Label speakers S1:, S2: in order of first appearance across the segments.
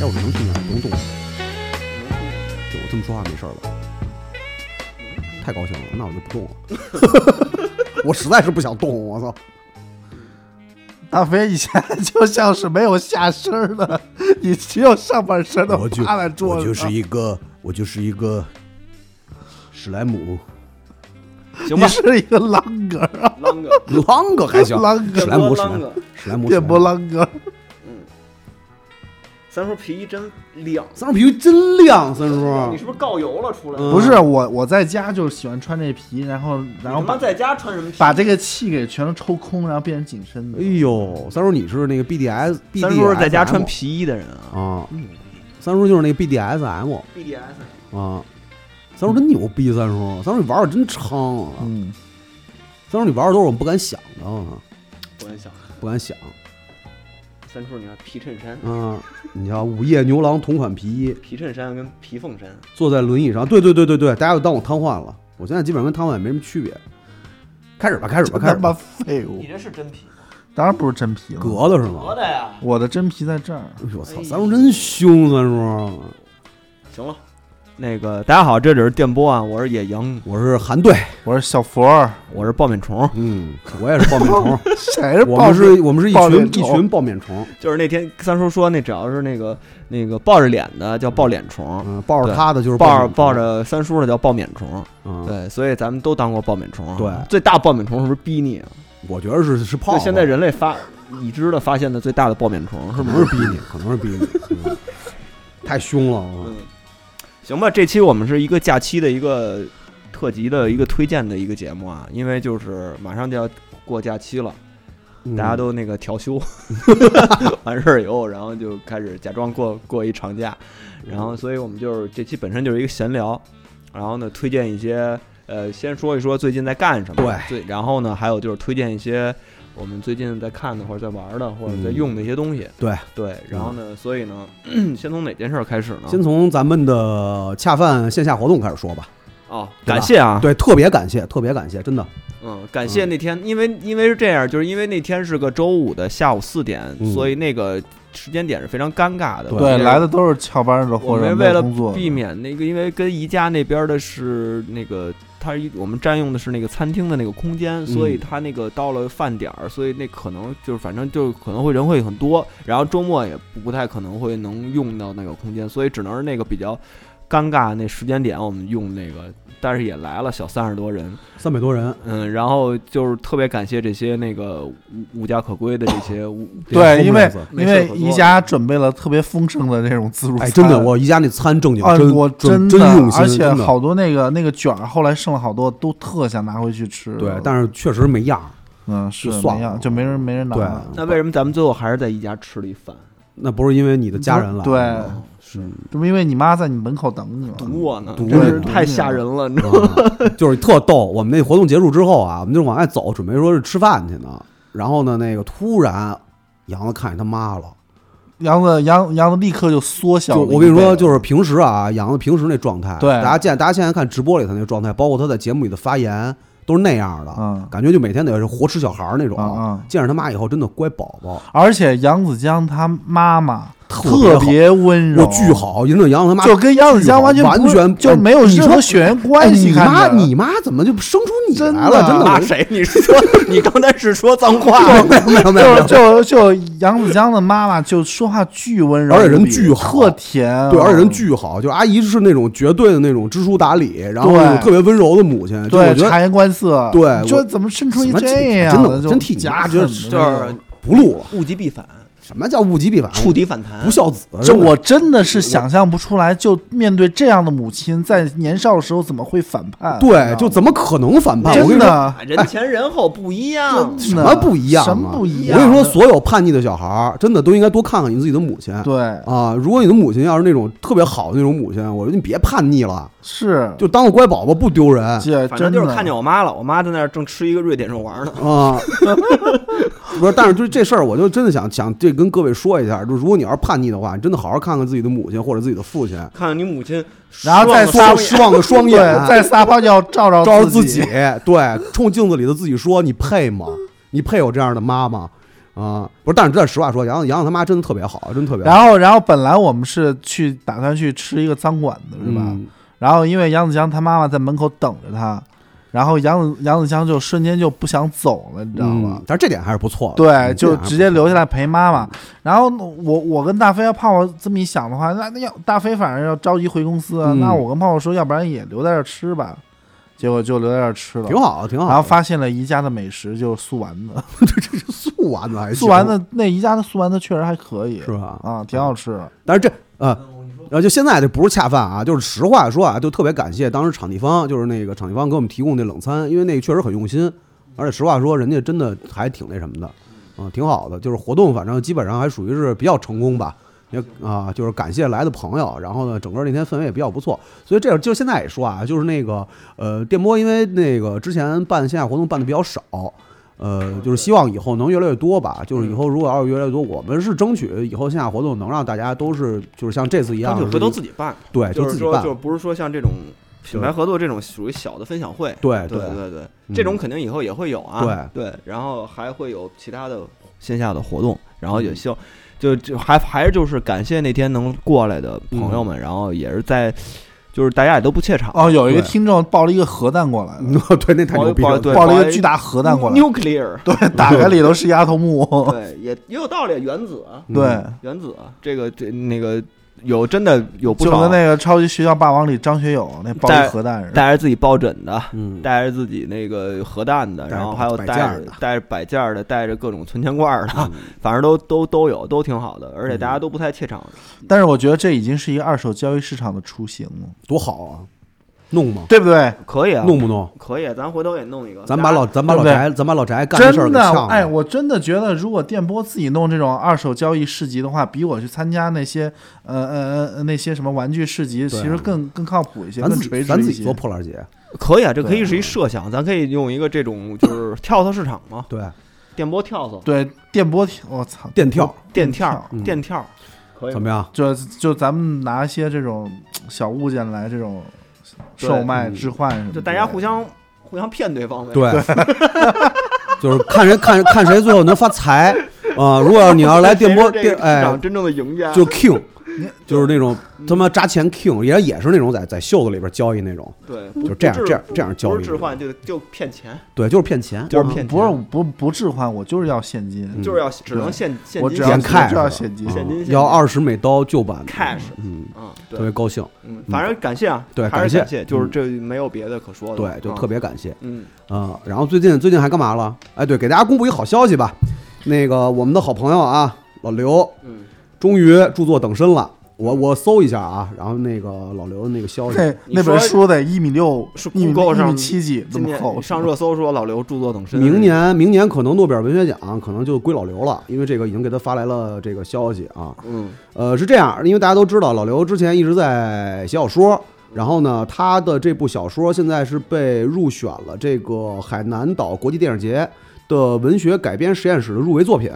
S1: 要不能听啊，不用动。就我这么说话没事儿吧？太高兴了，那我就不动了。 我实在是不想动，我操！
S2: 大飞以前 就像是没有下身儿的，你只有上半身的
S3: 我就
S2: 趴在
S3: 我
S2: 桌子
S1: 啊
S3: 就是
S2: 上。
S3: 一个我就是一个史莱 姆，
S4: 行吧
S2: 你，是一个浪哥儿啊，
S4: 啷个
S1: 啷个还行，
S2: 啷个
S1: 史莱姆，史莱
S4: 啷
S1: 姆
S4: 个，，
S1: 史莱姆，
S2: 电波浪哥儿，
S4: 三叔皮衣真亮，
S1: 三叔皮肤真亮，三叔
S4: 你是不是告油了出来？
S1: 嗯
S2: 不是我，我在家就喜欢穿这皮，然后然后
S4: 你他妈
S2: 把
S4: 在家穿什么皮？
S2: 把这个气给全都抽空，然后变成紧身的
S1: 哎。呦，三叔你是那个 BDS，
S4: 三叔是在家穿皮衣的人啊
S1: 啊，三叔就是那个 BDSM
S4: ，BDS。
S1: 啊，三叔真牛逼，三叔，三叔你玩的真猖啊，
S2: 嗯，
S1: 三叔你玩的都是我不敢想的，啊
S4: 我在想，
S1: 不敢想，
S4: 三叔你看皮衬衫，
S1: 嗯，你瞧午夜牛郎同款皮衣，
S4: 皮衬衫跟皮缝衫，
S1: 坐在轮椅上，对对对对对，大家都当我瘫痪了，我现在基本上跟瘫痪也没什么区别，开始吧，开始吧，
S2: 真
S1: 开
S2: 他
S1: 始
S2: 妈
S1: 吧，
S2: 废物！
S4: 这是真皮吗？
S2: 当然不是真皮了，
S1: 格子是吗？
S4: 的呀。
S2: 我的真皮在这儿。
S1: 哎呦我操，三叔真凶，啊三叔，
S4: 行了，那个大家好，这里是电波啊，我是野羊，
S1: 我是韩队，
S2: 我是小佛儿，
S4: 我是爆米虫，
S1: 嗯，我也是爆米虫。
S2: 谁是
S1: 我
S2: 抱
S1: 们
S2: 着
S1: 是，我们是一
S2: 爆
S1: 群
S2: 脸
S1: 一
S2: 虫
S1: 群抱面虫，
S4: 就是那天三叔说那只要是那个那个抱着脸的叫抱脸虫，
S1: 嗯，抱着
S4: 对
S1: 他的就是
S4: 抱着
S1: 面虫
S4: 抱，着三叔的叫抱面虫，
S1: 嗯，
S4: 对，所以咱们都当过抱面虫啊。
S1: 对
S4: 最大抱面虫是不是逼你啊？
S1: 我觉得是是泡泡，
S4: 就现在人类发已知的发现的最大的抱面虫是
S1: 可
S4: 不
S1: 能
S4: 是？
S1: 是逼你，可能是逼你，嗯太凶了啊，
S4: 行吧，这期我们是一个假期的一个特辑的一个推荐的一个节目啊，因为就是马上就要过假期了，
S1: 嗯
S4: 大家都那个 调休，完事儿以后，然后就开始假装过过一长假，然后所以我们就是这期本身就是一个闲聊，然后呢推荐一些呃，先说一说最近在干什么，
S1: 对
S4: 然后呢还有就是推荐一些我们最近在看的或者在玩的或者在
S1: 嗯
S4: 用的一些东西，
S1: 对嗯
S4: 对，然后呢，所以呢，先从哪件事儿开始
S2: 啊
S4: 呢？
S1: 先从咱们的恰饭线下活动开始说吧，
S4: 哦，
S1: 对吧
S4: 感谢啊，
S1: 对，特别感谢，特别感谢，真的，
S4: 嗯，感谢那天，因为因为是这样，就是因为那天是个周五的下午四点，
S1: 嗯
S4: 所以那个时间点是非常尴尬的。
S1: 对
S2: 对
S4: 因为
S2: 来的都是翘班的
S4: 我
S2: 或者
S4: 们
S2: 没
S4: 为
S2: 有
S4: 了
S2: 工作的。
S4: 避免那个，因为跟宜家那边的是那个，他我们占用的是那个餐厅的那个空间，所以他那个到了饭点儿，所以那可能就是反正就可能会人会很多，然后周末也不太可能会能用到那个空间，所以只能是那个比较尴尬那时间点我们用那个，但是也来了小三十多人，
S1: 三百多人，
S4: 嗯，然后就是特别感谢这些那个无无家可归的这些无，
S1: 嗯
S2: 对，因为
S1: homeless
S4: 没
S2: 因
S4: 事儿
S2: 为
S4: 可做
S2: 宜家准备了特别丰盛的那种自助餐，
S1: 哎，真的，我宜家那餐正经，
S2: 啊，
S1: 真
S2: 我
S1: 真
S2: 的，
S1: 用心，
S2: 而且
S1: 真的
S2: 好多那个那个卷儿，后来剩了好多，都特想拿回去吃。
S1: 对，但是确实没样儿，
S2: 嗯，是
S1: 就算
S2: 没样
S1: 了
S2: 就没人没人拿。
S1: 对，
S4: 那为什么咱们最后还是在宜家吃了一饭？
S1: 那不是因为你的家人来，嗯
S2: 对，
S4: 是
S2: 这不因为你妈在你门口等你吗？
S4: 堵我呢，
S1: 堵
S4: 真
S1: 你
S4: 是
S1: 呢
S4: 太吓人了，你知道吗？
S1: 啊 就是特逗。我们那活动结束之后啊，我们就往外走，准备说是吃饭去呢。然后呢，那个突然杨子看见他妈了，
S2: 杨子杨杨子立刻就缩小
S1: 就
S2: 了一倍。
S1: 我跟你说，就是平时啊，杨子平时那状态，
S2: 对
S1: 大家见大家现在看直播里头那个状态，包括他在节目里的发言，都是那样的，
S2: 嗯
S1: 感觉就每天得是活吃小孩儿那种。啊
S2: 嗯嗯
S1: 见着他妈以后，真的乖宝宝，
S2: 而且杨子江他妈妈特
S1: 特好
S2: 别温柔，
S1: 我巨，好，尹正阳他妈
S2: 哦就跟杨子江完全不
S1: 完全哎
S2: 就没有
S1: 你
S2: 任
S1: 说
S2: 何血缘
S1: 哎，
S2: 关系。
S1: 你妈
S2: 看着
S1: 你妈怎么就生出你
S2: 真
S1: 来了？
S2: 的
S1: 真的，
S4: 骂
S1: 我
S4: 啊谁？你是说你刚才是说脏话吗？
S1: 没有 没有没有没
S2: 就
S1: 有，
S2: 就就杨子江的妈妈就说话巨温柔无比，
S1: 而且人巨好
S2: 特甜啊，
S1: 对，而且人巨好，就阿姨是那种绝对的那种知书达理，然后那种
S2: 对
S1: 特别温柔的母亲，就我
S2: 对
S1: 觉得
S2: 察言观色，
S1: 对
S2: 你说
S1: 我
S2: 怎么生出一
S1: 什么
S2: 这
S1: 真
S2: 样
S1: 的我
S2: 就
S1: 真替你
S2: 假
S1: 妈
S2: 狠
S1: 觉得
S2: 的
S1: 是
S2: 那种
S4: 是
S1: 不录了。
S4: 物极必反，
S1: 什么叫物极必反？
S4: 触底反弹
S1: 不。孝子，
S2: 就
S1: 真的
S2: 我真的是想象不出来，就面对这样的母亲，在年少的时候怎么会反叛？
S1: 对，就
S2: 么
S1: 怎么可能反叛？我跟
S2: 真
S1: 你说，
S2: 的
S4: 哎人前人后不一样，
S2: 什
S1: 什么不一样
S2: 什
S1: 嘛
S2: 么不一
S1: 我
S2: 样？啊
S1: 跟你说，所有叛逆的小孩儿，真的都应该多看看你自己的母亲。
S2: 对
S1: 啊，如果你的母亲要是那种特别好的那种母亲，我说你别叛逆
S2: 啊
S1: 了，
S2: 是，
S1: 就当个乖宝宝不丢人啊
S2: 姐
S4: 反
S2: 真
S4: 正就是
S2: 的
S4: 看见我妈了，我妈在那儿正吃一个瑞典肉丸呢。
S1: 啊。 不是，但是就是这事儿，我就真的想想这跟各位说一下，就如果你要是叛逆的话，你真的好好看看自己的母亲或者自己的父亲，
S4: 看看你母亲，
S2: 然后再
S1: 失望的失望的双眼，
S2: 对，在撒泡尿照照
S1: 照着
S2: 自
S1: 自己，对，冲镜子里的自己说：“你配吗？你配有这样的妈妈啊？”不是，但是这实话说，杨洋他妈真的特别好，真的特别好，
S2: 然后，然后本来我们是去打算去吃一个脏馆子，是吧？
S1: 嗯
S2: 然后因为杨子江他妈妈在门口等着他，然后杨子杨子江就瞬间就不想走了，你知道吗？
S1: 嗯但是这点还是不错的，
S2: 对，
S1: 嗯
S2: 就直接留
S1: 这点还是不错
S2: 下。来陪妈妈。然后我我跟大飞要泡泡这么一想的话，那那要大飞反正要着急回公司啊，
S1: 嗯
S2: 那我跟泡泡说，要不然也留在这儿吃吧。结果就留在这儿吃了，
S1: 挺好，挺好。
S2: 然后发现了宜家的美食，就是素 丸子，
S1: 素丸子还行
S2: 素丸子那宜家的素丸子确实还可以，
S1: 是吧？
S2: 啊，挺好吃的。
S1: 但是这呃，然后就现在这不是恰饭啊，就是实话说啊，就特别感谢当时场地方，就是那个场地方给我们提供那冷餐，因为那个确实很用心，而且实话说，人家真的还挺那什么的，啊，挺好的，就是活动反正基本上还属于是比较成功吧。也啊，就是感谢来的朋友，然后呢，整个那天氛围也比较不错，所以这就现在也说啊，就是那个呃，电波因为那个之前办线下活动办的比较少，呃，就是希望以后能越来越多吧。就是以后如果要是越来越多，我们是争取以后线下活动能让大家都是就是像这次一
S4: 干
S1: 样
S4: 脆
S1: 是，
S4: 回头自己办，
S1: 对，
S4: 就
S1: 自
S4: 是
S1: 己
S4: 说
S1: 办
S4: 就，不是说像这种品牌合作这种属于小的分享会，
S1: 对
S4: 对
S1: 对
S4: 对对，
S1: 嗯
S4: 这种肯定以后也会有啊。对对，然后还会有其他的线下的活动，然后也希望就就还还是就是感谢那天能过来的朋友们，然后也是在就是大家也都不怯场
S2: 哦，有一个
S1: 对
S2: 听众抱了一个核弹过来，
S1: 嗯对，那太牛逼
S4: 抱
S1: 了，
S4: 对
S2: 抱了
S4: 抱
S2: 一
S4: 一
S2: 个巨大核弹过来，
S4: nuclear，
S2: 对， 打开里头是丫头木，
S4: 对，也也有道理，原子啊
S1: 嗯
S2: 对，
S4: 原子啊这个这那个有真的有不
S2: 就
S4: 少
S2: 跟那个超级学校霸王里张学友那抱一核弹似的，
S4: 带着自己抱枕的，
S1: 嗯，
S4: 带着自己那个核弹的，
S1: 带着
S4: 然后还有
S1: 摆
S4: 带
S1: 件儿
S4: 着
S1: 的嗯
S4: 带着摆件儿的，带着各种存钱罐儿
S1: 啊
S4: 的，反正都都都有，都挺好的，而且大家都不太怯场。
S2: 但是我觉得这已经是一个二手交易市场的雏形了，
S1: 多好啊，弄吗？
S2: 对不对？
S4: 可以啊，
S1: 弄不弄？
S4: 可以啊，咱回头也弄一个。
S1: 咱把老
S4: 大
S1: 咱把老
S2: 对不
S1: 宅
S2: 对
S1: 咱把老宅干的事儿
S2: 真
S1: 给
S2: 的
S1: 呛，了，
S2: 哎，我真的觉得，如果电波自己弄这种二手交易市集的话，比我去参加那些呃呃呃那些什么玩具市集，其
S1: 对啊
S2: 实更更靠谱一些，
S1: 咱
S2: 更
S1: 自
S2: 垂
S1: 己
S2: 直
S1: 咱
S2: 一
S1: 自己
S2: 些
S1: 做。破烂节，
S4: 家可以啊，这可以
S2: 对
S4: 是一设想，咱可以用一个这种就是跳蚤市场嘛，
S1: 对，
S4: 电波跳蚤、
S2: 对，电波挺，我操，
S1: 电跳
S4: 电跳
S1: 嗯、
S4: 电跳，可以
S1: 怎么样？
S2: 就就咱们拿一些这种小物件来这种
S4: 对
S2: 售卖
S1: 嗯
S2: 置换什么的，
S4: 就大家互相互相骗对方呗。
S1: 对， 就是看谁看看谁最后能发财啊！如果要是你要是来电波
S4: 谁是这
S1: 电
S4: 个市
S1: 哎
S4: 场，真正的赢家
S1: 就 king，就是那种他妈扎钱 king，也也是那种在在袖子里边交易那种，
S4: 对，
S1: 就
S4: 不
S1: 这样
S4: 不置
S1: 这样这样交
S4: 不
S1: 易
S4: 是置换就就骗钱，
S1: 对，就是骗钱，
S4: 就是骗
S2: 不是
S4: 钱
S2: 不不置换，我就是要现金，
S1: 嗯
S4: 就是要只能现现
S2: 我
S4: 金
S2: 只要
S1: 点开
S2: 就要现金
S1: 啊，
S4: 现金现金
S1: 要二十美刀旧版的
S4: cash
S1: 嗯，
S4: 啊，对
S1: 特别高兴，
S4: 嗯，反正感谢啊，
S1: 对
S4: 还是
S1: 感谢嗯
S4: 谢，就是这没有别的可说的，
S1: 对，就
S4: 啊
S1: 特别感谢
S4: 嗯，
S1: 啊。然后最近最近还干嘛了？哎，对，给大家公布一个好消息吧，那个我们的好朋友啊，老刘
S4: 嗯，
S1: 终于著作等身了。我我搜一下啊，然后那个老刘的那个消息，
S2: 那
S4: 你
S2: 那本
S4: 说
S2: 书得一米六
S4: 是，
S2: 一米
S4: Google
S2: 一
S4: 上
S2: 米七几这
S4: 今
S2: 么厚
S4: 年，上热搜说老刘著作等身，
S1: 明年明年可能诺贝尔文学奖可能就归老刘了，因为这个已经给他发来了这个消息啊。
S4: 嗯，
S1: 呃，是这样，因为大家都知道老刘之前一直在写小说，然后呢，他的这部小说现在是被入选了这个海南岛国际电影节的文学改编实验室的入围作品。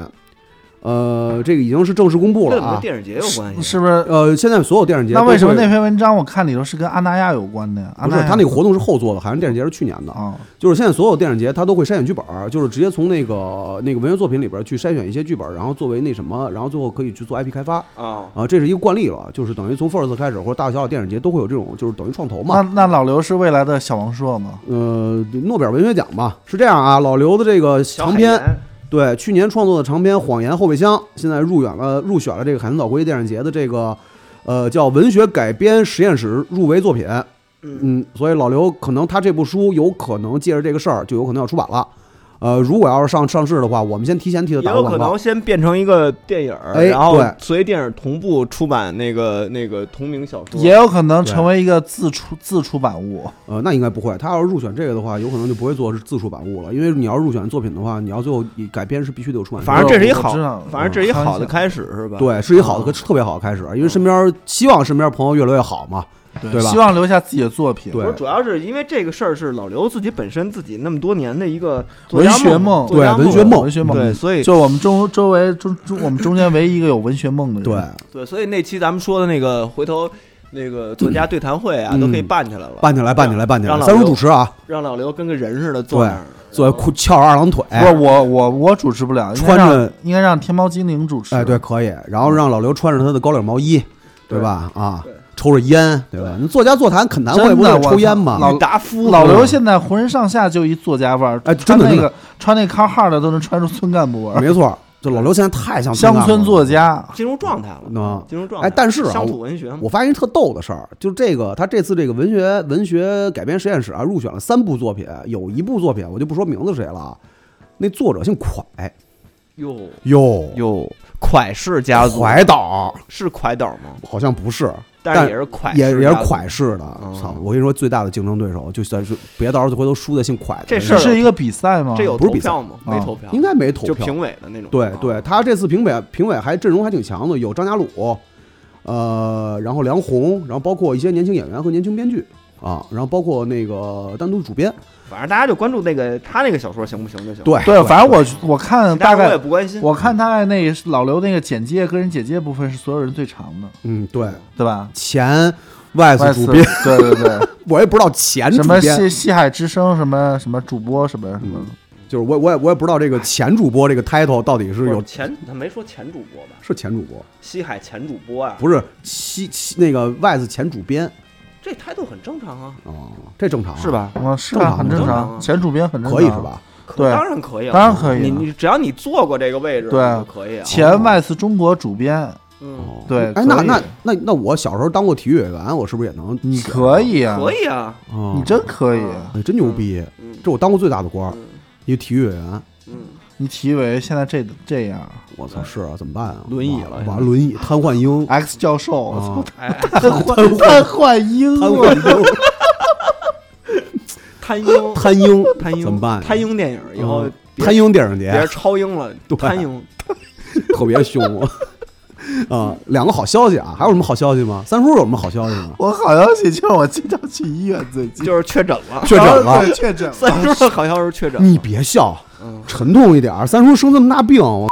S1: 呃，这个已经是正式公布
S4: 跟
S1: 了
S4: 我们
S1: 啊。
S4: 电影节有关系。
S2: 是不是？
S1: 呃，现在所有电影节
S2: 那
S1: 都
S2: 为什么
S1: 会
S2: 那篇文章我看里头是跟阿那亚有关的呀？阿
S1: 不是
S2: 那亚
S1: 他那个活动是后做的，海洋电影节是去年的，
S2: 啊，
S1: 就是现在所有电影节它都会筛选剧本儿，就是直接从那个那个文学作品里边儿去筛选一些剧本儿，然后作为那什么，然后最后可以去做 IP 开发
S4: 啊，
S1: 啊，这是一个惯例了，就是等于从 First 开始或者大小小电影节都会有这种，就是等于创投
S2: 那
S4: 啊
S1: 嘛。
S2: 那老刘是未来的小王朔吗？
S1: 呃，诺贝尔文学奖嘛，是这样啊。老刘的这个长篇，对，去年创作的长篇《谎言后备箱》，现在入选了入选了这个海南岛国际电影节的这个，呃，叫文学改编实验室入围作品。嗯，所以老刘可能他这部书有可能借着这个事儿，就有可能要出版了。呃，如果要是上上市的话，我们先提前替他
S4: 也
S1: 打
S4: 有
S1: 个
S4: 可
S1: 广
S4: 能
S1: 告。
S4: 先变成一个电影儿，
S1: 哎
S4: 然后
S1: 对
S4: 随电影同步出版那个那个同名小说。
S2: 也有可能成为一个自出自出版物。
S1: 呃，那应该不会。他要是入选这个的话，有可能就不会做自出版物了，因为你要是入选作品的话，你要最后以改编是必须得有出版社
S4: 反正这是一
S2: 我
S4: 好
S2: 知道，
S4: 反正这是一好的
S2: 嗯
S4: 开始是吧？
S1: 对，是一
S2: 哦
S1: 好的特别好的开始，因为身边希望身边朋友越来越好嘛，对吧
S2: 希？望留下自己的作品。
S1: 对
S4: 不是，主要是因为这个事儿是老刘自己本身自己那么多年的一个作
S2: 文
S4: 家
S2: 学梦，
S4: 作家
S1: 对文学梦
S2: 哦文学梦，嗯
S4: 对，所以
S2: 就是我们中周围中中我们中间唯一一个有文学梦的人。
S1: 对，
S4: 对，所以那期咱们说的那个回头那个作家对谈会啊，
S1: 嗯
S4: 都可以办起来了，
S1: 办起来，办起来，办起
S4: 让
S1: 来。
S4: 老
S1: 三叔
S4: 刘
S1: 主持啊，
S4: 让老刘跟个人似的坐那儿，
S1: 坐裤翘着二郎腿，
S2: 不是我我我主持不了，应该
S1: 哎穿
S2: 让
S1: 着
S2: 应该让天猫精灵主持。
S1: 哎，对，，可以。然后让老刘穿着他的高领毛衣，对吧？啊，抽着烟，对吧？那作家座谈恳谈会
S2: 真
S1: 不
S2: 的
S1: 是
S2: 我
S1: 抽烟
S2: 操
S1: 嘛？
S2: 老
S4: 郁达夫
S2: 老刘现在浑身上下就一作家味儿，
S1: 哎真
S2: 穿
S1: 的
S2: 那
S1: 真的
S2: 个穿那卡哈的都能穿出村干部味儿，
S1: 没错，就老刘现在太像
S2: 乡村作
S1: 家。
S2: 家。
S4: 进入状态了
S1: 嗯，
S4: 进入状态。
S1: 哎但是啊
S4: 乡土文学嘛，
S1: 我发现一特逗的事儿，就这个他这次这个文学文学改编实验室啊，入选了三部作品，有一部作品我就不说名字是谁了，啊，那作者姓蒯，
S4: 哟
S1: 哟
S4: 哟，蒯氏家族
S1: 蒯岛
S4: 是蒯岛吗？
S1: 好像不是，
S4: 但是也是蒯，
S1: 也也是
S4: 蒯。
S1: 蒯氏的
S4: 嗯。
S1: 操！我跟你说，最大的竞争对手就算是别到时候回头输的姓蒯的人，
S4: 这事
S2: 这
S4: 儿
S2: 是一个比赛吗？
S4: 这有
S1: 不
S4: 投
S1: 是比赛
S4: 票吗？没
S2: 啊
S4: 投票，
S1: 应该没投
S4: 就
S1: 票。
S4: 评委的那种。
S1: 对
S4: 啊
S1: 对，，他这次评委评委还阵容还挺强的，有张家鲁，呃，然后梁红，然后包括一些年轻演员和年轻编剧啊，然后包括那个单独主编。
S4: 反正大家就关注那个他那个小说行不行就行。，
S1: 对
S2: 对，反正我我看大
S4: 大家我也
S2: 概
S4: 不关心。
S2: 我看大概那老刘那个简介个人简介部分是所有人最长的，
S1: 嗯对，
S2: 对吧？
S1: 前外
S2: 外
S1: 事主
S2: 四
S1: 编，
S2: 对对 对，
S1: 我也不知道前
S2: 什
S1: 主
S2: 么
S1: 编，嗯
S2: 西西海之声，什么什么主播，什么什么的，
S1: 就是我我也我也不知道这个前主播这个 title 到底
S4: 不
S1: 是
S4: 是
S1: 有
S4: 前他没说前主播吧？
S1: 是前主播，
S4: 西海前主播啊，
S1: 不是西西那个外子前主编
S4: 这态度很正常啊，
S1: 哦，这正常啊
S4: 是？吧？
S2: 嗯，是
S1: 正
S2: 啊，
S1: 常
S2: 很
S1: 的
S2: 正
S4: 正常啊
S2: 常，前主编很正常，啊
S1: 可以是？吧？
S4: 可
S2: 对
S4: 当然可以了，
S2: 当然可以
S4: 你
S2: 了
S1: 啊
S4: 你只要你坐过这个位置，
S2: 对
S4: 就可以啊。
S2: 前外次中国主编，
S4: 嗯，
S1: 哦
S2: 对
S1: 哎，那
S2: 可以
S1: 那那那我小时候当过体育委员，我是不是也能？
S2: 你可，以啊，
S4: 可以 啊，
S1: 哦
S2: 你真可以。
S4: 啊
S1: 哎真牛逼！
S4: 嗯
S1: 这我当过最大的官儿，
S4: 嗯
S1: 一个体育委员。
S4: 嗯，
S2: 你体委现在这这样
S1: 我操，是啊，怎么办啊？
S4: 轮椅
S1: 完
S4: 了
S1: 完了，轮椅瘫痪婴，
S2: ，X 教授，我
S1: 啊
S2: 操，
S4: 哎，
S2: 瘫痪瘫痪啊婴
S1: 瘫
S2: 了，
S1: 痪婴，
S4: 贪鹰，
S1: 瘫婴，
S4: 贪鹰
S1: 怎么办呀？
S4: 贪鹰电影 以后
S1: 嗯
S4: 别
S1: 瘫鹰电影
S4: 别
S1: 节
S4: 超鹰了，
S1: 哎对
S4: 贪鹰
S1: 特别凶啊！两个好消息啊，还有什么好消息吗？三叔有什么好消息吗？
S2: 我好消息就是我经常去医院，最近
S4: 就是确诊了。
S1: 确诊了，
S2: 对确诊了，
S4: 三叔好像是确诊了，
S1: 你别笑，
S4: 嗯，
S1: 沉痛一点儿。三叔生这么大病，我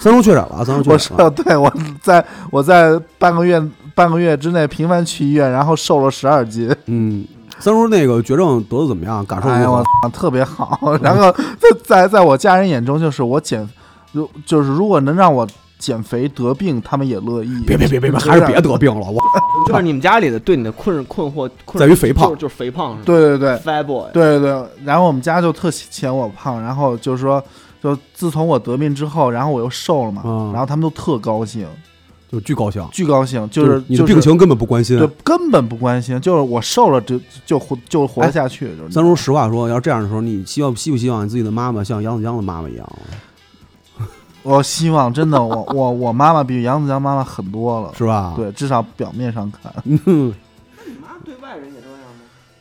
S1: 三叔确诊了，三叔
S2: 我
S1: 确
S2: 是
S1: 诊了。
S2: 对我在我在半个月半个月之内频繁去医院，然后瘦了十二斤，
S1: 嗯，三叔那个绝症得的怎么样？感受
S2: 哎 呀
S1: 如
S2: 我
S1: 何？
S2: 操特别
S1: 嗯
S2: 好。 然后在在在我家人眼中，就是我减，如就是如果能让我减肥得病，他们也乐意。
S1: 别别别别别，还是别得病了。我
S4: 就是你们家里的对你的困困惑困
S1: 在于肥胖
S4: 就是就是肥胖是吧？
S2: 对对对
S4: ，fat boy，
S2: 对对对。然后我们家就特嫌我胖，然后就说。就自从我得病之后，然后我又瘦了嘛，
S1: 嗯
S2: 然后他们都特高兴，
S1: 就巨高兴，
S2: 巨高兴，就是
S1: 你
S2: 就
S1: 的
S2: 是
S1: 病情根本不关心
S2: 就。根本不关心，就是我瘦了就就活就活
S1: 哎
S2: 得下去，就是
S1: 三叔，实话说，要是这样的时候，你希望希不希望你自己的妈妈像杨子江的妈妈一样？
S2: 我希望真的，我我我妈妈比杨子江妈妈狠多了，
S1: 是啊吧？
S2: 对，至少表面上看，
S1: 嗯，
S4: 你妈对外人也这样吗？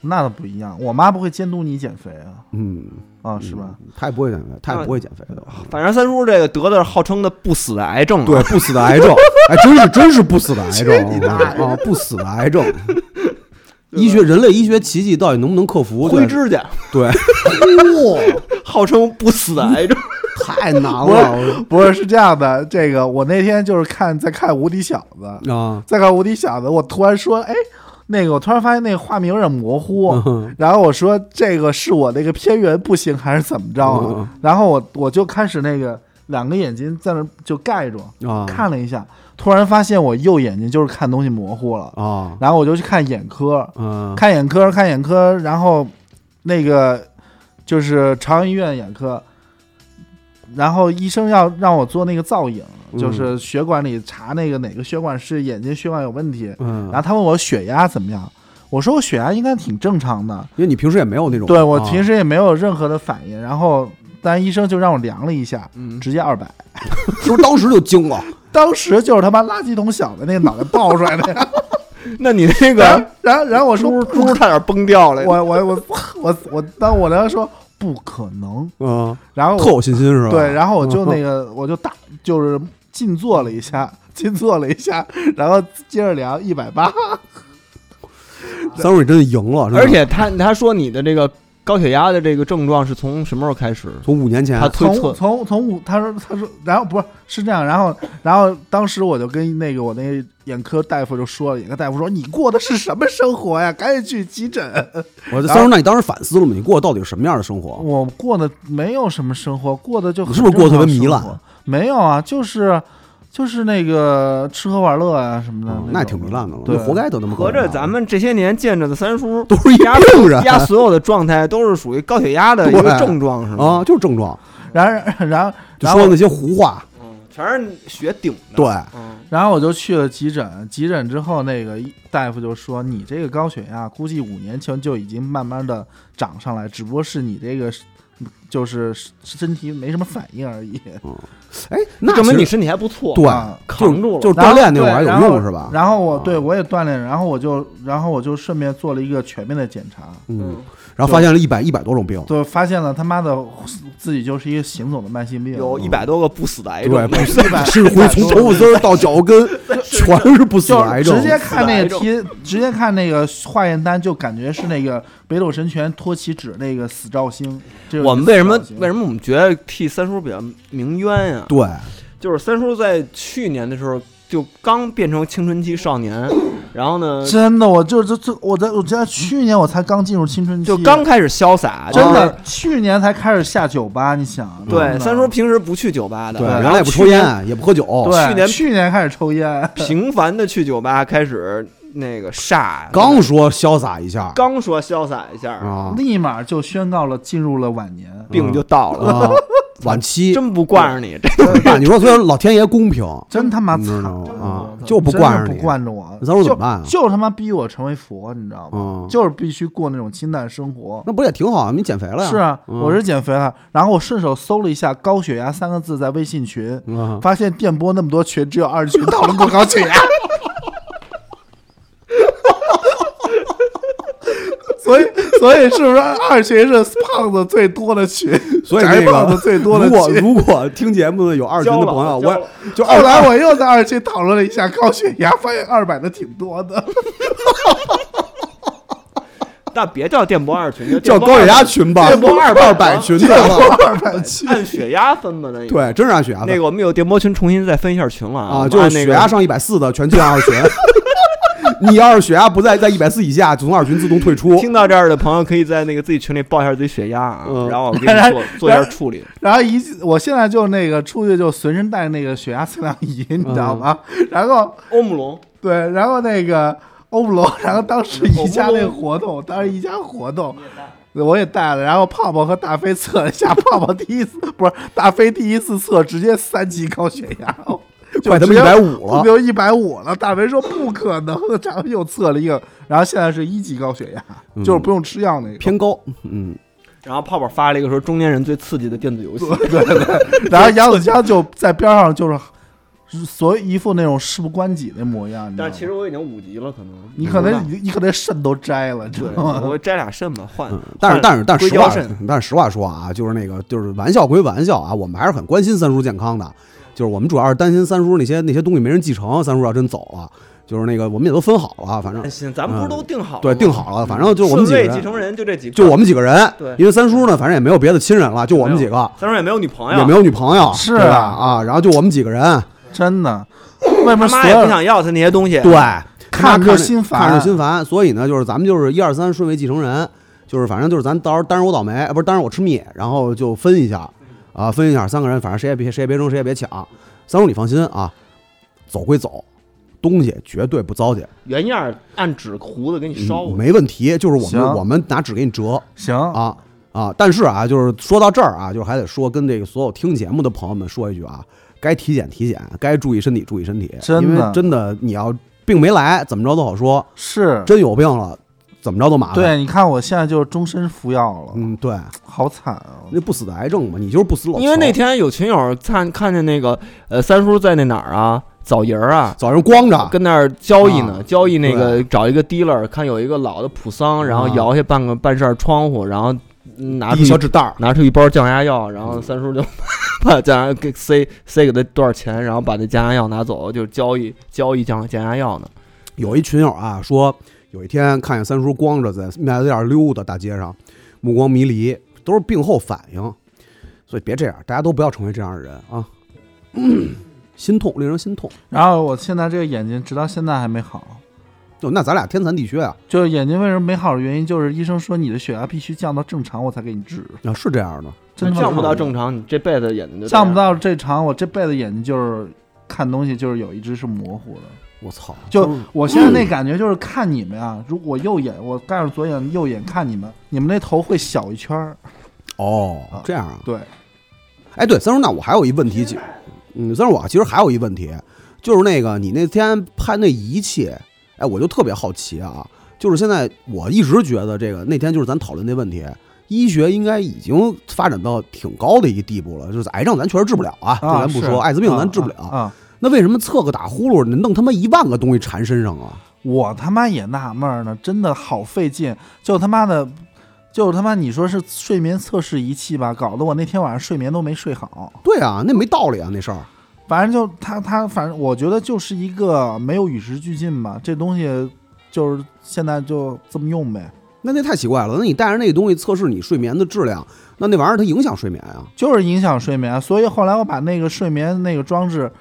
S2: 那倒不一样。我妈不会监督你减肥啊，
S1: 嗯，
S2: 啊，是吧？
S1: 他也不会减肥，他也不会减肥的。
S4: 反正三叔这个得的是号称的不死的癌症 啊，
S1: 对，不死的癌症，哎，真是真是不死的癌症啊！不死的癌症，医学人类医学奇迹到底能不能克服？对
S4: 灰指甲，
S1: 对，
S4: 号称不死的癌症，
S1: 太难了
S2: 不是是这样的，这个我那天就是看在看《无敌小子》，
S1: 啊！
S2: 在看《无敌小子》，我突然说，哎，那个我突然发现那个画面有点模糊，
S1: 嗯
S2: 然后我说这个是我那个片源不行还是怎么着啊？
S1: 嗯
S2: 然后我我就开始那个两个眼睛在那儿就盖住
S1: 啊
S2: 看了一下，突然发现我右眼睛就是看东西模糊了，
S1: 啊
S2: 然后我就去看眼科，
S1: 嗯
S2: 看眼科看眼科，然后那个就是朝阳医院眼科。然后医生要让我做那个造影，
S1: 嗯
S2: 就是血管里查那个哪个血管是眼睛血管有问题。
S1: 嗯
S2: 然，后他问我血压怎么样，我说我血压应该挺正常的，
S1: 因为你平时也没有那种啊
S2: 对我平
S1: 时
S2: 时也没有任何的反应，然后但医生就让我量了一下，
S4: 嗯，
S2: 直接二百，
S1: 是不是当时就惊了？
S2: 当时就是他妈垃圾桶小的那个脑袋爆出来的呀，
S4: 那你那
S2: 然
S4: 个
S2: 后然后然后我 说
S4: 猪
S2: 不
S4: 猪差点崩掉了，
S2: 我我我我我当我当时说不可能，
S1: 嗯，
S2: 然后
S1: 特
S2: 我
S1: 有信心是吧？
S2: 对，然后我就那个我就大就是静坐了一下，静坐了一下，然后接着量一百八，
S1: 三叔你真的赢了，真的
S4: 而且他他说你的这个高血压的这个症状是从什么时候开始？
S1: 从五年前
S4: 他推
S2: 从
S4: 测
S2: 从从五，他说他说，然后不是是这样，然后然后当时我就跟那个我那眼科大夫就说了，眼科大夫说你过的是什么生活呀？赶紧去急诊。
S1: 我说三叔，那你当时反思了吗？你过的到底是什么样的生活？
S2: 我过的没有什么生活，过的就很
S1: 你是不是过得特别
S2: 正常
S1: 糜烂
S2: 生活？没有啊，就是就是那个吃喝玩乐啊什么的
S1: 嗯
S2: 种，
S1: 那也挺糜烂的了，
S2: 对
S1: 那活该得那么个
S4: 合着
S1: 人啊
S4: 咱们这些年见着的三叔
S1: 都是一
S4: 压
S1: 病人
S4: 压所有的状态都是属于高血压的一
S1: 对
S4: 个症状，是吗？
S1: 啊，就是症状，
S2: 然后然后
S1: 就
S2: 然
S1: 说
S2: 后
S1: 那些胡话，
S4: 嗯，全是血顶的。
S1: 对，
S4: 嗯，
S2: 然后我就去了急诊，急诊之后，那个医大夫就说：“你这个高血压估计五年前就已经慢慢的涨上来，只不过是你这个就是身体没什么反应而已。
S1: 哎，那
S4: 证明
S1: 其
S4: 你
S1: 实
S4: 身体还不错，
S1: 对
S2: 啊
S1: 就是
S4: 扛住 了
S1: 就是
S2: 然
S1: 锻
S2: 后
S1: 炼那会儿还
S2: 对
S1: 有
S2: 然后
S1: 用是吧？
S2: 然后我
S1: 啊
S2: 对我也锻炼，然后我就然后我就顺便做了一个全面的检查，
S1: 嗯，，然后发现了一百一百多种病，
S2: 就发现了他妈的自己就是一个行走的慢性病，
S4: 有一百多个不死的癌
S1: 对，
S4: 症，
S1: 不
S2: 一百
S1: 是回从头发丝儿到脚跟，全是不死
S2: 就
S1: 的
S2: 是
S1: 癌症
S2: 直，接看那
S4: 死
S2: 个题，直接看那个化验单，就感觉是那个北斗神拳托起指那个死兆星。这
S4: 我们为什么
S2: 么
S4: 为什么我们觉得替三叔比较鸣冤呀、
S1: 对，
S4: 就是三叔在去年的时候就刚变成青春期少年，然后呢
S2: 真的？我就这这，我在我在去年我才刚进入青春期，
S4: 就刚开始潇洒，
S2: 真
S4: 就是
S2: 的去年才开始下酒吧，你想？真
S4: 对，
S2: 的
S4: 三叔平时不去酒吧的，
S1: 嗯对，
S2: 对
S1: 原
S4: 然
S1: 来
S4: 后
S1: 也不
S4: 去
S1: 抽
S4: 年
S1: 烟，也不喝酒，
S2: 对
S4: 去年
S2: 去年开始抽烟，
S4: 频繁的去酒吧，开始那个煞，
S1: 刚说潇洒一下
S4: 刚说潇洒一下，
S1: 啊
S2: 立马就宣告了进入了晚年。
S4: 病就到了，
S1: 啊，晚期，
S4: 真不惯着你，这
S1: 那你说，所以老天爷公平，
S2: 真他妈
S1: 你
S2: 惨
S1: 知道吗啊
S2: 真的
S1: 就不
S2: 真
S1: 惯
S2: 是
S1: 着
S2: 不
S1: 你
S2: 惯着我。
S1: 那咱们怎么办啊
S2: 就就他妈逼我成为佛，你知道吗？
S1: 嗯，
S2: 就是必须过那种清淡生活。
S1: 那不是也挺好啊？你减肥了呀？
S2: 是啊，
S1: 嗯
S2: 我是减肥了，然后我顺手搜了一下“高血压”三个字在微信群，
S1: 嗯
S2: 发现电波那么多群，只有二群讨论过高血压。 所以，所以是不是二群是胖子最多的群？
S1: 所以
S2: 宅
S1: 那个
S2: 胖子最多的
S1: 如果
S2: 群。
S1: 如果听节目的有二群的朋友，
S4: 交
S1: 我
S4: 了交了
S1: 也就
S2: 后
S1: 二
S2: 来我又在二群讨论了一下高血压，发现二百的挺多的，
S4: 那别叫电波二群，
S1: 叫高血压群吧，
S4: 电波二
S1: 二百群的吧，
S2: 二百七。
S4: 按血压分吧，那
S1: 对，真是按血压
S4: 那
S1: 的
S4: 个我们有电波群重新再分一下群了
S1: 啊，
S4: 我们
S1: 就是
S4: 按那
S1: 血
S4: 个
S1: 压上一百四的全进二群。 你要是血压不在在一百四以下，就从二群自动退出。
S4: 听到这儿的朋友可以在那个自己群里报一下自己血压啊，
S1: 嗯
S4: 然后我给你做做一下处理。
S2: 然后一进，我现在就那个出去就随身带那个血压测量仪，你知道吗？
S1: 嗯
S2: 然后
S4: 欧姆龙，
S2: 对，然后那个欧布罗，然后当时宜家那活动，当时宜家活动，我也带了。然后泡泡和大飞测了一下，泡泡第一次不是大飞第一次测，直接三级高血压，就
S1: 快他妈
S2: 直接
S1: 150了
S2: 就一百五了。大飞说不可能，然后又测了一个，然后现在是一级高血压，就是不用吃药那个。
S1: 偏高，嗯，
S4: 然后泡泡发了一个说中年人最刺激的电子游戏，
S1: 嗯
S2: 对对，然后杨子江就在边上就是。所以一副那种事不关己的模样，你知道
S4: 但
S2: 吗
S4: 是其实我已经五级了，可能
S2: 你可能你你可能肾都摘了，知
S4: 对，
S2: 道吗？
S4: 我摘俩肾吧，换
S1: 嗯。但是但是但是
S4: 硅
S1: 实
S4: 胶
S1: 话嗯
S4: 肾，
S1: 但是实话说啊，就是那个就是玩笑归玩笑啊，我们还是很关心三叔健康的。就是我们主要是担心三叔那些那些东西没人继承，三叔要真走了，就是那个我们也都分好了啊，反正
S4: 行，咱们不是都定好了吗？
S1: 对定好了，反正就我们几
S4: 顺
S1: 个
S4: 位
S1: 人，
S4: 继承人就这几个，
S1: 就我们几个人
S4: 对，
S1: 因为三叔呢，反正也没有别的亲人了，就我们几个，
S4: 三叔也没有女朋友，
S1: 也没有女朋友，
S2: 是啊
S1: 对吧啊，然后就我们几个人，
S2: 真的，外面
S4: 他
S2: 所
S4: 妈也不
S2: 有
S4: 想要他那些东西。
S1: 对，
S2: 看
S1: 着
S2: 着心烦
S1: 看着心烦，所以呢，就是咱们就是一二三顺位继承人，就是反正就是咱到时候单人我倒霉，啊不是单人我吃蜜，然后就分一下，啊，分一下三个人，反正谁也别谁也别争，谁也别抢。三叔你放心啊，走归走，东西绝对不糟践，
S5: 原样儿按纸糊的给你烧了。
S1: 嗯没问题，就是我
S2: 行
S1: 们我们拿纸给你折
S2: 行，
S1: 啊。啊，但是啊，就是说到这儿啊，就是还得说跟这个所有听节目的朋友们说一句啊，该体检体检，该注意身体注意身体，
S2: 真
S1: 因
S2: 的
S1: 为真的你要病没来，怎么着都好说，
S2: 是
S4: 嗯
S1: 真有病了，怎么着都麻烦。，
S2: 对，你看我现在就是终身服药了，
S1: 啊嗯，对，
S2: 好惨啊！
S1: 那不死的癌症嘛，你就是不死老头。
S4: 因为那天有群友看看见那个呃三叔在那哪儿啊，枣营儿啊，
S1: 早上光着，
S4: 跟那儿交易呢，
S1: 啊
S4: 交易那个找一个 dealer，看有一个老的普桑，然后
S1: 啊
S4: 摇下半个半扇窗户，然后拿
S1: 一
S4: 出
S1: 小
S4: 一
S1: 纸袋儿，
S4: 拿出一包降压药，然后三叔就 把降压给塞塞给他多少钱，然后把那降压药拿走，就交易交易降降压药呢。
S1: 有一群友啊说，有一天看见三叔光着在面子店儿溜达大街上，目光迷离，都是病后反应，所以别这样，大家都不要成为这样的人啊。心痛，令人心痛。
S2: 然后我现在这个眼睛直到现在还没好，
S1: 就哦那咱俩天残地缺啊，
S2: 就是眼睛为什么没好的原因，就是医生说你的血压必须降到正常，我才给你治。
S1: 啊是这样的，
S2: 真的
S4: 降不到，正常，你这辈子眼睛就这样
S2: 降不。
S1: 啊
S2: 到正常，我这辈子眼睛就是看东西就是有一只是模糊的。
S1: 我操！
S2: 就我现在那感觉就是看你们啊，如果右眼我盖上左眼右眼看你们，你们那头会小一圈儿。
S1: 哦，这样啊，
S2: 对，
S1: 哎，对，三叔，那我还有一问题，其嗯，三叔，我其实还有一问题，就是那个你那天拍那仪器，哎，我就特别好奇啊，就是现在我一直觉得这个那天就是咱讨论那问题，医学应该已经发展到挺高的一个地步了，就是癌症咱确实治不了啊，这
S2: 啊，
S1: 咱不
S2: 是
S1: 说，艾滋病咱治不了，
S2: 啊啊啊
S1: 那为什么测个打呼噜能弄他妈一万个东西缠身上啊？
S2: 我他妈也纳闷儿呢，真的好费劲，就他妈的，就他妈你说是睡眠测试仪器吧，搞得我那天晚上睡眠都没睡好。
S1: 对啊，那没道理啊，那事儿
S2: 反正就他他反正我觉得就是一个没有与时俱进吧，这东西就是现在就这么用呗，
S1: 那那太奇怪了，那你带着那个东西测试你睡眠的质量，那那玩意儿它影响睡眠啊？
S2: 就是影响睡眠。所以后来我把那个睡眠那个装置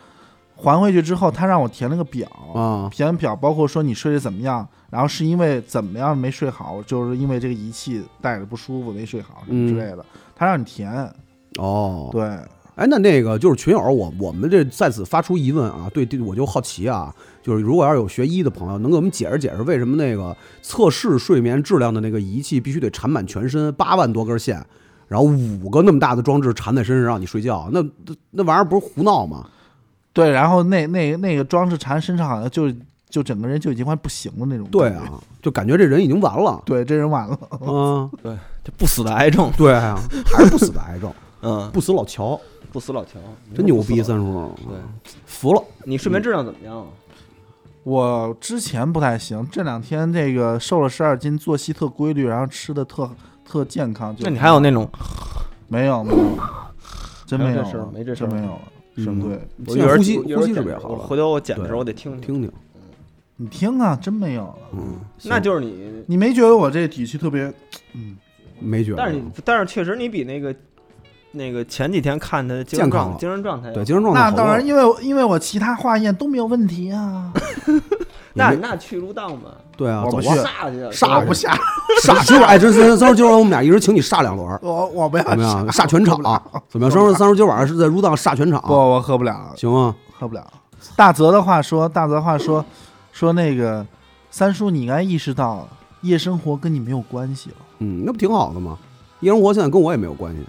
S2: 还回去之后，他让我填了个表，
S1: 啊、
S2: 填表包括说你睡得怎么样，然后是因为怎么样没睡好，就是因为这个仪器带着不舒服没睡好什么之类的，他让你填。
S1: 哦，
S2: 对，
S1: 哎，那那个就是群友，我我们这在此发出疑问啊，对，对我就好奇啊，就是如果要是有学医的朋友，能给我们解释解释，为什么那个测试睡眠质量的那个仪器必须得缠满全身八万多根线，然后五个那么大的装置缠在身上让你睡觉，那那那玩意儿不是胡闹吗？
S2: 对，然后那那那个装置缠身上好像就就整个人就已经快不行了那种。
S1: 对，啊，就感觉这人已经完了，
S2: 对，这人完了。
S1: 嗯，
S4: 这不死的癌症，
S1: 对啊，还是不死的癌症，
S4: 嗯，
S1: 不死老乔，
S4: 不死老乔，
S1: 真牛逼，三叔，
S4: 对，
S1: 服了，
S4: 你睡眠质量怎么样啊？
S1: 嗯
S2: 我之前不太行，这两天这个瘦了十二斤，作息特规律，然后吃的特特健康。就
S4: 那你还有那种
S2: 没有没有？真
S4: 还有
S2: 没有
S4: 这事儿
S2: 了
S4: 没这事
S2: 真
S4: 儿
S2: 没有了。
S4: 什
S1: 嗯
S4: 么？
S2: 对
S4: 我
S1: 现
S4: 一会
S1: 在
S4: 儿
S1: 呼吸
S4: 我一会儿
S1: 呼吸是
S4: 剪
S1: 不是也好
S4: 我
S1: 了
S4: 回头我剪的时
S1: 对
S4: 候我得听听。
S1: 听听，
S2: 你听啊，真没有了。
S1: 嗯，
S4: 那就是你，
S2: 你没觉得我这底气特别？
S1: 嗯没觉得，
S4: 但是你，但是确实你比那个那个前几天看他的精
S1: 健
S4: 神
S1: 康
S4: 状
S1: 了
S4: 精神状态要
S1: 对精神状态
S2: 那
S1: 好啊多
S2: 当
S1: 了
S2: 然，因为我因为我其他化验都没有问题 啊。
S4: 那
S1: 也没
S4: 那去入档吧，
S1: 对啊，
S2: 我
S1: 走
S2: 不
S1: 吧
S2: 去。
S4: 煞去，
S1: 煞
S2: 我不下，
S1: 傻叔，哎，真是三叔，今儿晚上我们俩一人请你煞两轮，
S2: 我我不要
S1: 怎么样？
S2: 下
S1: 煞全场，啊 怎么样？三叔，三叔今儿晚上是在入档煞全
S2: 不，
S1: 场，啊
S2: 我喝不了，
S1: 行啊吗？
S2: 喝不了。大泽的话说，大泽话说，说那个三叔，你应该意识到夜生活跟你没有关系了，
S1: 嗯，那不挺好的吗？夜生活现在跟我也没有关系，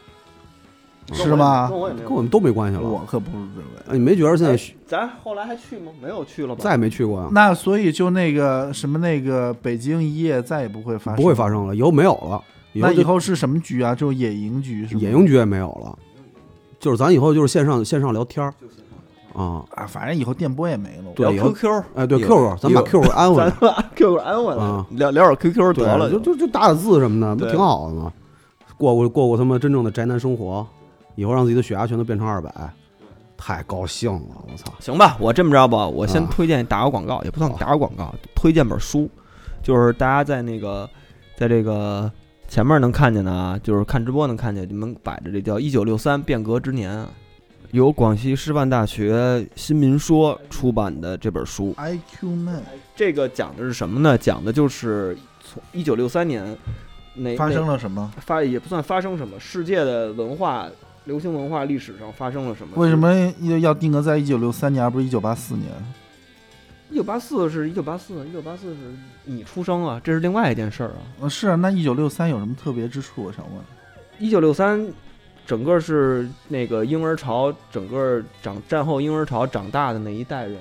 S2: 是吗
S4: 跟？我也没有
S1: 跟嗯我们都没关系了。
S2: 我可不是这个。
S1: 哎你没觉得现在
S4: 哎咱后来还去吗？没有去了吧？
S1: 再也没去过呀？啊
S2: 那所以就那个什么那个北京一夜再也不会发生，
S1: 不会发。生了，以后没有了，以后
S2: 那以
S1: 就
S2: 后是什么局啊？就是野营局是吗？
S1: 野营局也没有了，就是咱以后就是线上线上聊天儿啊。
S2: 啊，反正以后电波也没了。
S1: 对
S4: 聊
S1: 以后
S4: QQ，
S1: 哎，对
S4: 也
S1: QQ，咱把 QQ 安回
S4: 咱
S1: 来，
S4: 把 QQ 安稳了
S1: 啊，
S4: 聊聊会儿 QQ
S1: 对
S4: 得了，
S1: 就就就打打字什么的，不
S4: 对
S1: 挺好的吗？过过过过他妈真正的宅男生活，以后让自己的血压全都变成二百，太高兴了，我操！
S4: 行吧，我这么着吧，我先
S1: 啊
S4: 推荐打个广告，也不算打个广
S2: 啊
S4: 告，推荐本书，就是大家在那个，在这个前面能看见的啊，就是看直播能看见，你们摆着这叫《一九六三变革之年》，啊由广西师范大学新民说出版的这本书。
S2: IQ Man
S4: 这个讲的是什么呢？讲的就是从一九六三年那
S2: 发
S4: 那
S2: 生了什么？
S4: 发也不算发生什么，世界的文化流行文化历史上发生了什么？
S2: 为什么要要定格在一九六三年，而不是一九八四年？
S4: 一九八四是一九八四，一九八四是你出生啊，这是另外一件事儿啊。
S2: 呃，是啊，那一九六三有什么特别之处？我想问。
S4: 一九六三，整个是那个婴儿潮，整个长战后婴儿潮长大的那一代人，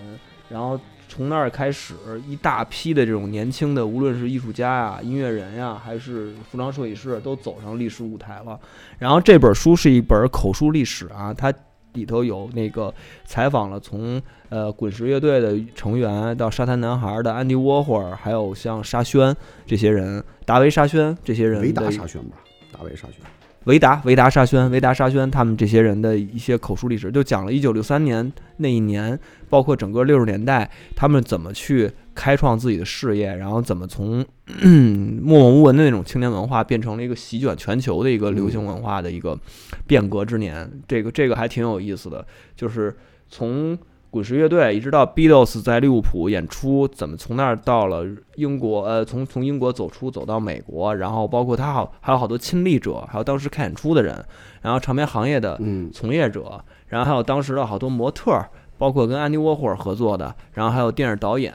S4: 然后从那儿开始，一大批的这种年轻的，无论是艺术家呀、音乐人呀，还是服装设计师，都走上历史舞台了。然后这本书是一本口述历史啊，它里头有那个采访了从呃滚石乐队的成员到沙滩男孩的安迪沃霍尔，还有像沙宣这些人，达维沙宣这些人
S1: 维达
S4: 的
S1: 沙宣吧，大卫沙宣，
S4: 维达、维达沙宣、维达沙宣他们这些人的一些口述历史，就讲了1963年那一年，包括整个60年代，他们怎么去开创自己的事业，然后怎么从嗯默默无闻的那种青年文化变成了一个席卷全球的一个流行文化的一个变革之年。这个这个还挺有意思的，就是从。滚石乐队一直到 Beatles 在利物浦演出，怎么从那儿到了英国？呃，从从英国走出，走到美国，然后包括他好还有好多亲历者，还有当时看演出的人，然后唱片行业的
S1: 嗯，
S4: 从业者，然后还有当时的好多模特儿，包括跟安迪沃霍尔合作的，然后还有电影导演，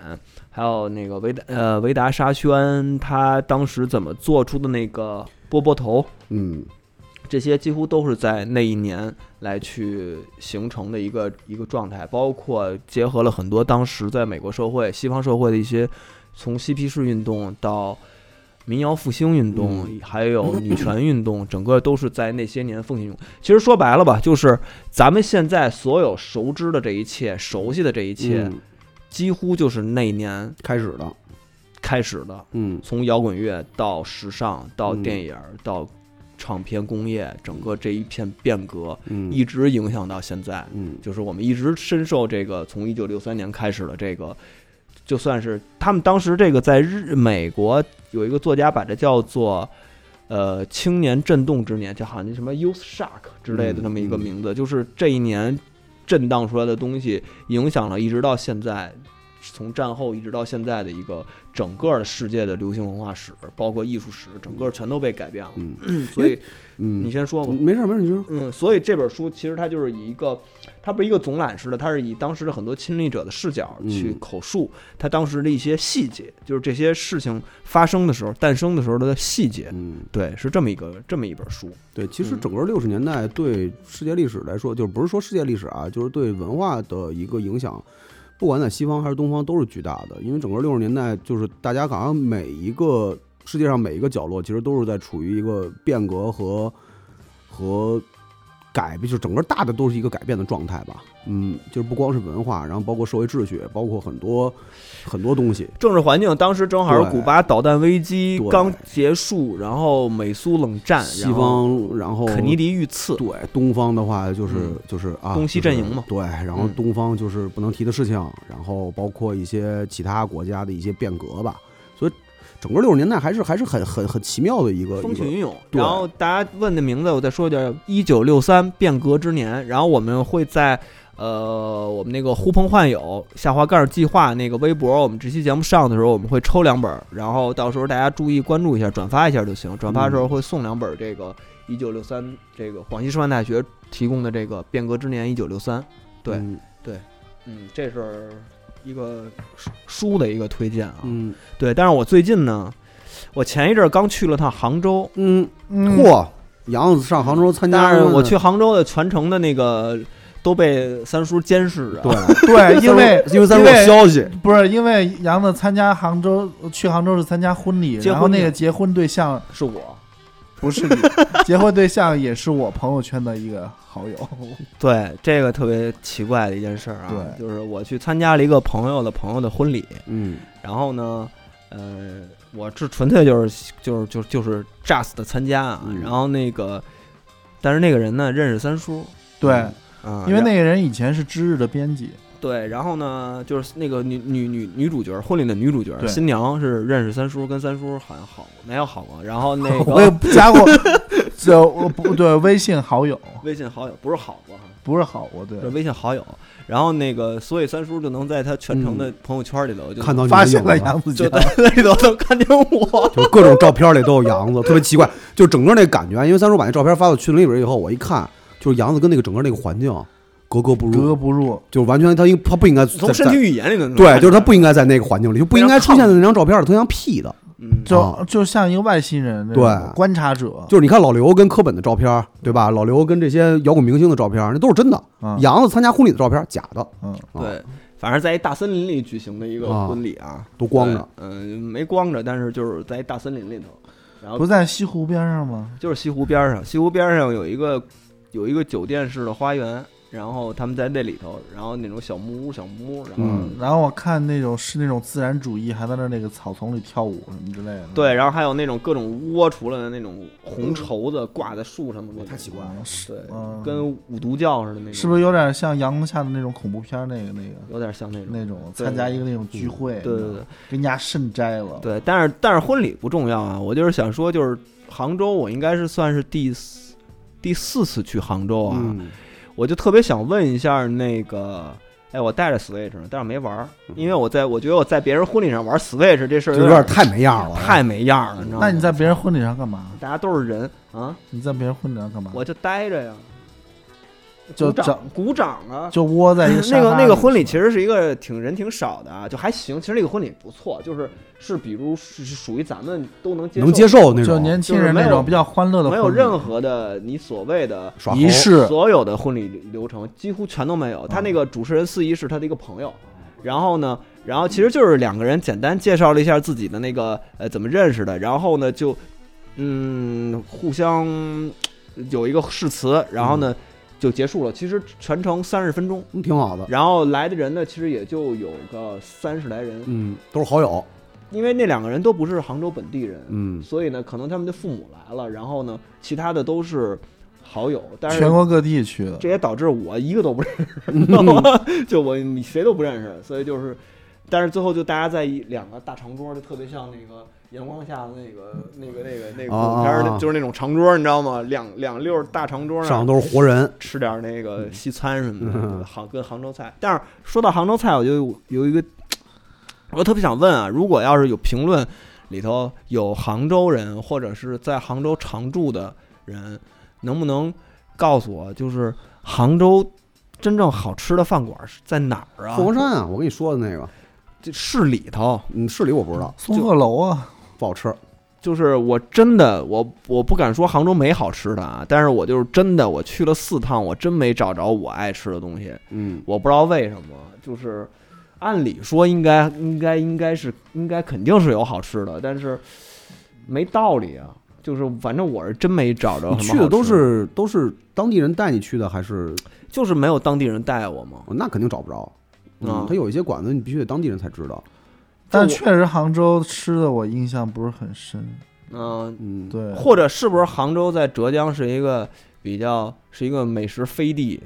S4: 还有那个维达呃维达沙宣，他当时怎么做出的那个波波头，
S1: 嗯，
S4: 这些几乎都是在那一年来去形成的一个一个状态，包括结合了很多当时在美国社会、西方社会的一些，从嬉皮士运动到民谣复兴运动，还有女权运动，整个都是在那些年风起云涌。其实说白了吧，就是咱们现在所有熟知的这一切、熟悉的这一切，
S1: 嗯
S4: 几乎就是那一年
S1: 开始的，
S4: 开始的。
S1: 嗯，
S4: 从摇滚乐到时尚，到
S1: 嗯
S4: 电影儿，到唱片工业，整个这一片变革，
S1: 嗯
S4: 一直影响到现在。
S1: 嗯，
S4: 就是我们一直深受这个从一九六三年开始的这个，就算是他们当时这个在日美国有一个作家把这叫做。呃，青年震动之年，就好像那什么 Youth Shock 之类的
S1: 嗯
S4: 那么一个
S1: 嗯
S4: 名字，就是这一年震荡出来的东西，影响了一直到现在，从战后一直到现在的一个整个世界的流行文化史，包括艺术史，整个全都被改变了。
S1: 嗯
S4: 所以
S1: 嗯，
S4: 你先说吧。
S1: 没事儿没事儿，你说，
S4: 嗯，所以这本书其实它就是以一个，它不是一个总览式的，它是以当时的很多亲历者的视角去
S1: 嗯
S4: 口述他当时的一些细节，就是这些事情发生的时候、诞生的时候的细节。
S1: 嗯，
S4: 对，是这么一个这么一本书。
S1: 对，其实
S4: 嗯
S1: 整个六十年代对世界历史来说，就是不是说世界历史啊，就是对文化的一个影响，不管在西方还是东方都是巨大的。因为整个六十年代，就是大家好像每一个世界上每一个角落，其实都是在处于一个变革和和改变，就整个大的都是一个改变的状态吧。嗯，就是不光是文化，然后包括社会秩序，包括很多很多东西。
S4: 政治环境当时正好是
S1: 对
S4: 古巴导弹危机
S1: 对
S4: 刚结束，然后美苏冷战，
S1: 西
S4: 然后
S1: 方，然后
S4: 肯尼迪遇刺，
S1: 对东方的话，就是、
S4: 嗯
S1: 就是啊，
S4: 东西阵营嘛
S1: 就是对，然后
S4: 嗯
S1: 东方就是不能提的事情，然后包括一些其他国家的一些变革吧。所以整个六十年代还是还是很很很奇妙的一个
S4: 风
S1: 一
S4: 起
S1: 个。嗯
S4: 云涌。
S1: 对
S4: 然后大家问的名字，我再说一遍：一九六三变革之年。然后我们会在呃我们那个呼朋唤友下滑盖儿计划那个微博，我们这期节目上的时候，我们会抽两本儿，然后到时候大家注意关注一下，转发一下就行。转发的时候会送两本儿这个一九六三这个广西师范大学提供的这个变革之年一九六三。对
S1: 嗯
S4: 嗯，这是一个书书的一个推荐啊。
S1: 嗯
S4: 对，但是我最近呢，我前一阵儿刚去了趟杭州，
S1: 嗯，
S2: 嗯，
S1: 嚯、杨子上杭州参加
S4: 但
S1: 什
S4: 是
S1: 么呢，
S4: 我去杭州的全程的那个都被三叔监视着。
S1: 对，
S2: 对，因为
S1: 因为三叔有消息，
S2: 不是因为杨子参加杭州去杭州是参加婚礼，
S4: 结婚
S2: 然后那
S4: 去
S2: 个结婚对 象
S4: 是我。
S2: 不是你， 结婚对象也是我朋友圈的一个好友。
S4: 对，这个特别奇怪的一件事儿啊，
S2: 对
S4: 就是我去参加了一个朋友的朋友的婚礼，
S1: 嗯
S4: 然后呢，呃，我是纯粹就是就是就是就是 just 的参加啊，
S1: 嗯
S4: 然后那个，但是那个人呢认识三叔，
S2: 对
S4: 嗯，啊，
S2: 因为
S4: 然
S2: 那个人以前是知日的编辑，
S4: 对，然后呢，就是那个女女女女主角，婚礼的女主角
S2: 对
S4: 新娘是认识三叔，跟三叔好像好过没有好过，然后那
S2: 我也
S4: 个
S2: 加过， 这我不对微信好友，
S4: 微信好友不是好过哈，
S2: 不是好 我对
S4: 是微信好友，然后那个所以三叔就能在他全程的朋友圈里头就
S1: 嗯看到你
S2: 发
S1: 的
S2: 现
S1: 影
S2: 了
S1: 子
S2: 杨子
S4: 就
S2: 江，
S4: 在那里头能看见 我，
S1: 就是各种照片里都有杨子，特别奇怪。就整个那感觉，因为三叔把那照片发到群里边以后，我一看，就是杨子跟那个整个那个环境格格不
S2: 格格
S1: 入，
S2: 不入。
S1: 就是完全他应他不应该在
S4: 从身体
S1: 在
S4: 语言里头能
S1: 对，
S4: 看
S1: 就是他
S4: 出
S1: 不应该在那个环境里，就不应该出现在那张照片里，他像 P 的。
S4: 来嗯
S2: 就
S1: 啊
S2: 就像一个外星人，
S1: 对
S2: 观察者，
S1: 就是你看老刘跟柯本的照片，对吧？老刘跟这些摇滚明星的照片，那都是真的。
S4: 啊
S2: 嗯
S1: 杨子参加婚礼的照片假的，
S2: 嗯，
S1: 啊
S4: 对，反正在一大森林里举行的一个
S1: 啊
S4: 婚礼啊，
S1: 都光着。
S4: 对，嗯、没光着，但是就是在一大森林里头，然
S2: 不
S4: 后
S2: 在西湖边上吗？
S4: 就是西湖边上，西湖边上有一个有一个酒店式的花园，然后他们在那里头，然后那种小木屋小木屋，然后、
S1: 嗯
S2: 然后我看那种是那种自然主义，还在那那个草丛里跳舞什么之类的。
S4: 对，然后还有那种各种龌龊的那种红绸子挂在树上的那种，太奇怪了，
S2: 嗯，是
S4: 对，
S2: 嗯
S4: 跟五毒教似的那种，
S2: 是不是有点像阳光下的那种恐怖片儿那个那个
S4: 有点像那种？
S2: 那种
S4: 对
S2: 参加一个那种聚会，
S4: 对对对，
S2: 跟人家肾摘了。
S4: 对，但是但是婚礼不重要啊，我就是想说，就是杭州，我应该是算是第四第四次去杭州啊，
S1: 嗯，
S4: 我就特别想问一下那个。哎，我带着 Switch 呢，但是没玩儿，
S2: 嗯
S4: 因为我在我觉得我在别人婚礼上玩 Switch 这事儿
S1: 就有点
S4: 点
S1: 太没样了。
S4: 太没样儿了，你知道吗？
S2: 那你在别人婚礼上干嘛？
S4: 大家都是人啊，
S2: 你在别人婚礼上干嘛？
S4: 我就待着呀，
S2: 就
S4: 鼓掌
S2: 整
S4: 鼓掌啊，
S2: 就窝在一个沙
S4: 那个
S2: 发
S4: 那个
S2: 里
S4: 婚礼
S2: 是
S4: 其实是一个挺人挺少的啊，就还行。其实那个婚礼不错，就是是比如是是属于咱们都能接受
S1: 能接受那
S2: 吧就
S1: 种
S2: 年轻
S4: 就是
S2: 人
S4: 没
S2: 那
S4: 有
S2: 种比较欢乐的
S4: 没
S2: 婚礼，
S4: 有任何的你所谓的
S1: 耍猴
S2: 仪式。
S4: 所有的婚礼流程几乎全都没有。
S2: 啊
S4: 他那个主持人司仪是他的一个朋友，然后呢，然后其实就是两个人简单介绍了一下自己的那个呃怎么认识的，然后呢就嗯互相呃有一个誓词，然后
S2: 嗯
S4: 呢就结束了。其实全程三十分钟，
S1: 嗯挺好的。
S4: 然后来的人呢其实也就有个三十来人，
S1: 嗯，都是好友。
S4: 因为那两个人都不是杭州本地人，
S1: 嗯，
S4: 所以呢可能他们的父母来了，然后呢其他的都是好友，但是
S2: 全国各地去的，
S4: 这也导致我一个都不认识，你知道吗？
S1: 嗯
S4: 就我谁都不认识，所以就是，但是最后就大家在一两个大长桌，就特别像那个阳光下的那个那个那个那个
S1: 啊
S4: 恐怖片儿的，就是那种长桌，你知道吗？两两溜儿大长桌那
S1: 上
S4: 儿
S1: 的都是活人。
S4: 吃点儿那个西餐什么
S1: 嗯
S4: 的，杭跟杭州菜。但是说到杭州菜，我就有有一个，我特别想问啊，如果要是有评论里头有杭州人或者是在杭州常住的人，能不能告诉我，就是杭州真正好吃的饭馆是在哪儿啊
S1: 凤？凰山啊，我跟你说的那个，
S4: 这市里头，
S1: 嗯，市里我不知 道，
S2: 松鹤楼啊，
S1: 不好吃。
S4: 就是我真的，我我不敢说杭州没好吃的啊，但是我就是真的，我去了四趟，我真没找着我爱吃的东西。
S1: 嗯，
S4: 我不知道为什么，就是按理说应该应该应该是应该肯定是有好吃的，但是没道理啊。就是反正我是真没找着
S1: 你
S4: 什么
S1: 去
S4: 好
S1: 的都
S4: 吃的
S1: 是都是当地人带你去的，还是哦
S4: 就是没有当地人带我嘛。
S1: 那肯定找不着。
S4: 啊
S1: 嗯，他有一些馆子你必须得当地人才知道。
S2: 但
S4: 就我
S2: 确实杭州吃的我印象不是很深。
S4: 嗯、
S1: 嗯，
S2: 对，
S4: 或者是不是杭州在浙江是一个比较是一个美食飞地，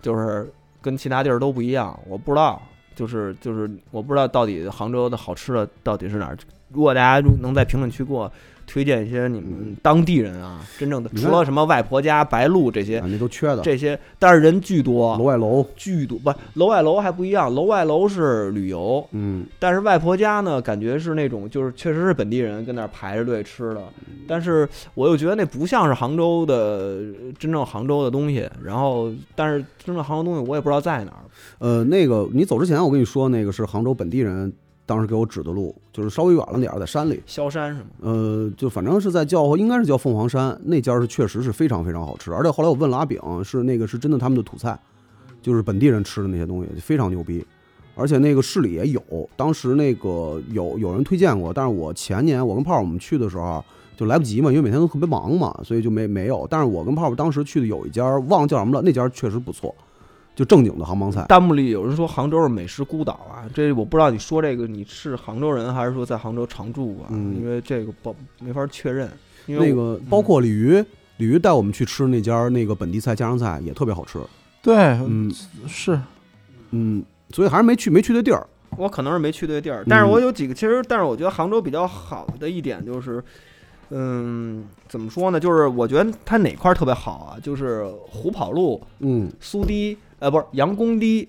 S4: 就是跟其他地儿都不一样，我不知道。就是就是我不知道到底杭州的好吃的到底是哪儿。如果大家如能在评论区给我推荐一些你们当地人啊，真正的
S1: 你看
S4: 除了什么外婆家、白鹿这些
S1: 啊，那都缺的。
S4: 这些，但是人巨
S1: 楼
S4: 多，
S1: 外楼，
S4: 巨多不楼外楼还不一样，楼外楼是旅游，
S1: 嗯，
S4: 但是外婆家呢，感觉是那种就是确实是本地人跟那儿排着队吃的，但是我又觉得那不像是杭州的呃真正杭州的东西。然后，但是真正杭州东西我也不知道在哪儿。
S1: 呃，那个你走之前我跟你说，那个是杭州本地人当时给我指的路，就是稍微远了点儿，在山里。
S4: 萧山是吗？
S1: 呃，就反正是在叫，应该是叫凤凰山那家是确实是非常非常好吃，而且后来我问了阿炳，是那个是真的他们的土菜，就是本地人吃的那些东西，非常牛逼。而且那个市里也有，当时那个有有人推荐过，但是我前年我跟炮儿我们去的时候就来不及嘛，因为每天都特别忙嘛，所以就没没有。但是我跟炮儿当时去的有一家忘了叫什么了，那家确实不错，就正经的杭帮菜。
S4: 弹幕里有人说杭州是美食孤岛啊，这我不知道你说这个你是杭州人还是说在杭州常住过啊？
S1: 嗯
S4: 因为这个不没法确认。因为
S1: 那
S4: 我嗯
S1: 个包括鲤鱼，鲤鱼带我们去吃那家那个本地菜家常菜也特别好吃。
S2: 对，
S1: 嗯
S2: 是
S1: 嗯，所以还是没去没去对地儿。
S4: 我可能是没去对地儿，但是
S1: 嗯
S4: 我有几个，其实，但是我觉得杭州比较好的一点就是，嗯，怎么说呢？就是我觉得它哪块儿特别好啊？就是虎跑路、
S1: 嗯，
S4: 苏堤，呃，不是杨公堤，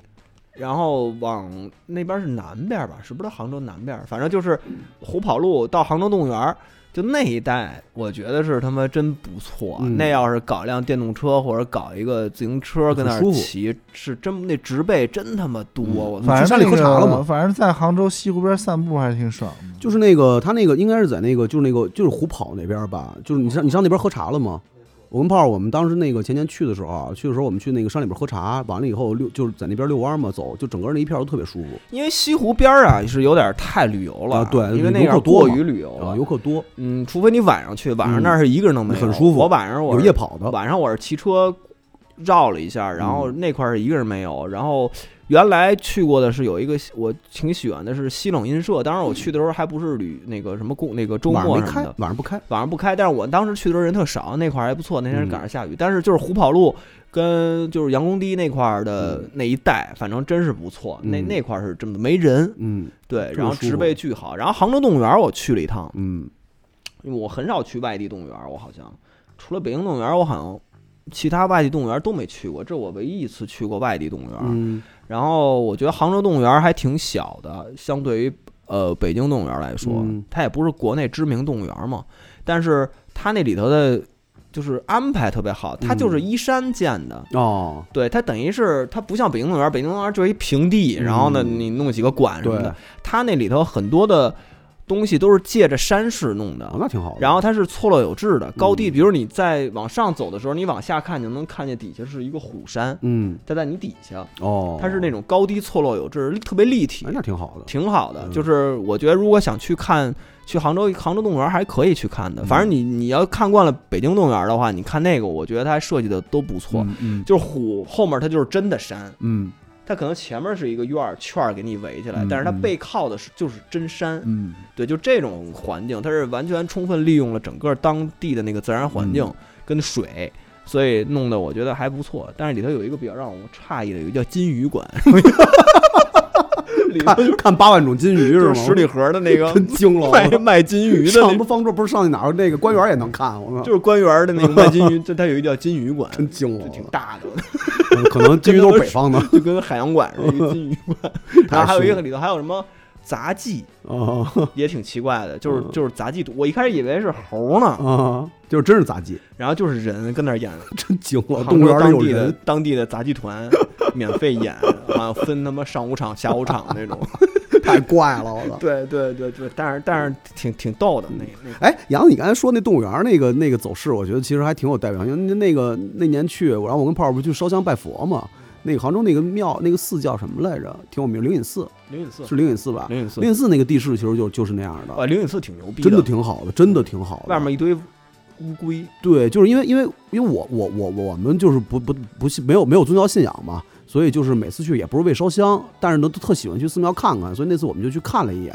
S4: 然后往那边是南边吧？是不是杭州南边？反正就是虎跑路到杭州动物园儿，就那一带，我觉得是他妈真不错。
S1: 嗯
S4: 那要是搞一辆电动车或者搞一个自行车跟那
S1: 很舒
S4: 儿
S1: 服嗯
S4: 骑，是真那植被真他妈多，我操！
S2: 反正
S1: 山里
S2: 那
S1: 喝茶了
S2: 个
S1: 嘛
S2: 反正在杭州西湖边散步还挺爽的。
S1: 就是那个他那个应该是在那个就是那个就是虎跑那边吧？就是你上你上那边喝茶了吗？我跟炮儿，我们当时那个前年去的时候啊，去的时候我们去那个山里边喝茶，完了以后溜就是在那边遛弯嘛，走就整个那一片儿都特别舒服
S4: 因为西湖边儿啊是有点太旅游了，
S1: 啊对
S4: 因为那
S1: 游客
S4: 样
S1: 多
S4: 过
S1: 嘛
S4: 于旅游
S1: 啊，
S4: 了
S1: 游。客多，
S4: 嗯，除非你晚上去，晚上那儿是一个人都没有，
S1: 很舒服
S4: 我晚上我
S1: 有
S4: 是
S1: 夜跑的，
S4: 晚上我是骑车绕了一下，然后那块儿是一个人没有。然后呃原来去过的是有一个我挺喜欢的是西冷印社，当时我去的时候还不是旅那个什么公那个周
S1: 晚上
S4: 末
S1: 没
S4: 什
S1: 开
S4: 么的，，
S1: 晚上不开。
S4: 晚上不开。但是我当时去的时候人特少，那块儿还不错，那天
S1: 嗯
S4: 赶上下雨。但是就是虎跑路跟就是杨公堤那块儿的那一带，反正真是不错。那
S1: 嗯
S4: 那块儿是真的没人，
S1: 嗯
S4: 对，
S1: 特
S4: 然后
S1: 舒服
S4: 植被巨好。然后杭州动物园我去了一趟，
S1: 嗯，
S4: 因为我很少去外地动物园，我好像除了北京动物园，我好像其他外地动物园都没去过，这是我唯一一次去过外地动物园。
S1: 嗯，
S4: 然后我觉得杭州动物园还挺小的，相对于呃北京动物园来说，
S1: 嗯
S4: 它也不是国内知名动物园嘛，但是它那里头的。就是安排特别好，它
S1: 嗯
S4: 就是依山建的，
S1: 哦，
S4: 对，它等于是它不像北京动物园，北京动物园就是一平地，然后呢，
S1: 嗯
S4: 你弄几个馆什么
S1: 对
S4: 的，它那里头很多的东西都是借着山势弄的
S1: 哦，那挺好的。
S4: 然后它是错落有
S1: 嗯
S4: 致的，高低，比如你在往上走的时候，你往下看，你就能看见底下是一个虎山，
S1: 嗯，
S4: 它在你底下，
S1: 哦，
S4: 它是那种高低错落有致，特别立体
S1: 哎，，那挺好的。
S4: 挺好的。
S1: 嗯
S4: 就是我觉得如果想去看，去杭州杭州动物园还可以去看的。反正你
S1: 嗯
S4: 你要看惯了北京动物园的话，你看那个，我觉得它设计的都不错。
S1: 嗯嗯
S4: 就是虎后面它就是真的山，
S1: 嗯
S4: 它可能前面是一个院儿圈儿给你围起来
S1: 嗯，
S4: 但是它
S1: 嗯
S4: 背靠的是就是真山，
S1: 嗯，
S4: 对，就这种环境，它是完全充分利用了整个当地的那个自然环
S1: 嗯
S4: 境跟水，所以弄得我觉得还不错。但是里头有一个比较让我诧异的，有一个叫金 鱼馆，里头
S1: 看看八万种金鱼是
S4: 就
S1: 吗？
S4: 是十里河的那个
S1: 真惊了，
S4: 卖卖金鱼的
S1: 上他
S4: 那，
S1: 妈方舟不是上去哪儿那个官员也能看，我
S4: 就
S1: 操，
S4: 是官员 的那个卖金鱼，就它有一个叫金鱼馆，
S1: 真惊了
S4: 就，挺大的，
S1: 嗯可 能金鱼都是北方的
S4: 就跟海洋馆似的，一个 金鱼馆。然后还有一个里头还有什么杂技，
S1: 啊
S4: 也挺奇怪的，就是
S1: 嗯
S4: 就是杂技，我一开始以为是猴呢，
S1: 啊， 就是真是杂技，
S4: 然后就是人跟那儿演。
S1: 真惊了，
S4: 杭
S1: 动物
S4: 州
S1: 园里
S4: 当
S1: 有
S4: 地的
S1: 人，
S4: 当地的杂 技团免费演，啊，分他妈上午场、下午场 那种。
S1: 太怪了，我操。
S4: 对对对对，但是但是挺挺逗的那那个。
S1: 哎，杨子，你刚才说那动物园那个那个走势，我觉得其实还挺有代表性。那那个那年去，我然后我跟炮儿不去烧香拜佛嘛？那个杭州那个庙那个寺叫什么来着？挺有名，灵隐寺
S4: 灵隐寺，
S1: 是灵隐寺吧？
S4: 灵隐寺
S1: 灵，隐寺那个地势其实就就是那样
S4: 啊，
S1: 的，
S4: 灵隐寺挺牛逼
S1: 真
S4: 的
S1: 的挺好的，真的挺好的。
S4: 外面一堆乌龟，
S1: 对，就是因为因为因为我我我我们就是不不不信没有没有宗教信仰嘛，所以就是每次去也不是为烧香，但是呢都特喜欢去寺庙看看，所以那次我们就去看了一眼。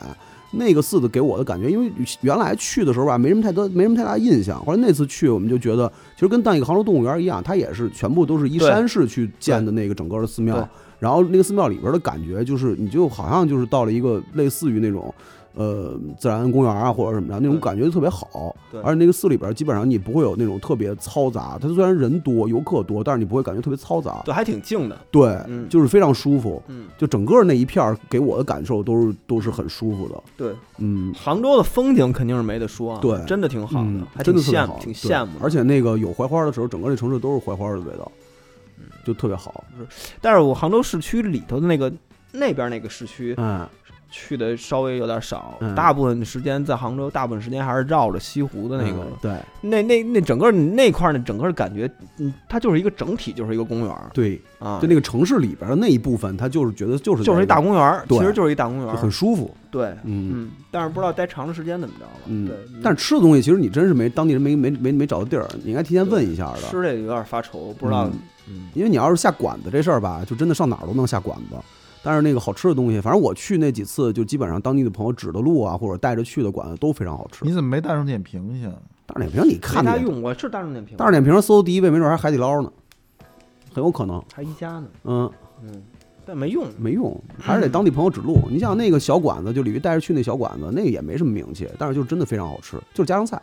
S1: 那个寺子给我的感觉，因为原来去的时候吧，没什么太多，没什么太大印象。后来那次去，我们就觉得，其实跟那个杭州动物园一样，它也是全部都是依
S4: 对
S1: 山势去建的那个整个的寺
S4: 对
S1: 庙。然后那个寺庙里边的感觉，就是你就好像就是到了一个类似于那种，呃，自然公园啊或者什么的那种
S4: 对
S1: 感觉，特别好。
S4: 对
S1: 而且那个寺里边基本上你不会有那种特别嘈杂，它虽然人多游客多，但是你不会感觉特别嘈杂。
S4: 对，还挺静的。
S1: 对，
S4: 嗯
S1: 就是非常舒服。
S4: 嗯，
S1: 就整个那一片儿给我的感受都是都是很舒服的。
S4: 对，
S1: 嗯，
S4: 杭州的风景肯定是没得说啊，
S1: 对
S4: 真的挺好
S1: 嗯
S4: 的，还
S1: 真
S4: 挺
S1: 的特别
S4: 羡
S1: 好，
S4: 慕，挺
S1: 对
S4: 羡慕的。
S1: 而且那个有槐花的时候，整个这城市都是槐花的味道，
S4: 嗯
S1: 就特别好。
S4: 但是我杭州市区里头的那个那边那个市区
S1: 嗯
S4: 去的稍微有点少
S1: 嗯，
S4: 大部分时间在杭州，大部分时间还是绕着西湖的那个啊
S1: 嗯对
S4: 那那那整个那块儿呢，整个感觉，嗯，它就是一个整体，就是一个公园儿
S1: 对，
S4: 啊，
S1: 就那个城市里边的那一部分，它就是觉得就是
S4: 就是
S1: 在
S4: 一大公园儿，
S1: 对
S4: 其实就是一大公园
S1: 就
S4: 儿
S1: 很，舒服。
S4: 对，
S1: 嗯。
S4: 嗯，但是不知道待长了时间怎么着了，
S1: 嗯
S4: 对，
S1: 但是吃的东西，其实你真是没当地人没没没没找到地儿，你应该提前问一下的。
S4: 吃这个有点发愁，不知道，嗯，
S1: 因为你要是下馆子这事儿吧，就真的上哪儿都能下馆子。但是那个好吃的东西，反正我去那几次，就基本上当地的朋友指的路啊，或者带着去的馆子都非常好吃
S2: 你。怎么没大众点啊评一下？
S1: 大众点评你
S4: 嗯没
S1: 看
S4: 大
S1: 的也，
S4: 用，我是大众点评，
S1: 大众点评上搜第一位，没准还海底捞呢。很有可能。
S5: 还宜家呢，
S1: 嗯，
S5: 嗯，但没用，
S1: 没用，还是
S4: 嗯
S1: 得当地朋友指路。你想那个小馆子，就鲤鱼带着去那小馆子，那个也没什么名气，但是就真的非常好吃，就是家常菜。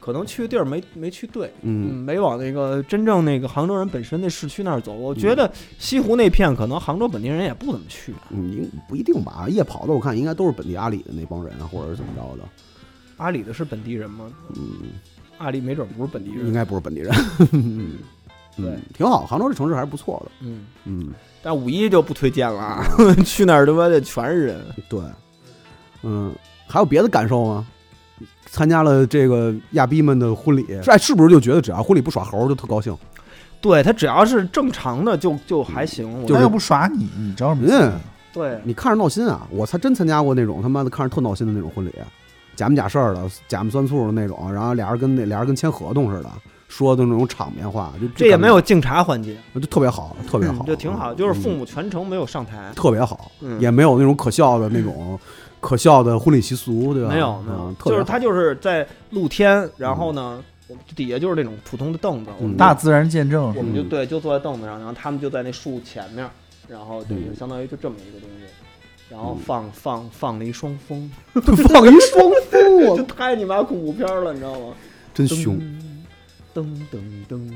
S4: 可能去的地儿没没去对，
S1: 嗯，
S4: 没往那个真正那个杭州人本身那市区那儿走。
S1: 嗯
S4: 我觉得西湖那片可能杭州本地人也不怎么去。
S1: 嗯应不一定吧？夜跑的我看应该都是本地阿里的那帮人啊，或者是怎么着的。
S4: 阿里的是本地人吗？
S1: 嗯，
S4: 阿里没准不是本地
S1: 应
S4: 人。
S1: 该不是本地人。 嗯
S4: 对，
S1: 挺好，杭州这城市还是不错的。
S4: 嗯，
S1: 嗯，
S4: 但五一就不推荐了，啊， 去那儿他妈的全是人。
S1: 对，嗯，还有别的感受吗？参加了这个亚逼们的婚礼，是哎，是不是就觉得只要婚礼不耍猴就特高兴？
S4: 对他只要是正常的就就还行，
S1: 嗯
S4: 我
S1: 就是
S2: 他又不耍你，你着什么急？啊
S1: 嗯
S4: 对
S1: 你看着闹心啊！我才真参加过那种他妈的看着特闹心的那种婚礼，假模假式儿的，假模酸醋的那种，然后俩人跟那俩人跟签合同似的，说的那种场面话，就
S4: 这也没有敬茶环节，
S1: 就特别好，特别好，
S4: 就挺好，就是父
S1: 嗯
S4: 母全程没有上台，
S1: 特别好，
S4: 嗯
S1: 也没有那种可笑的那种可笑的婚礼习俗，对吧？
S4: 没有没有
S1: 嗯，特别
S4: 就是
S1: 好
S4: 他就是在露天，然后呢，我们底下就是那种普通的凳子，我们
S1: 嗯
S4: 就
S2: 大自然见证
S4: 我们就
S1: 嗯
S4: 对就坐在凳子上，然后他们就在那树前面，然后
S1: 嗯
S4: 就是相当于就这么一个东西，然后放放放了一双风，
S1: 放一双风，
S4: 就
S1: 我
S4: 太你妈恐怖片了，你知道吗？
S1: 真凶。
S4: 噔噔噔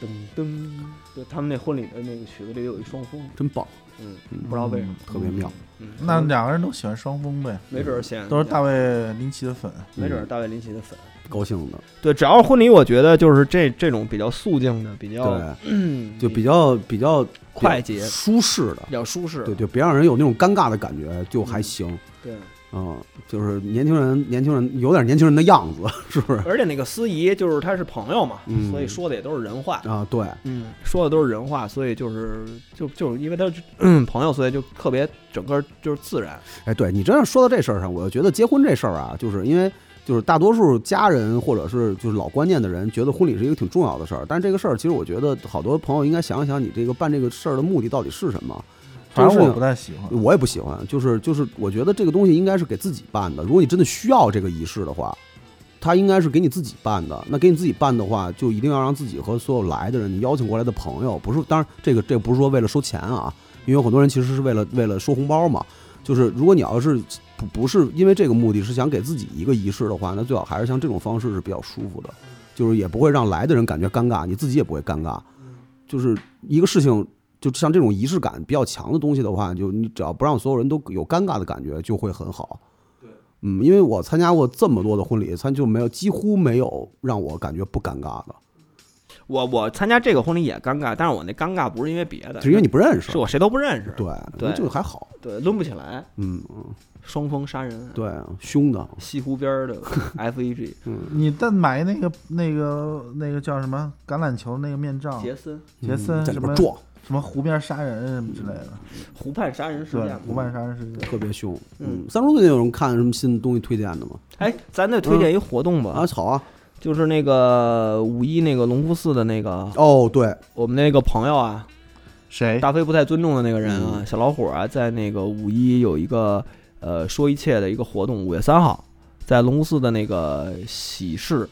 S4: 噔噔，就他们那婚礼的那个曲子里有一双风，
S1: 真棒，
S4: 嗯，不知道为什么，
S1: 特别妙。
S4: 嗯，
S2: 那两个人都喜欢双峰呗，
S4: 没准儿显
S2: 都是大卫林奇的粉。
S4: 没准儿大卫林奇的粉。
S1: 嗯高兴的，
S4: 对，只要是婚礼，我觉得就是这这种比较肃静的，比较
S1: 对，就比较比较
S4: 嗯快捷
S1: 比较舒适的
S4: 比，较舒适。
S1: 对，就别让人有那种尴尬的感觉，就还行。
S4: 对，
S1: 嗯，就是年轻人，年轻人有点年轻人的样子， 是不是？
S4: 而且那个司仪就是他是朋友嘛，
S1: 嗯
S4: 所以说的也都是人话，
S1: 啊，对，
S4: 嗯，说的都是人话，所以就是就就是因为他是、嗯、朋友，所以就特别整个就是自然。
S1: 哎，对你真要说到这事儿上，我就觉得结婚这事儿啊，就是因为就是大多数家人或者是就是老观念的人，觉得婚礼是一个挺重要的事儿，但是这个事儿其实我觉得好多朋友应该想一想，你这个办这个事儿的目的到底是啊嗯什么？
S2: 反正
S1: 这个事
S2: 我
S1: 情
S2: 不太喜欢。
S1: 我也不喜欢，就是就是，我觉得这个东西应该是给自己办的。如果你真的需要这个仪式的话，它应该是给你自己办的。那给你自己办的话，就一定要让自己和所有来的人，你邀请过来的朋友，不是当然这个这不是说为了收钱啊，因为有很多人其实是为了为了收红包嘛。就是如果你要是不不是因为这个目的是想给自己一个仪式的话，那最好还是像这种方式是比较舒服的，就是也不会让来的人感觉尴尬，你自己也不会尴尬。就是一个事情，就像这种仪式感比较强的东西的话，就你只要不让所有人都有尴尬的感觉，就会很好。嗯，因为我参加过这么多的婚礼，他就没有几乎没有让我感觉不尴尬的，
S4: 我我参加这个婚礼也尴尬，但是我那尴尬不是因为别的，
S1: 是因为你不认识
S4: 是。我谁都不认识，
S1: 对，
S4: 对
S1: 就还好。
S4: 对，抡不起来，
S1: 嗯，
S4: 双峰杀人案，
S1: 对，凶的，
S4: 西湖边儿的 E FEG
S2: 你但买那个那个那个叫什么橄榄球那个面罩，
S4: 杰森
S2: 杰森
S1: 嗯在
S2: 什
S1: 里
S2: 么
S1: 边撞，
S2: 什么湖边杀人什么之类的，
S4: 湖畔杀人事
S2: 对嗯
S4: 件，
S2: 湖
S4: 嘛。
S2: 畔杀人事件。
S1: 特别凶。
S4: 嗯
S1: 嗯，三叔最近有人看什么新的东西推荐的吗？
S4: 哎，咱再推荐一活动吧，
S1: 啊，好啊。
S4: 就是那个五一那个隆福寺的那个
S1: 哦，对，
S4: 我们那个朋友啊，
S1: 哎
S2: 谁？
S4: 大飞不太尊重的那个人啊，
S1: 嗯
S4: 小老虎啊，在那个五一有一个呃说一切的一个活动，五月三号在龙福寺的那个喜事，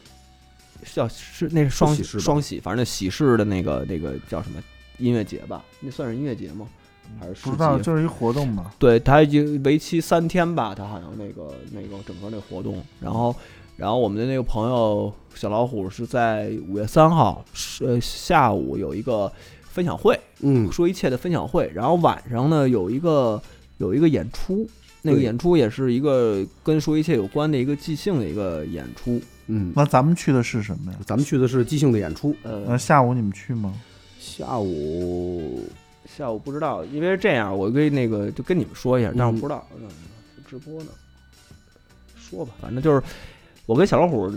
S4: 是叫是那是双
S1: 是喜事吧
S4: 双喜，反正那喜事的那个那个叫什么音乐节吧？那算是音乐节吗？
S1: 嗯
S4: 还是
S2: 不
S4: 市
S2: 知道，
S4: 集？
S2: 就是一活动嘛。
S4: 对，它就为期三天吧，它好像那个那个整个那活动，然后。然后我们的那个朋友小老虎是在五月三号是呃下午有一个分享会，
S1: 嗯，
S4: 说一切的分享会，然后晚上呢有一个有一个演出，那个
S1: 对
S4: 演出也是一个跟说一切有关的一个即兴的一个演出。
S1: 嗯，
S2: 那咱们去的是什么呀？
S1: 咱们去的是即兴的演出，
S2: 那
S4: 呃，
S2: 下午你们去吗？
S1: 下午
S4: 下午不知道，因为是这样，我跟那个就跟你们说一下，但是我不知道，嗯，直播呢，说吧，反正就是我跟小老虎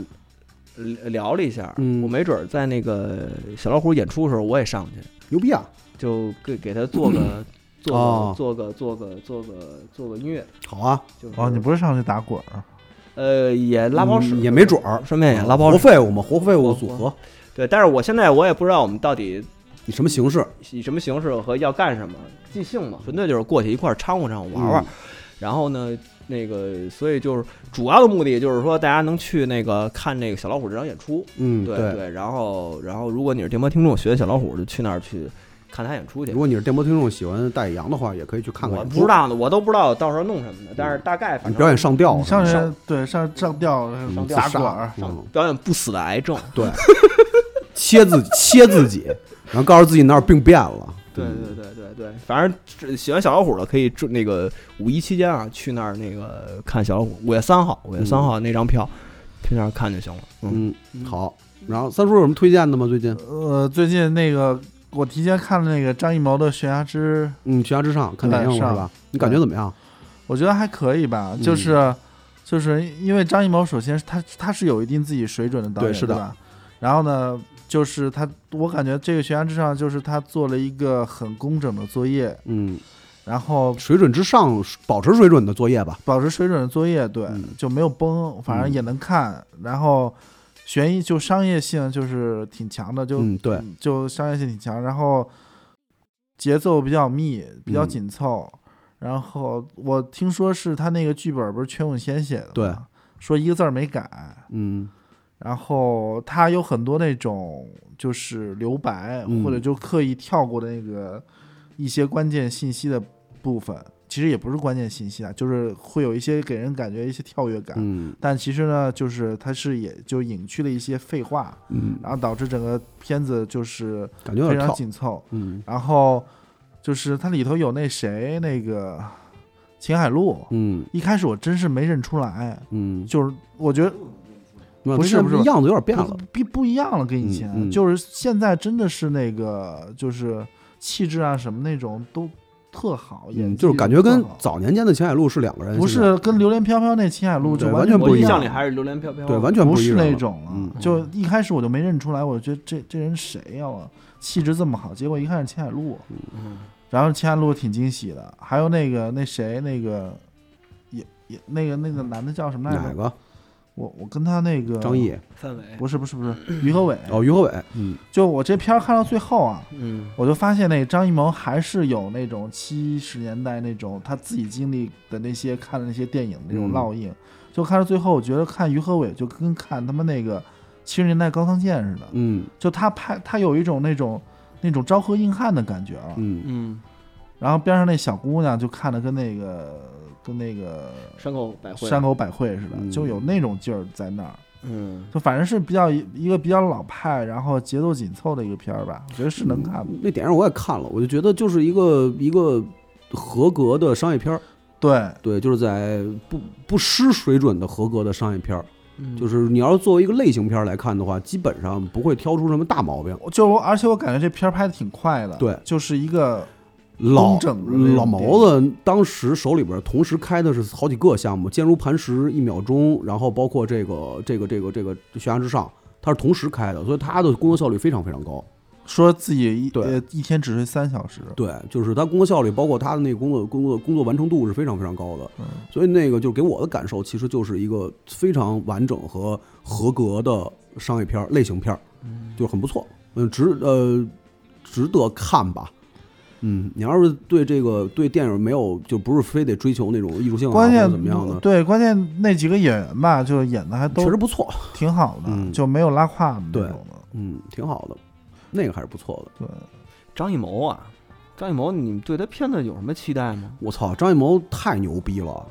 S4: 聊聊了一下，
S1: 嗯
S4: 我没准儿在那个小老虎演出的时候我也上去，
S1: 牛逼啊！
S4: 就给给他做 个做个、
S1: 哦
S4: 做个做个做个做个音乐，
S1: 好啊，
S4: 就是
S2: 哦，你不是上去打滚儿？啊
S4: 呃，也拉包屎、
S1: 嗯也没准儿，
S4: 顺
S2: 哎
S4: 便也拉包
S1: 活
S4: 屎。
S1: 废物嘛，活废物组合，
S4: 对，但是我现在我也不知道我们到底
S1: 以什么形式？
S4: 以什么
S1: 嗯
S4: 形式和要干什么，即兴嘛，纯粹就是过去一块儿掺和掺和玩玩。然后呢，那个，所以就是主要的目的就是说，大家能去那个看那个小老虎这场演出，
S1: 嗯，
S4: 对。然后，然后如果你是电波听众，学小老虎就去那儿去看他演出去
S1: 如。果你是电波听众，喜欢戴阳的话，也可以去看看
S4: 我
S1: 演
S4: 不
S1: 出。嗯
S4: 知道呢，我都不知道到时候弄什么的，但是大概反
S1: 你
S4: 正
S1: 表演上吊
S2: 你
S1: 了，
S2: 上
S1: 上
S2: 去对上上吊
S1: 嗯
S2: 打
S1: 自杀
S2: 滚儿，
S1: 嗯，
S4: 表演不死的癌症。
S1: 对， 切自己切自己，然后告诉自己那儿病变了。嗯
S4: 对对对对对，嗯反正这喜欢小老虎的可以住那个五一期间啊，去那儿那个看小老虎。五月三号，五月三号那张票，去那儿看就行了。嗯，
S1: 嗯，好。然后三叔有什么推荐的吗？最近，
S2: 呃，最近那个我提前看了那个张艺谋的《悬崖之
S1: 嗯，悬崖之上看电影了
S2: 对
S1: 是吧？你感觉怎么样？
S2: 我觉得还可以
S1: 嗯
S2: 吧，就是、就是因为张艺谋，首先是他他是有一定自己水准的导演，
S1: 对是的
S2: 吧？然后呢，就是他，我感觉这个《悬崖之上》就是他做了一个很工整的作业，
S1: 嗯，
S2: 然后
S1: 水准之上，保持水准的作业吧。
S2: 保持水准的作业，对，
S1: 嗯
S2: 就没有崩，反正也能看。然后悬疑就商业性就是挺强的，就、
S1: 嗯，对，
S2: 就商业性挺强，然后节奏比较密，比较
S1: 嗯
S2: 紧凑。然后我听说是他那个剧本不是全永先写的吗，
S1: 对，
S2: 说一个字儿没改。
S1: 嗯
S2: 然后他有很多那种就是留白，
S1: 嗯
S2: 或者就刻意跳过的那个一些关键信息的部分，其实也不是关键信息啊，就是会有一些给人感觉一些跳跃感。
S1: 嗯
S2: 但其实呢，就是他是也就隐去了一些废话，
S1: 嗯，
S2: 然后导致整个片子就是
S1: 感觉有
S2: 非
S1: 点
S2: 常
S1: 跳。
S2: 紧凑。
S1: 嗯
S2: 然后就是它里头有那谁那个秦海璐，
S1: 嗯
S2: 一开始我真是没认出来，
S1: 嗯，
S2: 就是我觉得不是
S1: 那
S2: 不是
S1: 样子有点变了。
S2: 不不一样了，跟以前、
S1: 嗯嗯
S2: 就是现在真的是那个就是气质啊什么那种都特好，演
S1: 嗯，
S2: 技
S1: 就是感觉跟
S2: 特好
S1: 早年间的秦海璐是两个人，
S2: 不
S1: 现在
S2: 是跟《榴莲飘飘》那秦海璐
S1: 对
S2: 就
S1: 完
S2: 全
S1: 全
S4: 我
S1: 不一
S4: 印
S1: 样
S4: 象里还是榴莲飘飘。
S1: 对，完全
S2: 不
S1: 一
S2: 是
S1: 人
S2: 那
S1: 了
S2: 种了、
S1: 嗯
S2: 就一开始我就没认出来，我觉得这这人谁呀、我气质这么好，结果一看是秦海璐，
S4: 嗯
S2: 然后秦海璐挺惊喜的，还有那个那谁那个也也那个那个男的叫什么来
S1: 哪
S2: 着？
S1: 个？
S2: 我我跟他那个
S1: 张译
S4: 范伟，
S2: 不是不 是不是于和伟，
S1: 哦，于和伟，嗯
S2: 就我这片儿看到最后啊，
S4: 嗯，
S2: 我就发现那个张艺谋还是有那种七十年代那种他自己经历的那些看的那些电影的那种
S1: 嗯
S2: 烙印。就看到最后，我觉得看于和伟就跟看他们那个七十年代高仓健似的，
S1: 嗯
S2: 就他拍他有一种那种那种昭和硬汉的感觉了。
S1: 嗯，
S4: 嗯，
S2: 然后边上那小姑娘就看着跟那个跟那个
S4: 山口百惠，
S2: 山，口百惠似的，
S1: 啊嗯
S2: 就有那种劲儿在那儿。
S4: 嗯，
S2: 就反正是比较一一个比较老派，然后节奏紧凑的一个片儿吧，我觉得是能看的。
S1: 那电影我也看了，我就觉得就是一个一个合格的商业片儿，
S2: 对，
S1: 对，就是在不不失水准的合格的商业片儿，嗯
S4: 嗯
S1: 就是是你要是作为一个类型片儿来看的话，基本上不会挑出什么大毛病。
S2: 我就我而且我感觉这片儿拍的挺快的，
S1: 对
S2: 就是一个
S1: 老
S2: 工整的那种
S1: 老毛子当时手里边同时开的是好几个项目，《坚如磐石》一秒钟，然后包括这个这个这个这个《悬崖之上》，他是同时开的，所以他的工作效率非常非常高。
S2: 说自己一
S1: 对
S2: 呃一天只睡三小时，
S1: 对，就是他工作效率，包括他的那个工作工作工作完成度是非常非常高的。
S2: 嗯，
S1: 所以那个就是给我的感受，其实就是一个非常完整和合格的商业片儿、类型片儿，就是很不错，嗯，值呃值得看吧。嗯，你要是对这个对电影没有，就不是非得追求那种艺术性啊，
S2: 关
S1: 或
S2: 键
S1: 者怎么样的，
S2: 对，关键那几个演员吧，就演的还
S1: 确
S2: 都
S1: 实不错，
S2: 挺好的，
S1: 嗯
S2: 就没有拉胯的
S1: 对
S2: 那种的。
S1: 嗯，挺好的，那个还是不错的。
S2: 对，
S4: 张艺谋啊，张艺谋，你们对他片子有什么期待吗？
S1: 我操，张艺谋太牛逼了！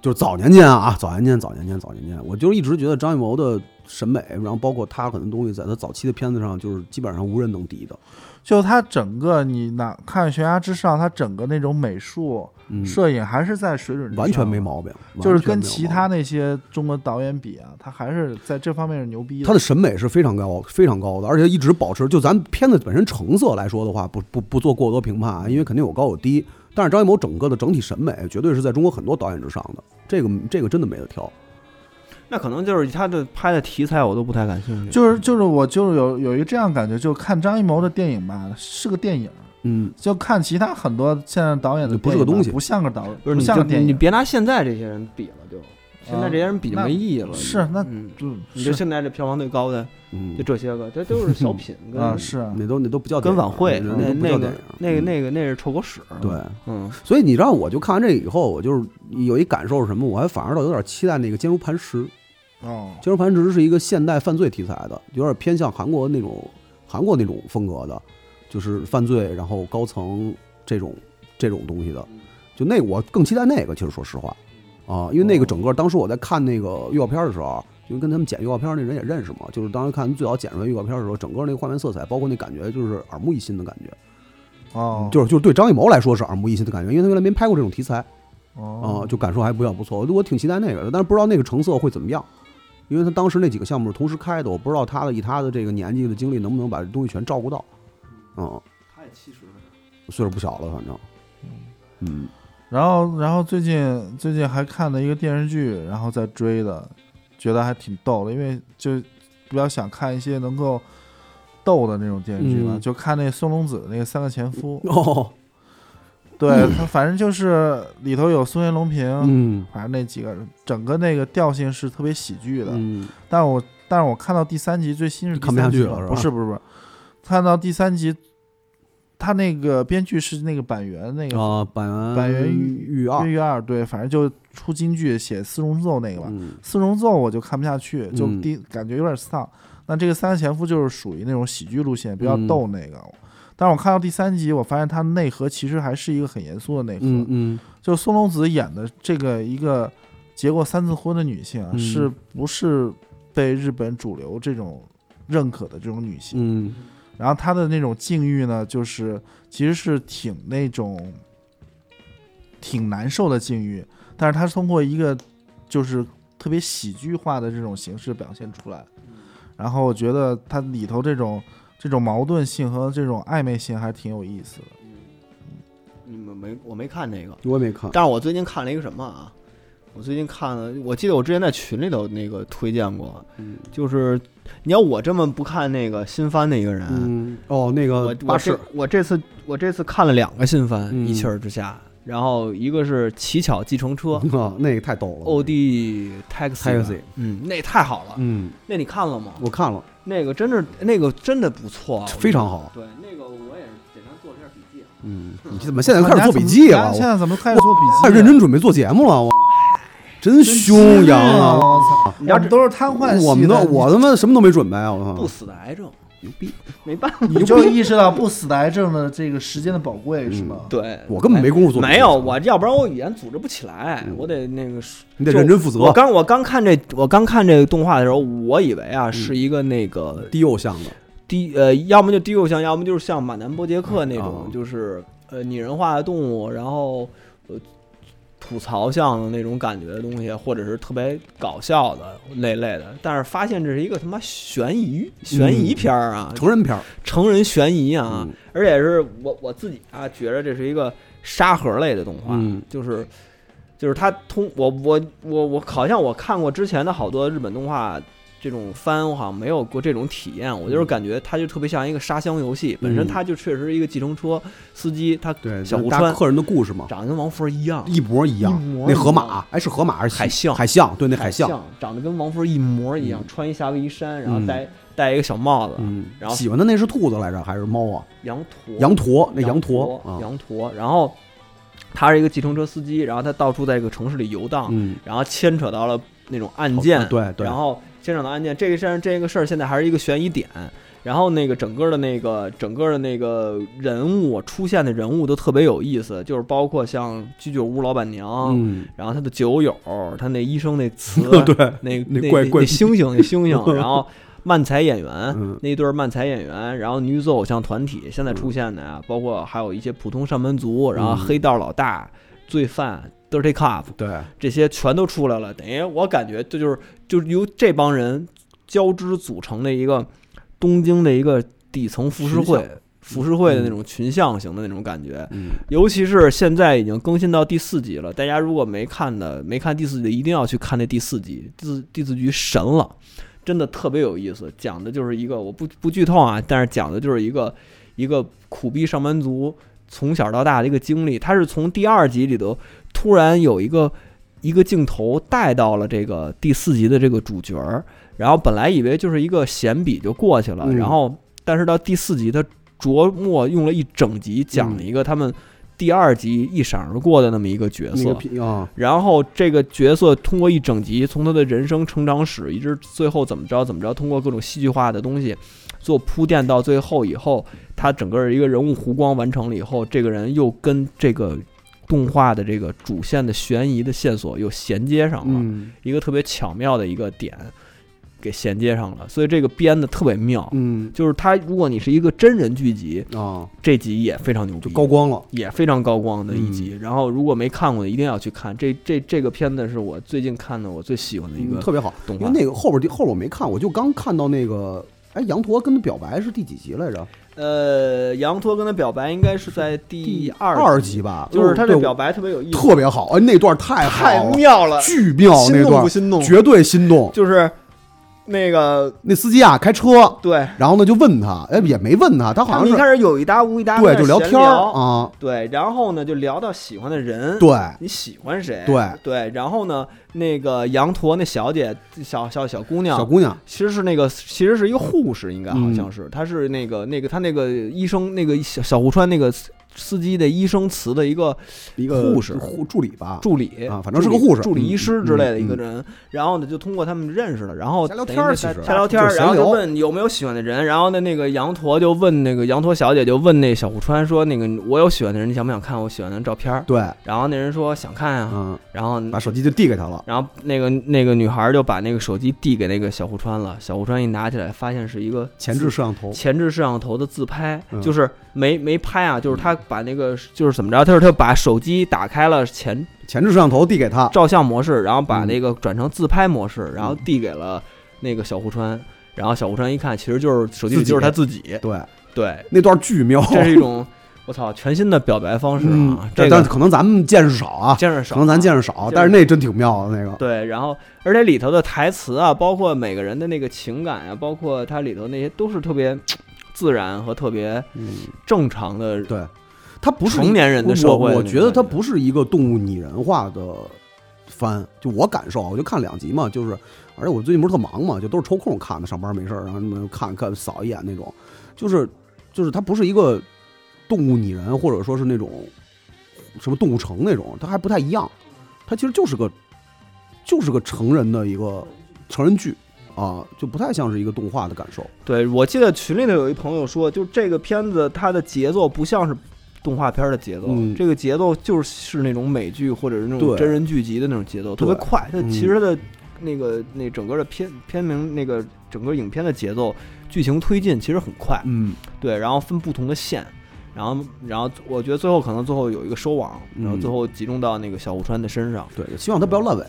S1: 就是早年间啊，早年间，早年间，早年间，我就一直觉得张艺谋的审美，然后包括他很多东西，在他早期的片子上，就是基本上无人能敌的。
S2: 就他整个你哪看《悬崖之上》，他整个那种美术、
S1: 嗯，
S2: 摄影还是在水准之上
S1: 完全没毛病，
S2: 就是
S1: 完全没有
S2: 跟
S1: 毛病
S2: 其他那些中国导演比啊，他还是在这方面是牛逼
S1: 他的审美是非常高、非常高的，而且一直保持。就咱片子本身成色来说的话，不不不做过多评判啊，因为肯定有高有低。但是张艺谋整个的整体审美，绝对是在中国很多导演之上的，这个这个真的没得挑。
S4: 那可能就是他的拍的题材我都不太感兴趣。
S2: 就是就是我就是有有一个这样的感觉，就看张艺谋的电影吧，是个电影，
S1: 嗯，
S2: 就看其他很多现在导演的
S1: 不是
S2: 电影吧
S1: 个东西
S2: 不像个导演，
S4: 不是
S2: 不
S4: 你
S2: 像
S4: 就
S2: 个电
S4: 你
S2: 影。啊
S4: 别拿现在这些人比了，就
S5: 现在这些人比就没意义了。
S2: 是那
S5: 嗯，你就是现在这票房最高的
S1: 嗯
S5: 就，这些个，这都是小品跟
S2: 啊是
S1: 那都那都不叫
S4: 跟
S1: 电影啊
S4: 晚会
S1: 那
S4: 嗯那
S1: 都不叫
S4: 那
S1: 电
S4: 个
S1: 影
S4: 那个
S1: 嗯
S4: 那个那是臭狗屎。
S1: 对，
S4: 嗯，
S1: 所以你知道，我就看完这以后，我就是有一感受是什么？我还反而倒有点期待那个《坚如磐石》。《
S5: 嗯
S2: 哦
S1: 坚如磐石》是一个现代犯罪题材的，有点偏向韩国那种韩国那种风格的，就是犯罪然后高层这种这种东西的。就那个我更期待那个，其实说实话啊，因为那个整个当时我在看那个预告片的时候，因为跟他们剪预告片那人也认识嘛，就是当时看最早剪出来预告片的时候，整个那个画面色彩，包括那感觉，就是耳目一新的感觉。
S2: 哦
S1: 就是就是对张艺谋来说是耳目一新的感觉，因为他原来没拍过这种题材。啊、
S2: 哦
S1: 就感受还比较不错。我挺期待那个的，但是不知道那个成色会怎么样，因为他当时那几个项目是同时开的，我不知道他的以他的这个年纪的精力能不能把这东西全照顾到。嗯，
S4: 他也七十了，
S1: 岁数不小了，反正，嗯，
S2: 然后然后最近最近还看了一个电视剧，然后在追的，觉得还挺逗的，因为就比较想看一些能够逗的那种电视剧嘛，
S1: 嗯
S2: 就看那松隆子的那个《三个前夫》
S1: 哦，
S2: 对他反正就是里头有松原龙平，
S1: 嗯
S2: 反正那几个人，整个那个调性是特别喜剧的。
S1: 嗯，
S2: 但我但是我看到第三集最新是第
S1: 看不下
S2: 三集
S1: 去了是吧
S2: 不是不是不是，看到第三集，他那个编剧是那个板垣那个
S1: 啊，板垣
S2: 板垣
S1: 裕
S2: 《
S1: 二
S2: 越，狱二》，对，反正就出京剧写四重奏那个吧。
S1: 嗯
S2: 四重奏我就看不下去，就
S1: 嗯
S2: 第、感觉有点丧。那这个三个前夫就是属于那种喜剧路线，比较
S1: 嗯
S2: 逗那个。但是我看到第三集，我发现它内核其实还是一个很严肃的内核，
S1: 嗯嗯
S2: 就松隆子演的这个一个结过三次婚的女性啊，
S1: 嗯
S2: 是不是被日本主流这种认可的这种女性？
S1: 嗯
S2: 然后她的那种境遇呢，就是其实是挺那种挺难受的境遇，但是她是通过一个就是特别喜剧化的这种形式表现出来。然后我觉得它里头这种这种矛盾性和这种暧昧性还挺有意思的。
S4: 你们没我没看那个，
S1: 我也没看，
S4: 但是我最近看了一个什么啊？我最近看了，我记得我之前在群里头那个推荐过，
S1: 嗯
S4: 就是你要我这么不看那个新番的一个人，
S1: 嗯，哦，那
S4: 我
S1: 个巴
S4: 我
S1: 士
S4: 这，我这次我这次看了两个新番，
S1: 嗯
S4: 一气儿之下，然后一个是《乞巧计程车》
S1: 啊，那个太逗了
S4: OD Taxi 吧
S1: Taxi
S4: 嗯，那太好了，
S1: 嗯，
S4: 那你看了吗？
S1: 我看了，
S4: 那个真是那个真的不错啊，我觉得
S1: 非常好
S4: 对，那个我也是简单做了一下笔记啊。
S1: 嗯，你怎么现在开始做笔记
S2: 啊
S1: 了？
S2: 现
S1: 我
S2: 在怎么开始做笔记
S1: 太
S2: 啊了？
S1: 认真准备做节目了，我真凶
S2: 呀！
S1: 羊啊！我
S2: 我操，
S4: 你知道
S2: 我们都是瘫痪系的
S1: 我们都我他妈什么都没准备啊！我
S4: 不
S1: 操，
S4: 死的癌症，牛逼，没办法。
S2: 你就意识到不死的癌症的这个时间的宝贵是吗？
S4: 对，
S1: 我根本没工夫做。嗯
S4: 没有，我要不然我语言组织不起来，我得那个是
S1: 你得
S4: 就
S1: 认真负责
S4: 我刚我刚看这我刚看这个动画的时候，我以为
S1: 嗯
S4: 啊是一个那个
S1: 低幼向的，
S4: 低呃，要么就低幼像，要么就是像马南波杰克那种，
S1: 嗯
S4: 就是呃拟人化的动物，然后呃吐槽像的那种感觉的东西，或者是特别搞笑的那类的。但是发现这是一个他妈悬疑悬疑片儿啊，
S1: 成人片儿
S4: 成人悬疑啊，
S1: 嗯
S4: 而且是我我自己啊，觉着这是一个沙盒类的动画，
S1: 嗯
S4: 就是就是它通我我我我好像我看过之前的好多日本动画这种番，我好像没有过这种体验，
S1: 嗯
S4: 我就是感觉它就特别像一个沙箱游戏，本身它就确实是一个计程车司机，他
S1: 对，就
S4: 小
S1: 是
S4: 户
S1: 大
S4: 川
S1: 客人的故事嘛，
S4: 长得跟王菲一样，
S1: 一模一样
S5: 一模。一
S1: 那
S5: 样
S1: 河马，哎，是河马还是
S4: 海
S1: 象？
S4: 象
S1: 海象，对，那海
S4: 海
S1: 象。
S4: 长得跟王菲一模一样，
S1: 嗯
S4: 穿一夏威夷衫，然后
S1: 嗯
S4: 戴、戴一个小帽子，
S1: 嗯，
S4: 然后
S1: 喜欢的那是兔子来着还是猫啊？
S4: 羊驼
S1: 羊驼，那羊
S4: 驼
S1: 驼啊，
S4: 羊驼，然后他是一个计程车司机，然后他到处在这个城市里游荡，
S1: 嗯，
S4: 然后牵扯到了那种案件，
S1: 对对
S4: 然后牵扯到案件，这个事儿这个事儿现在还是一个悬疑点。然后那个整个的那个整个的那个人物出现的人物都特别有意思，就是包括像居酒屋老板娘，
S1: 嗯，，
S4: 然后他的酒友，他那医生那词
S1: 对，
S4: 那
S1: 那
S4: 那
S1: 怪怪
S4: 那星星那 星星，然后漫才演员、
S1: 嗯
S4: 那一对儿漫才演员，然后女子偶像团体现在出现的啊，包括还有一些普通上班族，然后
S1: 嗯
S4: 黑道老大、罪犯、dirty cop
S1: 对，
S4: 这些全都出来了，等于我感觉这就是就是由这帮人交织组成的一个东京的一个底层浮世
S1: 群
S4: 绘。浮世绘的那种群像型的那种感觉，
S1: 嗯，
S4: 尤其是现在已经更新到第四集了，大家如果没看的，没看第四集的，一定要去看那第四集。第四第四集神了，真的特别有意思，讲的就是一个我不不剧透啊，但是讲的就是一个一个苦逼上班族从小到大的一个经历。他是从第二集里头突然有一个一个镜头带到了这个第四集的这个主角儿，然后本来以为就是一个闲笔就过去了，
S1: 嗯
S4: 然后但是到第四集，他琢磨用了一整集讲了一个他们第二集一闪而过的那么一个角
S1: 那
S4: 色
S1: 个，皮啊，
S4: 然后这个角色通过一整集，从他的人生成长史，一直最后怎么着怎么着，通过各种戏剧化的东西做铺垫，到最后以后，他整个一个人物弧光完成了以后，这个人又跟这个动画的这个主线的悬疑的线索又衔接上了，
S1: 嗯
S4: 一个特别巧妙的一个点给衔接上了，所以这个编的特别妙。
S1: 嗯
S4: 就是他，如果你是一个真人剧集，
S1: 啊，
S4: 这集也非常牛逼，
S1: 就高光了，
S4: 也非常高光的
S1: 嗯
S4: 一集。然后如果没看过的，一定要去看。这这这个片子是我最近看的，我最喜欢的一
S1: 嗯
S4: 个
S1: 特别好。
S4: 动
S1: 因
S4: 画。
S1: 为那个后边第后边我没看，我就刚看到那个，哎，羊驼跟他表白是第几集来着？
S4: 呃，羊驼跟他表白应该是在第二
S1: 二
S4: 集，
S1: 集吧，哦
S4: 就是他
S1: 对
S4: 这
S1: 我
S4: 表白特别有意思，
S1: 特别好，哎，那段太
S4: 太
S1: 好了，
S4: 妙了，
S1: 巨妙
S4: 心
S1: 那
S4: 动
S1: 段
S4: 不，心动？
S1: 绝对心动。
S4: 就是那个
S1: 那司机啊开车，
S4: 对，
S1: 然后呢就问他，哎，也没问他，他好
S4: 他
S1: 像
S4: 们一
S1: 是
S4: 开始有一搭无一搭，
S1: 对
S4: 在那
S1: 就
S4: 闲聊
S1: 天儿，啊，
S4: 对，然后呢就聊到喜欢的人，
S1: 对，
S4: 你喜欢谁？
S1: 对
S4: 对，然后呢，那个羊驼那小姐，小小小姑娘
S1: 小，姑娘，
S4: 其实是那个，其实是一个护士，应该好
S1: 嗯
S4: 像是，她是那个那个她那个医生那个小小户川那个司司机的医生词的一个
S1: 一个
S4: 护士
S1: 护助理吧，
S4: 助理
S1: 啊反正是个护士
S4: 助理助理
S1: 嗯
S4: 医师之类的
S1: 嗯
S4: 一个人。然后呢，就通过他们认识了，然后
S1: 瞎聊
S4: 等于
S1: 天儿
S4: 是
S1: 其
S4: 在
S1: 实
S4: 瞎聊天
S1: 就
S4: 儿，
S1: 是闲
S4: 然后就
S1: 聊
S4: 问有没有喜欢的人，然后呢，那个羊驼就问那个羊驼小姐就问那小户川说，那个我有喜欢的人，你想不想看我喜欢的人照片儿？
S1: 对，
S4: 然后那人说想看啊，
S1: 嗯，
S4: 然后
S1: 把手机就递给他了，
S4: 然后那个那个女孩儿就把那个手机递给那个小户川了，小户川一拿起来，发现是一个
S1: 前置摄像头，
S4: 前置摄像头的自拍，
S1: 嗯
S4: 就是没没拍啊，就是他把那个就是怎么着，他说他把手机打开了前
S1: 前置摄像头递给他，
S4: 照相模式，然后把
S1: 嗯
S4: 那个转成自拍模式，然后递给了那个小户川，然后小户川一看，其实就是手机里
S1: 自己
S4: 就是他自己，
S1: 对，
S4: 对，
S1: 那段巨妙，
S4: 这是一种我操全新的表白方式
S1: 嗯
S4: 啊，，这
S1: 但但
S4: 个
S1: 可能咱们见识少啊，
S4: 见识少
S1: 可
S4: 啊，
S1: 能咱见识少，但是那真挺妙的那个，
S4: 对，然后而且里头的台词啊，包括每个人的那个情感啊，包括它里头那些都是特别自然和特别
S1: 嗯，
S4: 正常的
S1: 对，他不是一
S4: 成年人的社会
S1: 我我
S4: 那种
S1: 觉得它
S4: 感觉
S1: 不是一个动物拟人化的番，就我感受啊，我就看两集嘛，就是，而且我最近不是特忙嘛，就都是抽空看的，上班没事儿，然后那么看看扫一眼那种，就是就是它不是一个动物拟人，或者说是那种什么动物城那种，它还不太一样，它其实就是个就是个成人的一个成人剧啊，就不太像是一个动画的感受，
S4: 对，我记得群里头有一朋友说，就这个片子它的节奏不像是动画片的节奏，
S1: 嗯
S4: 这个节奏就是是那种美剧或者是那种
S1: 对
S4: 真人剧集的那种节奏，特
S1: 对
S4: 别快。它
S1: 嗯
S4: 其实它的那个那整个的片片名那个整个影片的节奏、剧情推进其实很快，
S1: 嗯，
S4: 对，然后分不同的线。然后，然后我觉得最后可能最后有一个收网，然后
S1: 嗯
S4: 最后集中到那个小户川的身上。
S1: 对，希望它不要烂尾，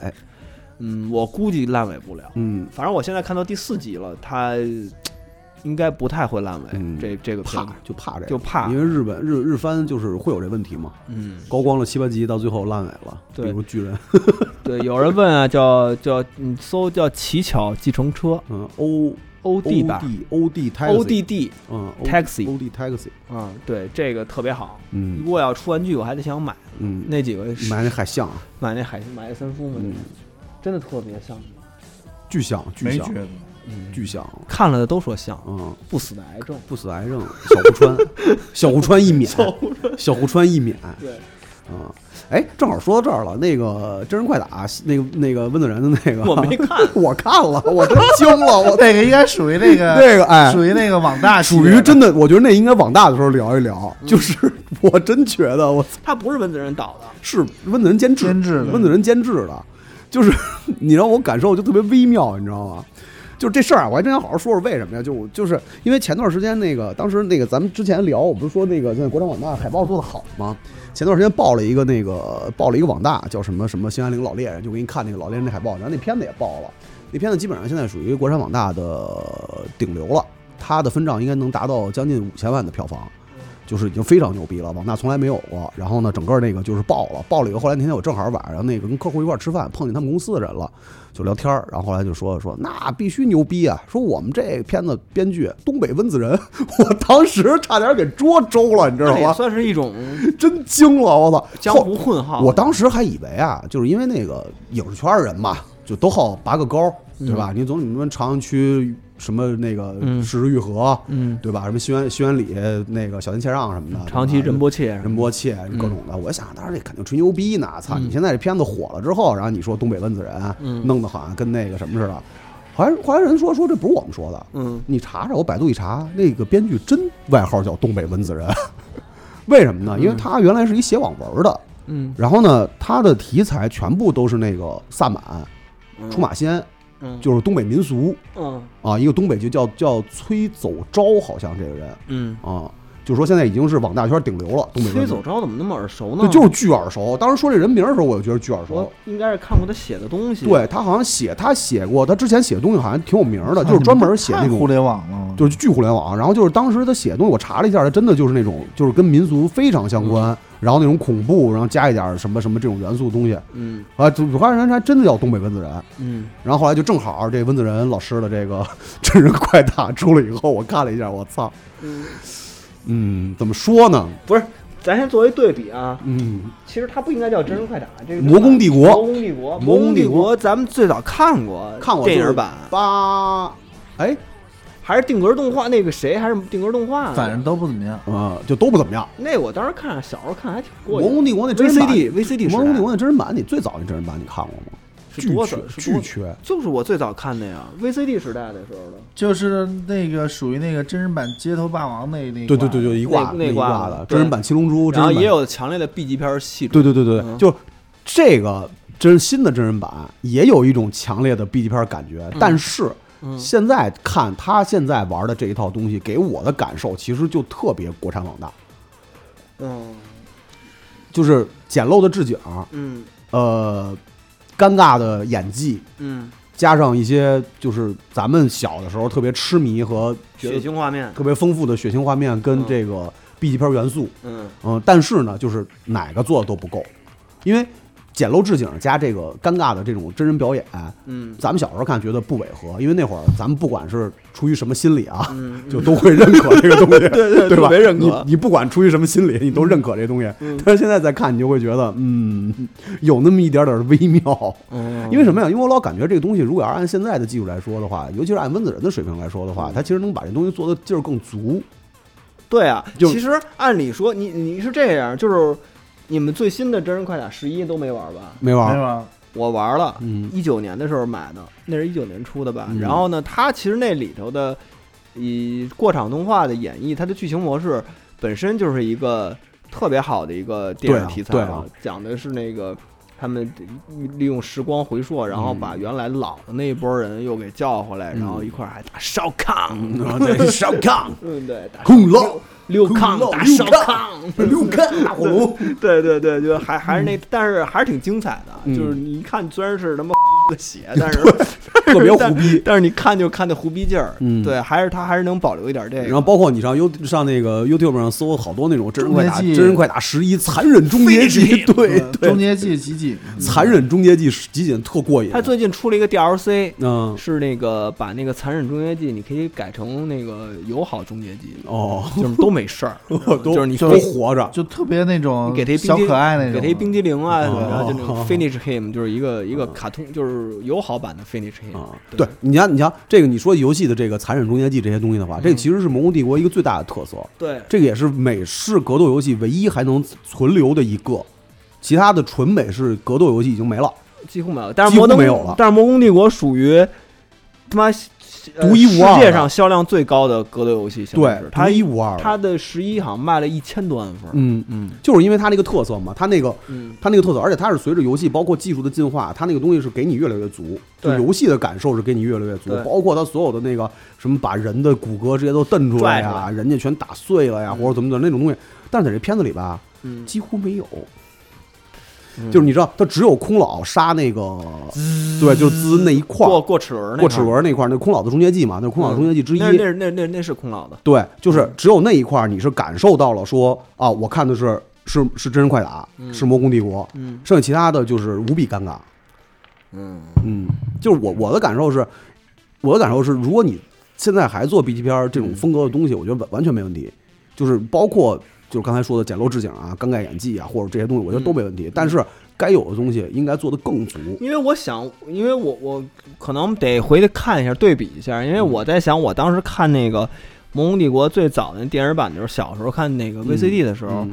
S4: 嗯，我估计烂尾不了。
S1: 嗯，
S4: 反正我现在看到第四集了，它应该不太会烂尾。
S1: 嗯
S4: 这这个片
S1: 怕
S4: 子
S1: 就怕这个
S4: 就。怕
S1: 因，为日本日日番就是会有这问题嘛，
S4: 嗯，
S1: 高光了七八集，到最后烂尾了。
S4: 对
S1: 比如巨人，
S4: 对，有人问啊，叫叫你搜叫乞巧计程车
S1: 嗯，O
S4: O D 吧
S1: O D Taxi
S4: ，O D D
S1: 嗯
S4: Taxi
S1: O D Taxi，
S4: 啊，对，这个特别好。如
S1: 嗯
S4: 果要出玩具，我还得想买
S1: 嗯，
S4: 那几个是
S1: 买那海象啊
S4: 买嗯那海买那三夫嘛，就是真的特别像，
S1: 巨像巨
S2: 没觉
S1: 像
S2: 得。
S4: 嗯，
S1: 巨像，
S4: 看了的都说像，
S1: 嗯，
S4: 不死的癌症。
S1: 不死癌症小户川，小户川一免，小户川一免，
S4: 对，
S1: 嗯，哎，正好说到这儿了，那个真人快打，那个那个温子仁的那个，
S4: 我没看，
S1: 我看了，我真惊了，我
S2: 那个应该属于那个，
S1: 那个哎，
S2: 属于那个网大系
S1: 属
S2: 列的，嗯
S1: 于真的，我觉得那应该往大的时候聊一聊。就是 我真觉得我
S4: 他不是温子仁导的，
S1: 是温子仁监制，
S2: 监制的
S1: 温子仁监制的，就是你让我感受就特别微妙，你知道吗？就是这事儿啊，我还真想好好说说为什么呀？就我就是因为前段时间那个，当时那个咱们之前聊，我不是说那个现在国产网大海报做的好吗？前段时间报了一个那个报了一个网大叫什么什么兴安岭老猎人，就给你看那个老猎人那海报，然后那片子也报了，那片子基本上现在属于国产网大的顶流了，它的分账应该能达到将近五千万的票房，就是已经非常牛逼了，网大从来没有过。然后呢，整个那个就是爆了，爆了以后，后来那天我正好晚上那个跟客户一块儿吃饭，碰见他们公司的人了，就聊天儿。然后后来就说说那必须牛逼啊，说我们这片子编剧东北温子仁， 我当时差点给捉周了，你知道
S6: 这也
S1: 吗？
S6: 算是一种
S1: 真惊了，我操！
S6: 江
S1: 后
S6: 湖混号。
S1: 我当时还以为啊，就是因为那个影视圈人嘛，就都好拔个高，对吧？你总什么朝阳区什么那个
S6: 嗯
S1: 市之愈合，
S6: 嗯，
S1: 对吧？什么西园西园里那个小林切让什么的，
S6: 长期
S1: 对吧
S6: 仁波切嗯
S1: 仁波切各种的，我想当时这肯定吹牛逼呢。操，你现在这片子火了之后，然后你说东北温子仁，
S6: 嗯
S1: 弄得好像跟那个什么似的，后来后来人说说这不是我们说的，
S6: 嗯，
S1: 你查查，我百度一查，那个编剧真外号叫东北温子仁， 为什么呢？因为他原来是一写网文的，
S6: 嗯，
S1: 然后呢，他的题材全部都是那个萨满、出马仙，
S4: 嗯
S1: 就是东北民俗
S4: 嗯
S1: 啊，一个东北就叫叫崔走昭，好像这个人
S6: 嗯，
S1: 啊，就说现在已经是网大圈顶流了，东北
S4: 崔
S1: 温子
S4: 走
S1: 仁。
S4: 昭怎么那么耳熟呢？
S1: 对，就是巨耳熟。当时说这人名的时候，我就觉得巨耳熟
S2: 哦
S4: 我。应该是看过他写的东西。，
S1: 对他好像写，他写过，他之前写的东西好像挺有名的，就是专门写那
S2: 太
S1: 种
S2: 啊互联网啊了，
S1: 就是巨互联网，然后就是当时他写的东西，我查了一下，他真的就是那种就是跟民俗非常相
S2: 嗯
S1: 关，然后那种恐怖，然后加一点什么什么这种元素的东西
S4: 嗯
S1: 啊，就我发现人还真的叫东北温子仁。
S4: 嗯，
S1: 然后后来就正好这温子仁老师的这个 真人快打出了以后，我看了一下，我操，
S4: 嗯
S1: 嗯，怎么说呢？
S4: 不是，咱先作为对比啊，
S1: 嗯，
S4: 其实他不应该叫真人快打，这个
S1: 魔宫帝国
S4: 魔宫帝国，
S1: 魔宫帝国
S6: 国咱们最早看过
S1: 看过
S6: 电
S1: 就是
S6: 影版，
S1: 八，哎，
S4: 还是定格动画那个谁，还是定格动画呢，
S2: 反正都不怎么样。
S1: 呃，就都不怎么样。
S4: 那我当时看，小时候看还挺
S1: 魔
S4: 过瘾。
S1: 宫帝国那真人版
S6: VCD VCD 时
S1: 魔宫帝
S6: 代
S1: 国那真人版，你最早那真人版你看过吗？
S6: 是
S1: 巨
S6: 多
S1: 缺
S6: 少，是
S1: 巨
S6: 多
S1: 缺。
S6: 就是我最早看的呀。
S4: VCD 时代的时候的，
S2: 就是那个属于那个真人版街头霸王那那一
S1: 对对
S2: 挂
S1: 对，对，一挂
S6: 那
S1: 一
S6: 那挂
S1: 挂
S6: 的
S1: 的
S6: 对
S1: 真人版《七龙珠》，真
S6: 然后
S1: 人版
S6: 也有强烈的 B 级片儿系统，
S1: 对对对对，对，
S6: 嗯
S1: 就这个真新的真人版也有一种强烈的 B 级片感觉，
S6: 嗯
S1: 但是
S4: 嗯
S1: 现在看他现在玩的这一套东西，给我的感受其实就特别国产网大，
S4: 嗯
S1: 就是简陋的置景，
S4: 嗯
S1: 呃，尴尬的演技，
S4: 嗯，
S1: 加上一些就是咱们小的时候特别痴迷和觉
S6: 血
S1: 得
S6: 腥嗯画面，
S1: 特别丰富的血腥画面跟这个 B 级片元素，
S4: 嗯
S1: 嗯，但是呢，就是哪个做的都不够，因为简陋置景加这个尴尬的这种真人表演，
S4: 嗯
S1: 咱们小时候看觉得不违和，因为那会儿咱们不管是出于什么心理啊，
S4: 嗯，
S1: 就都会认可这个东西，对对
S6: 特
S1: 吧？
S6: 别认可
S1: 你你不管出于什么心理，你都认可这东西。但是现在再看，你就会觉得，嗯，有那么一点点微妙。
S4: 嗯
S1: 因为什么呀？因为我老感觉这个东西，如果要是按现在的技术来说的话，尤其是按温子仁的水平来说的话，他其实能把这东西做的劲儿更足。
S4: 对啊，
S1: 就
S4: 其实按理说你你是这样，就是你们最新的《真人快打十一》都没玩吧？
S1: 没玩
S2: 没啊
S1: 儿，
S2: 吧？
S4: 我玩了，
S1: 嗯
S4: 一九年的时候买的，那是一九年出的吧？
S1: 嗯
S4: 然后呢，它其实那里头的以过场动画的演绎，它的剧情模式本身就是一个特别好的一个电影题材
S1: 对啊对啊
S4: 讲的是那个。他们利用时光回溯，然后把原来老的那一波人又给叫回来，
S1: 嗯
S4: 然后一块儿还打烧 炕，
S1: 啊对，少看，
S4: 嗯，对，打
S1: 恐龙，
S4: 溜
S1: 空
S4: 炕
S1: 漏
S4: 打
S1: 溜
S4: 烧
S1: 炕
S4: 炕，
S1: 六看大火炉。
S4: 对对对，就还还是那，但是还是挺精彩的。
S1: 嗯
S4: 就是你一看，虽然是 他妈的血，但是
S1: 特别胡逼
S4: 但，但是你看就看那胡逼劲儿。
S1: 嗯
S4: 对，还是他还是能保留一点这
S1: 然后
S4: 个。
S1: 包括你上 You 上那个 YouTube 上搜好多那种真人快打、
S2: 中年祭
S1: 真人快打十一残忍终结技，对
S4: 嗯
S2: 中
S1: 对，
S2: 间记集锦，
S1: 残忍终结技集锦特过瘾。
S4: 他最近出了一个 DLC，
S1: 嗯
S4: 是那个把那个残忍终结技，你可以改成那个友好终结技，
S1: 哦，
S4: 就是都 没事儿，
S1: 我都
S4: 就是你
S1: 都
S4: 非
S1: 活着，
S2: 就特别那种
S4: 你给他一冰
S2: 小
S4: 激
S2: 可爱那种的，
S4: 给他一冰激凌啊什么
S1: 哦
S4: 的，然后就那
S1: 哦
S4: 种 Finish Him，就是一个一个卡通，就是友好版的 Finish Him
S1: 啊。，对，你像你像这个你说游戏的这个残忍终结技这些东西的
S4: 嗯
S1: 话，这个其实是《魔宫帝国》一个最大的特色，
S4: 对，
S1: 这个也是美式格斗游戏唯一还能存留的一个，其他的纯美式格斗游戏已经没了。
S4: 几乎没有，但是
S1: 几乎
S4: 摩登
S1: 没有了
S4: 但是魔宫帝国属于他妈呃
S1: 独一无二的
S4: 世界上销量最高的格斗游戏，现在
S1: 对
S4: 是，
S1: 独
S4: 它
S1: 一无二的。
S4: 它的十一好像卖了一千多万份儿，
S1: 嗯，
S4: 嗯
S1: 就是因为它那个特色嘛，它那个
S4: 嗯
S1: 它那个特色，而且它是随着游戏包括技术的进化，它那个东西是给你越来越足，就
S4: 对
S1: 游戏的感受是给你越来越足
S4: 对，
S1: 包括它所有的那个什么把人的骨骼直接都蹬出来
S4: 拽出
S1: 呀，
S4: 来嗯
S1: 人家全打碎了呀，或者怎么怎么那种东西，但是在这片子里吧，
S4: 嗯，
S1: 几乎没有。就是你知道，他只有空老杀那个，对，就是滋那一块
S4: 过
S1: 儿，
S4: 过齿轮那块儿，
S1: 过齿轮那块儿，那空老的终结技嘛，那是空老的终结技之一。
S4: 那那那那那是空老的，
S1: 对，就是只有那一块儿你是感受到了说啊，我看的是是是真人快打，
S4: 嗯
S1: 是魔宫帝国，
S4: 嗯
S1: 剩下其他的就是无比尴尬。
S4: 嗯
S1: 嗯，就是我我的感受是，我的感受是，如果你现在还做 B 级片儿这种风格的东西，我觉得完完全没问题。就是包括就是刚才说的简陋置景啊、尴尬演技啊，或者这些东西，我觉得都没问
S4: 嗯
S1: 题。嗯但是该有的东西应该做得更足。
S4: 因为我想，因为我我可能得回去看一下，对比一下，因为我在想，我当时看那个《魔宫帝国》最早的电影版的时候，小时候看那个 VCD 的时候，
S1: 嗯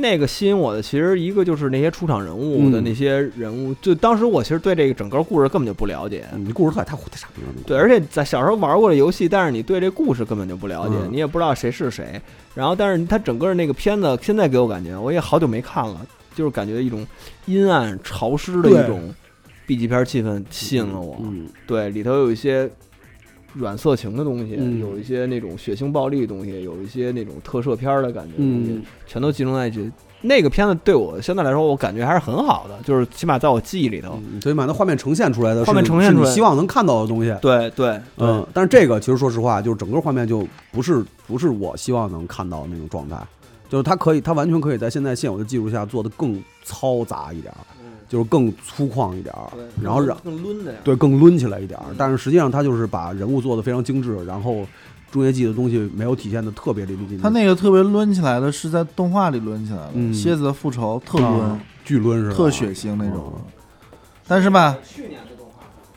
S4: 那个吸引我的其实一个就是那些出场人物的
S1: 嗯
S4: 那些人物，就当时我其实对这个整个故事根本就不了解。
S1: 你故事太太太傻逼了。
S4: 对，而且在小时候玩过的游戏，但是你对这故事根本就不了解，
S1: 嗯
S4: 你也不知道谁是谁。然后，但是它整个那个片子现在给我感觉，我也好久没看了，就是感觉一种阴暗潮湿的
S2: 对
S4: 一种 B 级片气氛吸引了我。
S1: 嗯，
S4: 对，里头有一些软色情的东西，
S1: 嗯
S4: 有一些那种血腥暴力的东西，有一些那种特摄片儿的感觉的东西，
S1: 嗯
S4: 全都集中在一起。那个片子对我相对来说，我感觉还是很好的，就是起码在我记忆里头。
S1: 嗯所以嘛，那画面呈现出来的是
S4: 哦画面呈现
S1: 是
S4: 出
S1: 你
S4: 来
S1: 希望能看到的东西。
S4: 对对，
S1: 嗯，但是这个其实说实话，就是整个画面就不是不是我希望能看到的那种状态，就是它可以，它完全可以在现在现有的技术下做的更嘈杂一点儿，就是更粗犷一点儿，然后让
S4: 更抡的呀。
S1: 对更抡起来一点儿。但是实际上它就是把人物做的非常精致，然后中间记的东西没有体现的特别淋漓尽致。
S2: 他那个特别抡起来的是在动画里抡起来的，
S1: 嗯
S2: 蝎子的复仇》特抡、
S1: 啊巨抡是吧？
S2: 特血腥那种。但是吧，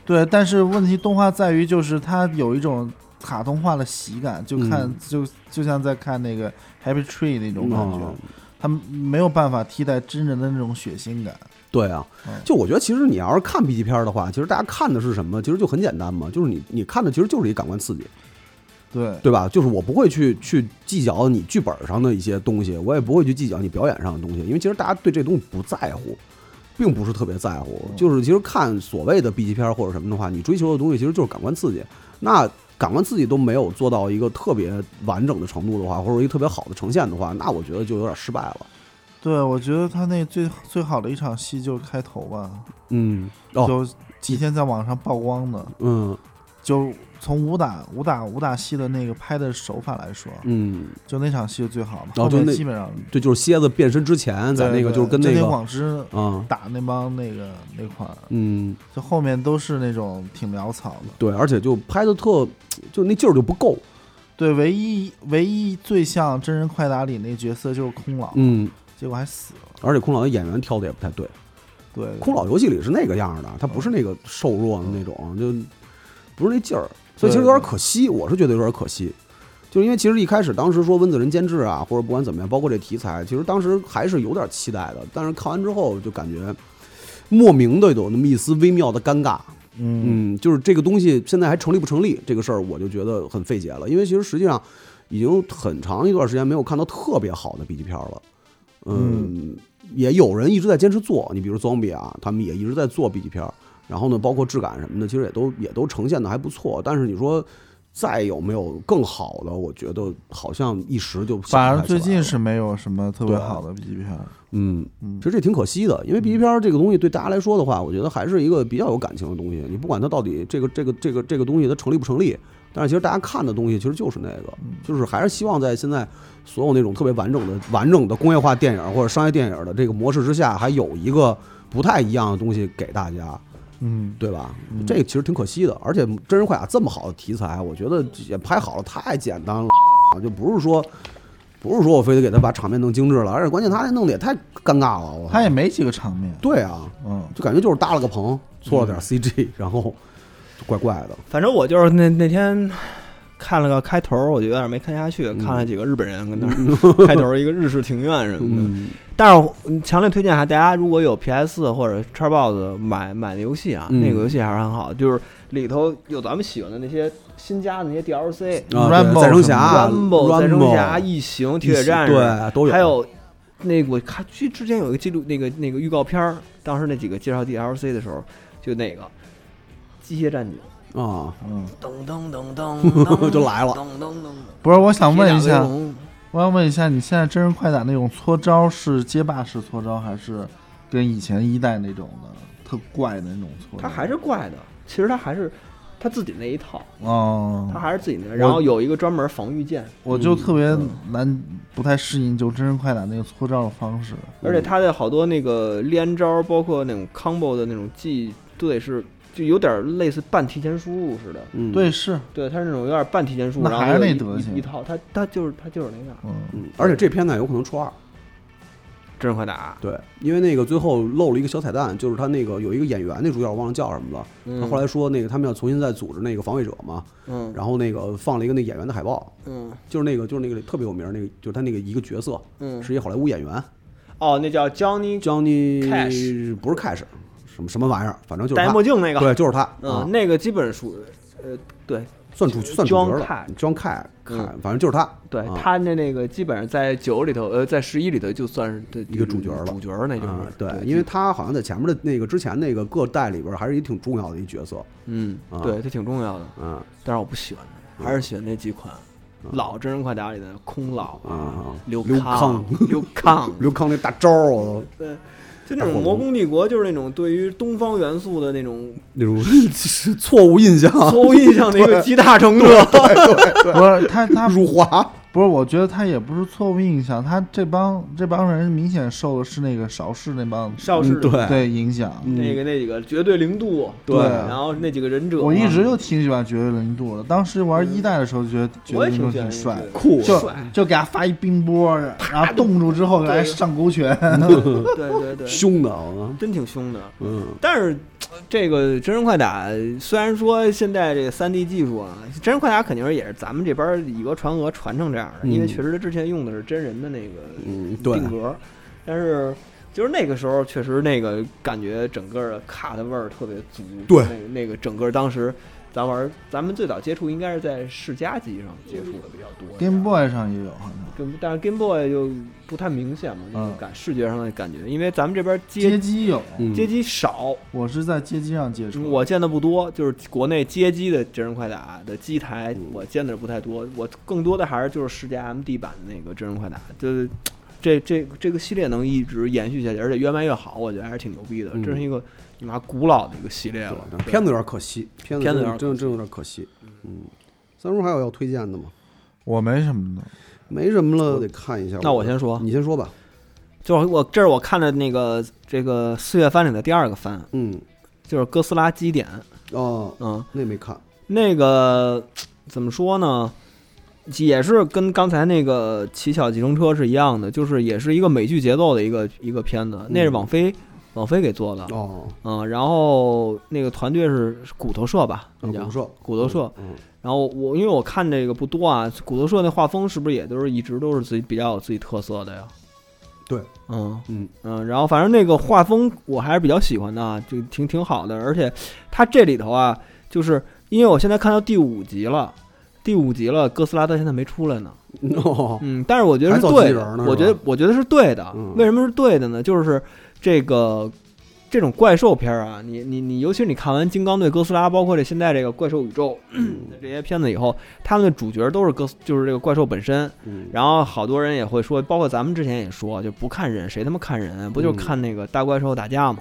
S2: 对，但是问题动画在于就是它有一种卡通化的喜感，就看、
S1: 嗯
S2: 就就像在看那个 Happy Tree 那种感觉，
S1: 嗯
S2: 它没有办法替代真人的那种血腥感。
S1: 对啊
S2: 嗯，
S1: 就我觉得其实你要是看 B 级片儿的话，其实大家看的是什么？其实就很简单嘛，就是你你看的其实就是一感官刺激。
S2: 对，
S1: 对吧？就是我不会去去计较你剧本上的一些东西，我也不会去计较你表演上的东西，因为其实大家对这东西不在乎，并不是特别在乎。
S2: 嗯
S1: 就是其实看所谓的 B 级片儿或者什么的话，你追求的东西其实就是感官刺激。那感官刺激都没有做到一个特别完整的程度的话，或者说一个特别好的呈现的话，那我觉得就有点失败了。
S2: 对，我觉得他那最最好的一场戏就是开头吧，
S1: 嗯，哦，
S2: 就几天在网上曝光的，
S1: 嗯
S2: 就从武打武打武打戏的那个拍的手法来说，
S1: 嗯，
S2: 就那场戏是最好的，
S1: 哦
S2: 后
S1: 就
S2: 面
S1: 那
S2: 基本上
S1: 这就是蝎子变身之前，在
S2: 对
S1: 那个
S2: 对
S1: 就是跟
S2: 真
S1: 那
S2: 田
S1: 个
S2: 广之
S1: 啊，
S2: 打那帮那个那块儿，
S1: 嗯，
S2: 就后面都是那种挺潦草的。
S1: 对，而且就拍的特，就那劲儿就不够，
S2: 对，唯一唯一最像真人快打里那角色就是空老，
S1: 嗯，
S2: 结果还死了。
S1: 而且空老的演员挑的也不太对，
S2: 对，对
S1: 空老游戏里是那个样儿的，他不是那个瘦弱的那种，就不是那劲儿，所以其实有点可惜，我是觉得有点可惜，就是因为其实一开始当时说温子仁监制啊，或者不管怎么样，包括这题材，其实当时还是有点期待的，但是看完之后就感觉莫名的有那么一丝微妙的尴尬，
S2: 嗯，
S1: 嗯，就是这个东西现在还成立不成立这个事儿，我就觉得很费解了，因为其实实际上已经很长一段时间没有看到特别好的 B 级片了，嗯，也有人一直在坚持做，你比如 Zombie 啊，他们也一直在做 B 级片儿，然后呢，包括质感什么的，其实也都也都呈现的还不错，但是你说。再有没有更好的？我觉得好像一时就想不
S2: 反而
S1: 太起来
S2: 最近
S1: 了
S2: 是没有什么特别
S1: 对
S2: 好的 B 级片儿。
S1: 嗯，
S2: 嗯
S1: 其实这挺可惜的，因为 B 级片儿这个东西对大家来说的话，我觉得还是一个比较有感情的东西。你不管它到底这个这个这个这个东西它成立不成立，但是其实大家看的东西其实就是那个，就是还是希望在现在所有那种特别完整的完整的工业化电影或者商业电影的这个模式之下，还有一个不太一样的东西给大家，
S2: 嗯，
S1: 对吧？这个其实挺可惜的。而且真人快打这么好的题材，我觉得也拍好了太简单了，就不是说。不是说我非得给他把场面弄精致了，而且关键他那弄得也太尴尬了。我操
S2: 他也没几个场面。
S1: 对啊，
S2: 嗯，
S1: 就感觉就是搭了个棚，做了点 CG，、然后就怪怪的。
S4: 反正我就是那那天看了个开头，我就有点没看下去，
S1: 嗯
S4: 看了几个日本人跟那 儿开头一个日式庭院什么的。
S1: 嗯
S4: 但是嗯强烈推荐哈，大家如果有 PS 或者 Xbox 买买的游戏啊，
S1: 嗯
S4: 那个游戏还是很好，就是里头有咱们喜欢的那些新加的那些 DLC，
S1: 啊，
S2: Rambo
S1: 对再生侠、
S4: Rumble、再生侠、
S1: Rambo
S4: 异形、铁血战士，
S1: 对都有，
S4: 还有那个我看之之前有一个记录，那个那个预告片儿，当时那几个介绍 DLC 的时候，就那个机械战警，
S1: 啊，
S2: 嗯，
S4: 噔噔 噔噔噔
S1: 就来了
S4: 噔噔噔噔。
S2: 不是，我想问一
S4: 铁甲
S2: 下
S4: 威，龙
S2: 我想问一下，你现在真人快打那种搓招是街霸式搓招还是跟以前一代那种的特怪的那种错觉。
S4: 他还是怪的，其实他还是他自己那一套，
S2: 哦
S4: 他，还是自己那，然后有一个专门防御键，
S2: 我就特别
S4: 嗯
S2: 难，不太适应就真人快打那个搓招的方式。
S4: 而且他的好多那个连招，包括那种 combo 的那种技，都得是就有点类似半提前输入似的，
S1: 嗯，
S2: 对，是，
S4: 对，他是那种有点半提前输入，
S2: 那
S4: 然
S2: 还
S4: 后
S2: 是那
S4: 一
S2: 德行
S4: 一一套，他他就是他就是那个
S2: 嗯，
S1: 嗯，而且这片子有可能出二，
S4: 真人快打，
S1: 对，因为那个最后漏了一个小彩蛋，就是他那个有一个演员，那主角我忘了叫什么了，他后来说那个他们要重新再组织那个防卫者嘛，
S4: 嗯
S1: 然后那个放了一个那演员的海报，
S4: 嗯
S1: 就是那个就是那个特别有名儿那个就是他那个一个角色
S4: 嗯，
S1: 是一好莱坞演员
S4: 哦，那叫 Johnny
S1: ，Johnny
S4: Cash
S1: 不是 Cash，什么什么玩意儿，反正就是
S4: 戴
S1: 他
S4: 墨，镜那个，
S1: 对，就是他啊
S4: 嗯，，那个基本属呃对
S1: 算主算主角
S4: John
S1: 了
S4: Cash
S1: ，John Cash，
S4: 嗯
S1: 反正就是他，
S4: 对，
S1: 啊
S4: 他的那个基本上在九里头，呃，在十一里头就算是对
S1: 一个主角了
S4: 主角那就是
S1: 啊，对，因为他好像在前面的那个之前那个各代里边儿还是一挺重要的一角色，
S4: 嗯，
S1: 啊
S4: 对，这挺重要的，
S1: 嗯
S4: 但是我不喜欢他，还是喜欢那几款
S2: 嗯
S4: 老真人快打里的空老
S1: 啊啊，
S4: 刘
S1: 刘，
S4: 康、 刘康
S1: 刘康那大招啊儿我都
S4: 对，就那种魔宫帝国，就是那种对于东方元素的那种
S1: 那种 是错误印
S2: 啊
S1: 象，
S4: 错误印象的一个极大程度。
S2: 不是他他
S1: 辱华，
S2: 不是，我觉得他也不是错误印象，他这帮这帮人明显受的是那个邵氏那帮
S4: 邵氏
S1: 嗯对
S2: 对影响。
S4: 那个那几个绝对零度，
S2: 对
S4: 然后那几个忍者，啊
S2: 我一直就挺喜欢绝对零度的，当时玩一代的时候觉得绝
S4: 嗯我
S2: 对
S4: 也
S2: 零度
S4: 挺喜欢
S2: 挺帅的，
S4: 酷
S2: 就
S4: 帅，
S2: 就给他发一冰波，然后冻住之后给他上勾 拳。
S4: 对对对，
S1: 凶的啊，
S4: 真挺凶的。
S1: 嗯，
S4: 但是这个真人快打，虽然说现在这三 D 技术啊，真人快打肯定是也是咱们这边儿以讹传讹传成这样的，
S1: 嗯
S4: 因为确实他之前用的是真人的那
S1: 嗯
S4: 个
S1: 对
S4: 定格，但是。就是那个时候，确实那个感觉整个的卡的味儿特别足。
S1: 对
S4: 那个那个整个当时咱玩儿，咱们最早接触应该是在世嘉机上接触的比较多。
S2: Game Boy 上也有，好像
S4: 跟但是 Game Boy 就不太明显嘛，那种
S2: 嗯
S4: 感视觉上的感觉，因为咱们这边
S2: 街
S4: 街
S2: 机有，
S1: 嗯
S4: 街机少，
S2: 我是在街机上接触的。
S4: 我见的不多，就是国内街机的真人快打的机台，
S1: 嗯
S4: 我见的不太多。我更多的还是就是世嘉 MD 版的那个真人快打，就是这这这个系列能一直延续下去，而且越卖越好，我觉得还是挺牛逼的。
S1: 嗯
S4: 这是一个你妈古老的一个系列了
S1: 对，片子有点可惜，片子
S4: 片子有
S1: 真
S4: 点
S1: 真真有点可惜，嗯，三叔还有要推荐的吗？
S2: 我没什么的，
S1: 没什么了，我得看一下。
S4: 那我先说，
S1: 你先说吧，
S4: 就是我这是我看的那个这个四月番里的第二个番，
S1: 嗯，
S4: 就是哥斯拉基点，
S1: 哦，
S4: 嗯，
S1: 那没看，
S4: 那个怎么说呢？也是跟刚才那个《骑小计程车》是一样的，就是也是一个美剧节奏的一个一个片子，
S1: 嗯
S4: 那是网飞网飞给做的，
S1: 哦，
S4: 嗯，然后那个团队是是骨头社吧，
S1: 嗯
S4: 叫
S1: 骨头社
S4: 骨头社。
S1: 嗯，
S4: 然后我因为我看这个不多啊，骨头社那画风是不是也都是一直都是自己比较有自己特色的呀？
S1: 对，
S4: 嗯
S1: 嗯
S4: 嗯，然后反正那个画风我还是比较喜欢的啊，就挺挺好的，而且它这里头啊，就是因为我现在看到第五集了，第五集了，哥斯拉到现在没出来呢。
S1: 嗯哦，
S4: 嗯，但是我觉得
S1: 还
S4: 是
S1: 造
S4: 对
S1: 机器人
S4: 的
S1: 儿呢，
S4: 我
S1: 是
S4: 觉得
S1: 吧
S4: 我觉得是对的。
S1: 嗯
S4: 为什么是对的呢？就是这个这种怪兽片儿啊，你你你，尤其是你看完《金刚对哥斯拉》，包括这现在这个怪兽宇宙
S1: 嗯
S4: 这些片子以后，他们的主角都是哥斯，就是这个怪兽本身。
S1: 嗯
S4: 然后好多人也会说，包括咱们之前也说，就不看人，谁他妈看人啊？不就是看那个大怪兽打架吗？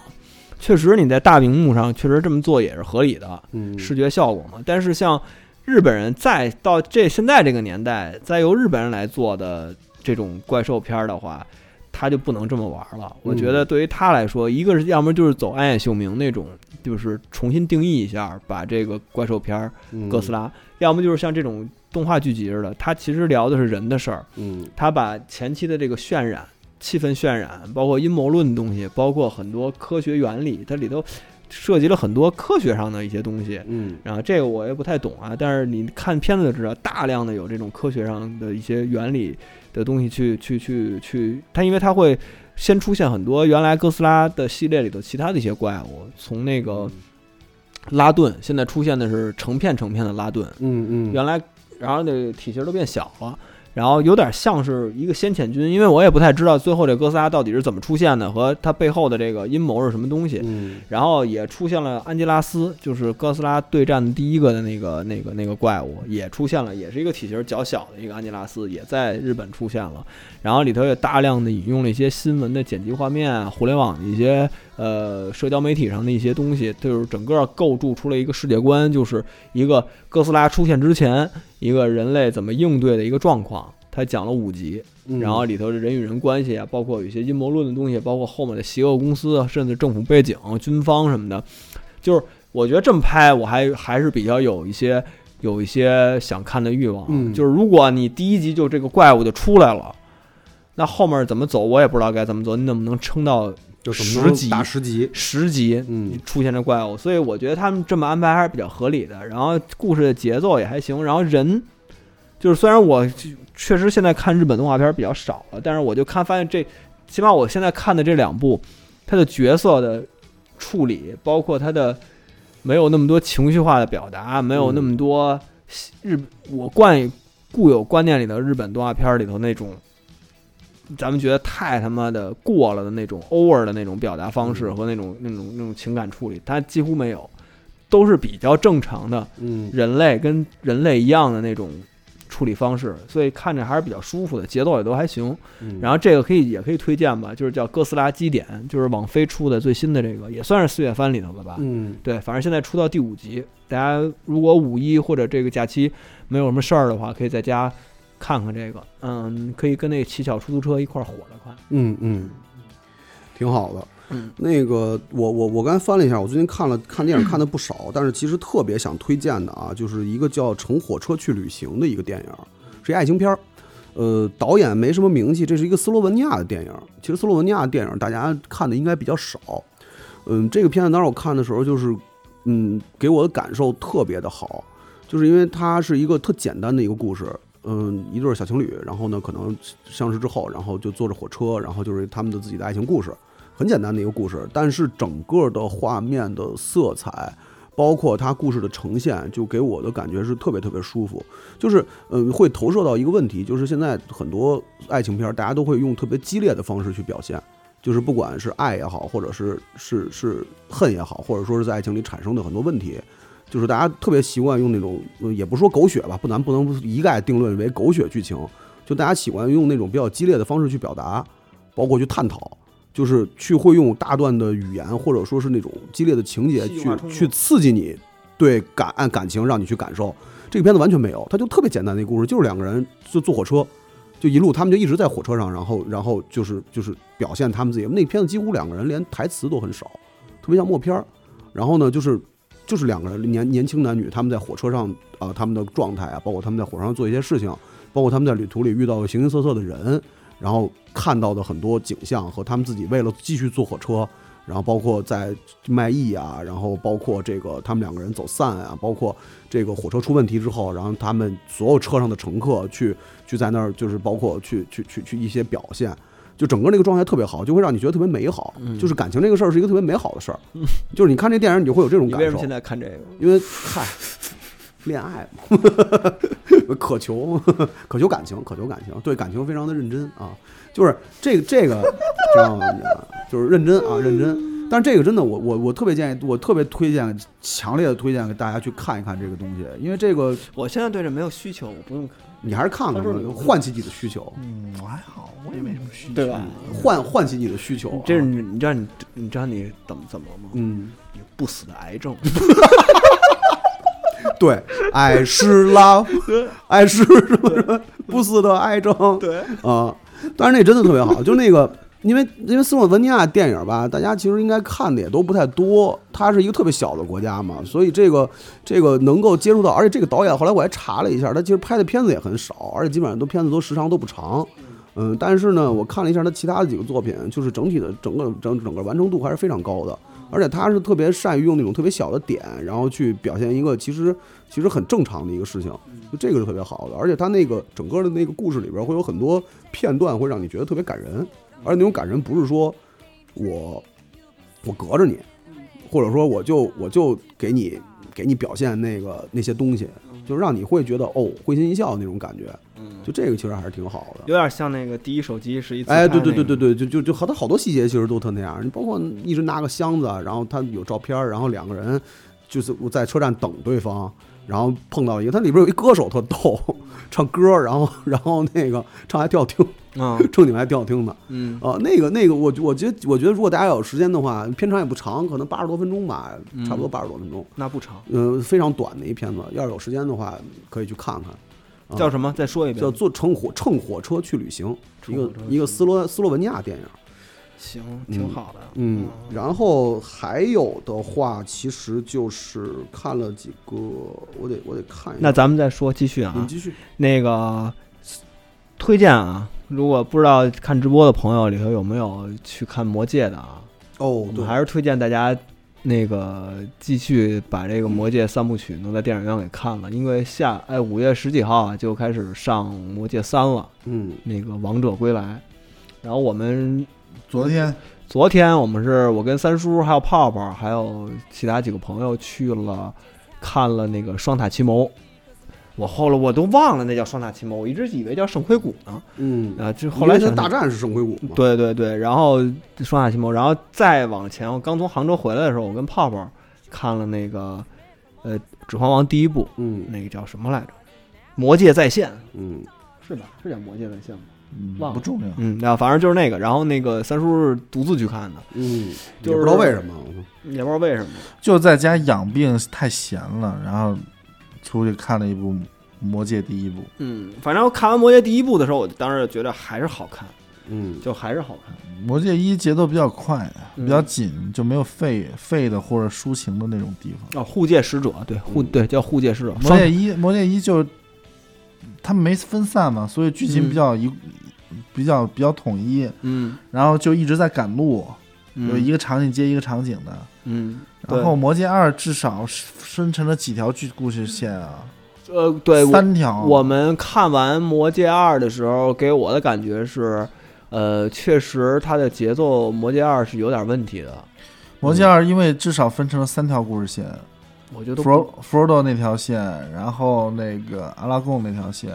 S4: 确实，你在大屏幕上确实这么做也是合理的，
S1: 嗯，
S4: 视觉效果嘛。但是像日本人再到这现在这个年代，再由日本人来做的这种怪兽片儿的话，他就不能这么玩了。我觉得对于他来说，一个是要么就是走暗夜秀明那种，就是重新定义一下，把这个怪兽片儿哥斯
S1: 拉，
S4: 拉；要么就是像这种动画剧集似的，他其实聊的是人的事儿。
S1: 嗯
S4: 他把前期的这个渲染、气氛渲染，包括阴谋论的东西，包括很多科学原理，它里头涉及了很多科学上的一些东西。
S1: 嗯
S4: 然后这个我也不太懂啊，但是你看片子就知道，大量的有这种科学上的一些原理的东西去去去去，它因为它会先出现很多原来哥斯拉的系列里头其他的一些怪物，从那个拉顿，现在出现的是成片成片的拉顿，
S1: 嗯嗯，
S4: 原来然后那个体型都变小了，然后有点像是一个先遣军，因为我也不太知道最后这哥斯拉到底是怎么出现的，和他背后的这个阴谋是什么东西。
S1: 嗯
S4: 然后也出现了呃安吉拉斯，就是哥斯拉对战的第一个的那个那个那个怪物，也出现了，也是一个体型较小的一个安吉拉斯，也在日本出现了。然后里头也大量的引用了一些新闻的剪辑画面啊、互联网的一些呃社交媒体上的一些东西，就是整个构筑出了一个世界观，就是一个哥斯拉出现之前，一个人类怎么应对的一个状况。他讲了五集，
S1: 嗯
S4: 然后里头的人与人关系啊，包括有一些阴谋论的东西，包括后面的邪恶公司啊，甚至政府背景、军方什么的，就是我觉得这么拍，我还还是比较有一些有一些想看的欲望。啊
S1: 嗯
S4: 就是如果你第一集就这个怪物就出来了，那后面怎么走我也不知道该怎么走，你能不能撑到
S1: 就什
S4: 十
S1: 么
S4: 集
S1: 打十集，
S4: 十集？
S1: 嗯
S4: 出现这怪物，所以我觉得他们这么安排还是比较合理的。然后故事的节奏也还行，然后人就是虽然我确实现在看日本动画片比较少了，但是我就看发现这，起码我现在看的这两部，他的角色的处理，包括他的没有那么多情绪化的表达，没有那么多西日我惯固有观念里的日本动画片里头那种。咱们觉得太他妈的过了的那种 over 的那种表达方式和那种那种那种情感处理，它几乎没有，都是比较正常的
S1: 嗯
S4: 人类跟人类一样的那种处理方式，所以看着还是比较舒服的，节奏也都还行。
S1: 嗯
S4: 然后这个可以也可以推荐吧，就是叫《哥斯拉基点》，就是网飞出的最新的这个，也算是四月番里头的吧。
S1: 嗯
S4: 对，反正现在出到第五集，大家如果五一或者这个假期没有什么事儿的话，可以在家看看这个，嗯，可以跟那个《乞巧出租车》一块儿火着看。
S1: 嗯嗯，挺好的。
S4: 嗯
S1: 那个，我我我刚才翻了一下，我最近看了看电影看的不少，但是其实特别想推荐的啊，就是一个叫《乘火车去旅行》的一个电影，是一爱情片儿。呃，导演没什么名气，这是一个斯洛文尼亚的电影。其实斯洛文尼亚的电影大家看的应该比较少。嗯，这个片子当时我看的时候，就是嗯，给我的感受特别的好，就是因为它是一个特简单的一个故事。嗯，一对儿小情侣，然后呢，可能呃相识之后，然后就坐着火车，然后就是他们的自己的爱情故事，很简单的一个故事。但是整个的画面的色彩，包括它故事的呈现，就给我的感觉是特别特别舒服。就是嗯、呃会投射到一个问题，就是现在很多爱情片儿大家都会用特别激烈的方式去表现。就是不管是爱也好，或者是是是恨也好，或者说是在爱情里产生的很多问题，就是大家特别习惯用那种，呃也不是说狗血吧，不咱不能一概定论为狗血剧情，就大家喜欢用那种比较激烈的方式去表达，包括去探讨，就是去会用大段的语言或者说是那种激烈的情节
S4: 戏剧
S1: 去
S4: 化冲突
S1: 去刺激你对感按感情让你去感受。这个片子完全没有，它就特别简单的一个故事，就是两个人就坐火车，就一路他们就一直在火车上，然后然后就是就是表现他们自己。那片子几乎两个人连台词都很少，特别像默片儿。然后呢，就是就是两个人年年轻男女，他们在火车上啊、呃他们的状态啊，包括他们在火车上做一些事情，包括他们在旅途里遇到的形形色色的人，然后看到的很多景象和他们自己为了继续坐火车，然后包括在卖艺啊，然后包括这个他们两个人走散啊，包括这个火车出问题之后，然后他们所有车上的乘客去去在那儿，就是包括去去去去一些表现。就整个那个状态特别好，就会让你觉得特别美好。
S4: 嗯
S1: 就是感情这个事儿是一个特别美好的事儿， 就是你看这电影，你就会有这种
S4: 你
S1: 感
S4: 为什
S1: 受
S4: 么现。在看这个？
S1: 因为嗨，恋爱嘛， 渴求渴求感情，渴求感情，对感情非常的认真啊，就是这个这个知道吗？ 就是认真啊，认真。但是这个真的，我我我特别建议，我特别推荐，强烈的推荐给大家去看一看这个东西，因为这个
S4: 我现在对这没有需求，我不用看，
S1: 你还是看看吧
S4: 到时候你，
S1: 唤起你的需求，
S7: 嗯，还好，我也没什么需求。
S4: 对吧？
S1: 唤唤起你的需求、啊。
S4: 这是你你知道你你知道你怎么怎么了吗？
S1: 嗯，
S4: 你不死的癌症。
S1: 对，爱是 love，爱是什么什么不死的癌症，
S4: 对，
S1: 啊、但是那真的特别好，就那个，因为因为斯洛文尼亚电影吧，大家其实应该看的也都不太多，它是一个特别小的国家嘛，所以这个这个能够接触到，而且这个导演后来我还查了一下，他其实拍的片子也很少，而且基本上都片子都时长都不长。嗯，但是呢，我看了一下他其他的几个作品，就是整体的整个整整个完成度还是非常高的，而且他是特别善于用那种特别小的点，然后去表现一个其实其实很正常的一个事情，就这个是特别好的。而且他那个整个的那个故事里边会有很多片段会让你觉得特别感人，而那种感人不是说我我隔着你，或者说我就我就给你给你表现那个那些东西，就是让你会觉得哦会心一笑那种感觉，就这个其实还是挺好的。
S4: 有点像那个第一手机是一自
S1: 哎，
S4: 拍
S1: 对对
S4: 那
S1: 对
S4: 个
S1: 对对，就就就和他好多细节其实都特那样，你包括一直拿个箱子，啊然后他有照片儿，然后两个人就是我在车站等对方，然后碰到一个，他里边有一歌手特逗，唱歌，然后然后那个唱还挺好听，
S4: 嗯
S1: 正经还挺好听的
S4: 嗯
S1: 啊、那个那个我我觉得我觉得如果大家有时间的话，片长也不长，可能八十多分钟吧，差不
S4: 嗯
S1: 多八十多分钟，
S4: 那不长，
S1: 呃，非常短的一片子，要是有时间的话可以去看看。啊
S4: 叫什么？再说一遍。
S1: 叫做乘火乘火车去旅行，一
S4: 乘火
S1: 个
S4: 车
S1: 一个斯洛斯洛文尼亚电影。
S4: 行，挺好的。
S1: 嗯，然后还有的话，其实就是看了几个，我得我得看一下。
S4: 那咱们再说，继续啊。
S1: 你继续，
S4: 那个推荐啊，如果不知道看直播的朋友里头有没有去看《魔戒》的啊？
S1: 哦
S4: 我，
S1: 对，
S4: 们还是推荐大家那个继续把这个《魔戒》三部曲能在电影院给看了，因为下哎五月十几号啊就开始上《魔戒三》了，
S1: 嗯，
S4: 那个《王者归来》。然后我们
S2: 昨天
S4: 昨天我们是我跟三叔还有泡泡还有其他几个朋友去了看了那个《双塔奇谋》，我后来我都忘了那叫《双塔奇谋》，我一直以为叫《圣盔谷》呢。
S1: 嗯，
S4: 啊，这后来
S1: 因为
S4: 想
S1: 它大战是圣盔谷嘛？，
S4: 对对对，然后《双塔奇谋》，然后再往前，我刚从杭州回来的时候，我跟泡泡看了那个呃《指环王》第一部，
S1: 嗯
S4: 那个叫什么来着？《魔界再现》
S1: 嗯，
S4: 是吧？是叫《魔界再现》吗？
S2: 嗯
S4: 忘了
S2: 不重要，
S4: 嗯，那反正就是那个，然后那个三叔是独自去看的，
S1: 嗯，
S4: 就是
S1: 也不知道为什么，我操
S4: 也不知道为什么。
S2: 就在家养病太闲了，然后出去看了一部《魔戒》第一部，
S4: 嗯，反正看完《魔戒》第一部的时候，我当时就觉得还是好看，
S1: 嗯，
S4: 就还是好看。
S2: 《魔戒》一节奏比较快，
S4: 嗯
S2: 比较紧，就没有废废的或者抒情的那种地方。
S4: 哦，护戒使者，对护对叫护戒使者，
S2: 《嗯魔
S4: 双
S2: 戒一》《魔戒一》就他们没分散嘛，所以剧情
S4: 嗯
S2: 比较一、比较比较统一，
S4: 嗯
S2: 然后就一直在赶路，有
S4: 嗯
S2: 一个场景接一个场景的。
S4: 嗯，
S2: 然后《魔戒二》至少生成了几条剧故事线啊，
S4: 对呃对我
S2: 三条。
S4: 我们看完《魔戒二》的时候，给我的感觉是，呃，确实它的节奏《魔戒二》是有点问题的。
S2: 魔戒二》因为至少分成了三条故事线，
S4: 我觉得
S2: 弗罗弗罗多那条线，然后那个阿拉贡那条线，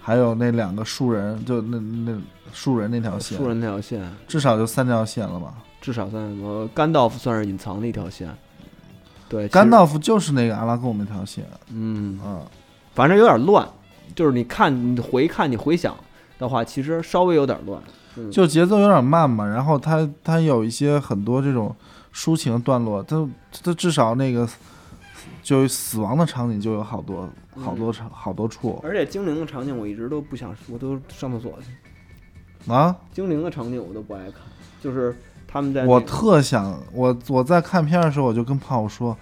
S2: 还有那两个树人，就那那树人那条线
S4: 树，人那条线
S2: 至少就三条线了吧。
S4: 至少算什么？甘道夫算是隐藏的一条线。对，其实
S2: 甘，道夫就是那个阿拉贡那条线，
S4: 嗯，
S2: 嗯，
S4: 反正有点乱。就是你看，你回看，你回想的话，其实稍微有点乱。
S2: 就节奏有点慢嘛，然后他他有一些很多这种抒情的段落，他他至少那个就死亡的场景就有好多好
S4: 嗯
S2: 多场好多处
S4: 而且精灵的场景我一直都不想，我都上厕所去。
S2: 啊！
S4: 精灵的场景我都不爱看，就是他们在那
S2: 我
S4: 个
S2: 特想我我在看片儿的时候，我就跟胖友说，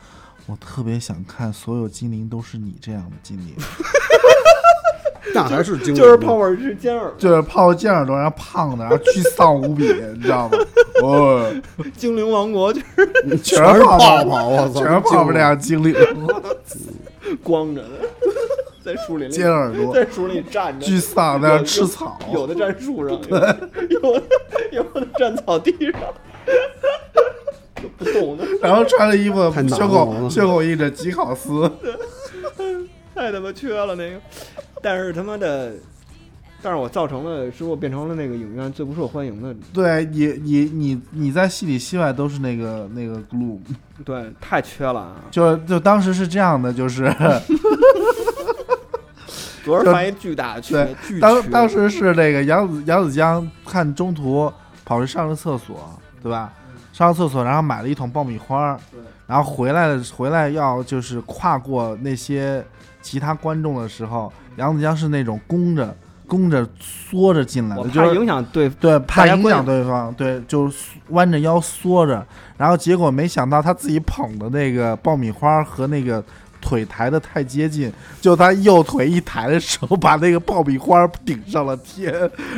S2: 我特别想看所有精灵都是你这样的精灵，
S1: 那还是经
S4: 就是
S1: 历
S4: 泡泡是尖耳
S2: 就是泡见耳朵，然后胖的，然后沮丧无比，你知道吗？哦，
S4: 精灵王国，就是
S2: 全是
S1: 泡
S2: 泡泡，
S1: 泡，我操，
S2: 全是泡泡那样精灵，
S4: 光着的， 在树林里
S2: 尖耳朵，
S4: 在树林里站着，
S2: 沮丧的吃草，
S4: 有的站 树上，有的有的有的站草地上， 不动的，
S2: 然后穿着衣服
S1: 太难了
S2: 胸口胸口印着吉考斯，
S4: 太他妈缺了那个。但是他妈的，但是我造成了，使我变成了那个影院最不受欢迎的，
S2: 对你你你你在戏里戏外都是那个那个 gloom，
S4: 对，太缺了啊！
S2: 就就当时是这样的，就是
S4: 主要是发现巨大的缺
S2: 对，
S4: 巨缺。
S2: 当当时是那个杨子杨子江看中途跑去上了厕所，对吧？上了厕所，然后买了一桶爆米花，然后回来的回来要就是跨过那些其他观众的时候，杨子江是那种弓着弓着缩着进来
S4: 我
S2: 的，
S4: 怕
S2: 就是
S4: 影响对，
S2: 对，怕
S4: 大家
S2: 影
S4: 观
S2: 响对方，对，就是弯着腰缩着，然后结果没想到他自己捧的那个爆米花和那个腿抬的太接近，就他右腿一抬的时候，把那个爆米花顶上了天，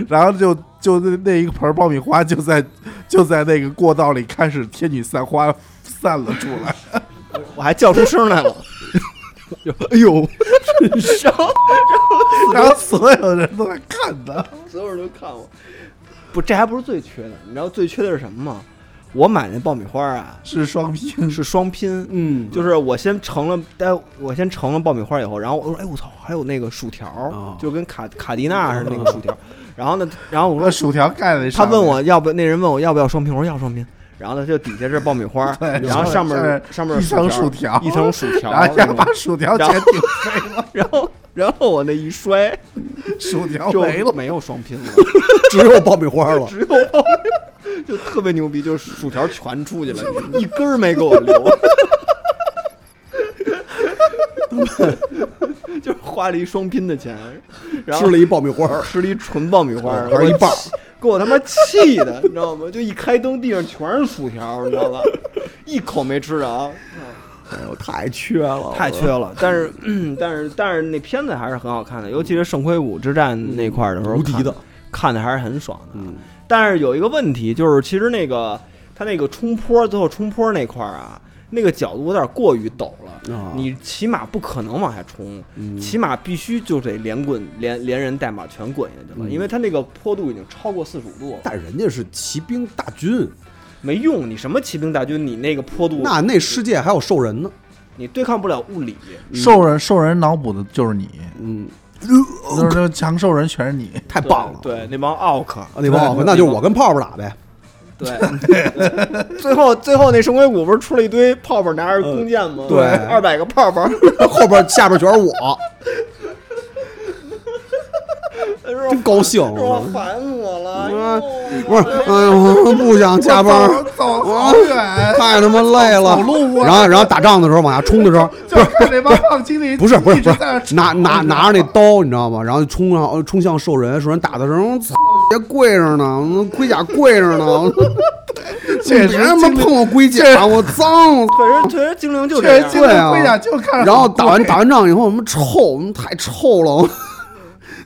S2: 然后就就那那一盆爆米花就在就在那个过道里开始天女散花散了出 来，
S4: 我还叫出声 来了，
S2: 哎 呦，
S4: 然后
S2: 然后所有人都在看他，
S4: 所有人都看我。不，这还不是最缺的，你知道最缺的是什么吗？我买那爆米花啊
S2: 是双拼，
S4: 是双拼，
S2: 嗯，
S4: 就是我先盛了，但我先盛了爆米花以后，然后我说，哎我操，还有那个薯条，
S1: 哦
S4: 就跟卡卡迪娜似的那个薯 条。然后呢，然后我
S2: 我
S4: 说
S2: 说薯条盖在
S4: 他
S2: 上面
S4: 问我要不，那人问我要不要双拼，我说要双拼。然后呢，就底下是爆米花，
S2: 对呃
S4: 然后上面上面
S2: 一层薯
S4: 薯
S2: 条，
S4: 一层薯条
S2: 然后
S4: 那
S2: 要把
S4: 种，
S2: 薯条全
S4: 然后
S2: 顶飞了，
S4: 然后然后我那一摔
S2: 薯条
S4: 就
S2: 没了。
S1: 嗯
S4: 没有双拼了，
S1: 只有爆米花了。
S4: 只有爆米就特别牛逼，就是薯条全 出去了，一根儿没给我留。 就是花了一双拼的钱，然后
S1: 吃了一爆米花，
S4: 吃了一纯爆米花，
S1: 玩一半儿，
S4: 给我他妈气的，你知道吗？就一开灯，地上全是薯条，你知道吧？一口没吃着啊，
S1: 哎呦，太缺了，
S4: 太缺了。但是，嗯但是，但是那片子还是很好看的，尤其是圣盔五之战那块儿的时候，
S1: 无敌的，
S4: 看的还是很爽的。
S1: 嗯，
S4: 但是有一个问题，就是其实那个它那个冲坡最后冲坡那块儿啊，那个角度有点过于陡了。
S1: 啊
S4: 你骑马不可能往下冲，
S1: 嗯
S4: 骑马必须就得连滚连连人带马全滚下去了，
S1: 嗯
S4: 因为它那个坡度已经超过四十五度了，
S1: 但人家是骑兵大军，
S4: 没用。你什么骑兵大军，你那个坡度，
S1: 那那世界还有兽人呢。
S4: 你对抗不了物理。
S2: 兽人兽人脑补的就是你，
S1: 嗯，
S2: 就是那强兽人全是你，
S1: 太棒了。
S4: 对，对那帮奥克，
S1: 啊，那帮好那就是我跟泡泡打呗。
S4: 对，对最后最后那圣盔谷不是出了一堆泡泡拿着弓箭吗？
S1: 对
S4: 嗯二百个泡 泡，
S1: 后边下边全是我，真高兴。
S4: 哎说烦死我了，
S1: 嗯
S4: 哎呦
S1: 不是，哎呦，我不想加班儿，
S2: 走好远，
S1: 太他妈累了
S2: 走路。啊
S1: 然后，然后打仗的时候往下冲的时候，
S2: 就是看那帮胖经理
S1: 不是不是
S2: 一
S1: 不
S2: 直在那
S1: 是，拿拿拿着那刀，你知道吗？然后冲上呃冲向兽人，兽人打的时候，操，别跪着呢，我盔甲跪着呢，
S2: 确
S1: 别
S2: 实
S1: 他妈碰我龟甲，我脏。我 操
S4: 确实确实精灵就这
S2: 确
S4: 样
S2: 实经。
S1: 对啊
S2: 常会长就看着很
S1: 然后打完
S2: 贵
S1: 打完仗以后，我们臭，我们太臭了，我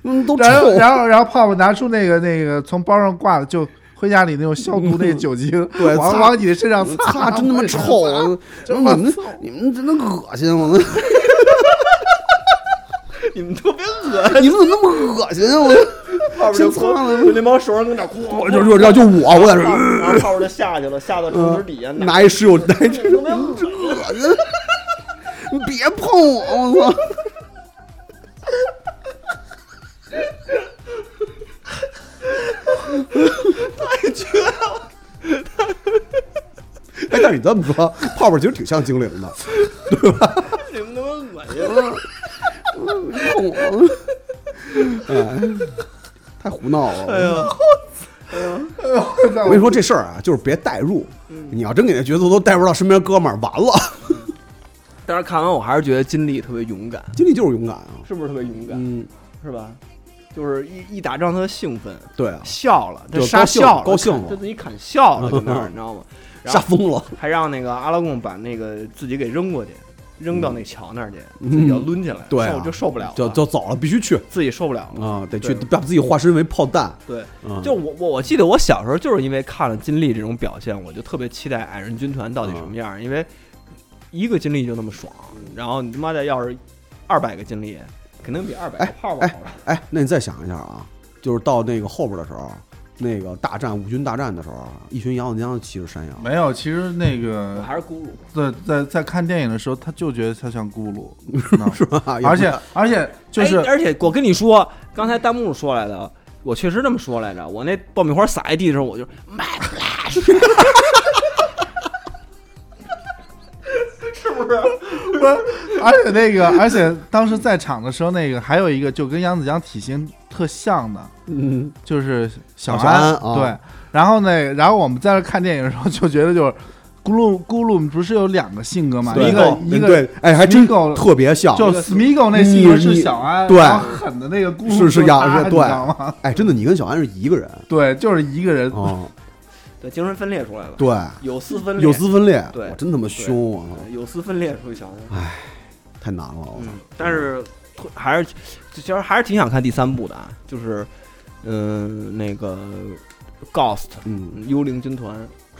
S1: 我们都臭。
S2: 然后然后然后泡泡拿出那个那个从包上挂的就。盔甲里那种消毒那酒精，
S1: 对
S2: 往
S1: 擦
S2: 往你的身上
S1: 擦，真他 妈臭！我
S2: 真
S1: 你
S2: 他妈
S1: 们
S2: 臭
S1: 你们真的恶心！我们
S4: 你们都别恶心，
S1: 你们怎么那么恶心啊！我
S4: 泡泡就哭
S1: 真苍
S4: 就那帮熟人跟那哭，
S1: 我 就就就就我，我在这
S4: 然后
S1: 儿 呃
S4: 然后泡泡就下去了，下到城池底下，
S1: 拿一石榴，拿一
S4: 你们都别恶心
S1: 恶心，你别碰我！我操！太绝了！哎，但是你这么说，泡泡其实挺像精灵的。
S4: 你们他妈恶 心。
S1: 我，哎，太胡闹了！
S4: 哎
S1: 我跟你说这事儿啊，就是别代入。你要真给那角色都代入到身边哥们儿，完了，
S4: 但是看完我还是觉得金历特别勇敢，
S1: 经历就是勇敢啊。
S4: 是不是特别勇敢？
S1: 嗯，
S4: 是吧？就是一一打仗他兴奋，
S1: 对啊，
S4: 笑了，他
S1: 就
S4: 杀
S1: 高兴
S4: 笑了，
S1: 高兴
S4: 看
S1: 了嗯
S4: 就自己砍笑了，就那儿，你知道 吗？然
S1: 吓
S4: 后
S1: 疯了。
S4: 还让那个阿拉贡把那个自己给扔过去，扔到那桥那儿去，自己要抡起来，
S1: 嗯对啊
S4: 受就受不了了，
S1: 就就走了，必须去
S4: 自己受不了了。
S1: 啊，得去
S4: 对
S1: 把自己化身为炮弹。
S4: 对，
S1: 嗯
S4: 就我我我记得我小时候就是因为看了金历这种表现，我就特别期待矮人军团到底什
S1: 嗯
S4: 么样儿，因为一个金历就那么爽，然后你他妈的要是二百个金历，肯定比二百个泡泡好了。
S1: 哎，那你再想一下啊，就是到那个后边的时候，那个大战五军大战的时候，一群羊羊骑着山 羊，
S2: 没有，其实那
S4: 我
S2: 个
S4: 还是咕噜，
S2: 在在在看电影的时候，他就觉得他像 咕噜，是吧？
S1: 啊
S2: 而且而且就是
S4: 哎而且我跟你说，刚才弹幕说来的，我确实这么说来着。我那爆米花撒一地的时候，我就 my flash，是不是？
S2: 不是，而且那个，而且当时在场的时候，那个还有一个就跟杨子江体型特像的，
S1: 嗯，
S2: 就是小
S1: 小
S2: 安，
S1: 安啊
S2: 对。然后呢，然后我们在那看电影的时候，就觉得就是咕噜咕噜不是有两个性格嘛，
S1: 对
S2: 嗯一个一个
S1: 对，哎，还真
S2: Smeagol-
S1: 特别像，
S2: 就 Smigo 那性格是小安，
S1: 你你
S2: 然后狠的那个咕噜
S1: 是是
S2: 杨
S1: 养是
S2: 你知
S1: 对
S2: 道吗？
S1: 哎，真的，你跟小安是一个人
S2: 对，就是一个人，
S1: 啊，
S4: 对，精神分裂出来了，
S1: 对，
S4: 有丝分裂，
S1: 有丝分裂，
S4: 对
S1: 我真他妈凶啊，
S4: 对有丝分裂出去想想。
S1: 太难了，我
S4: 嗯
S1: 操，，
S4: 但是突还是其实还是挺想看第三部的啊，就是嗯、呃那个 Ghost
S1: 嗯，
S4: 嗯幽灵军团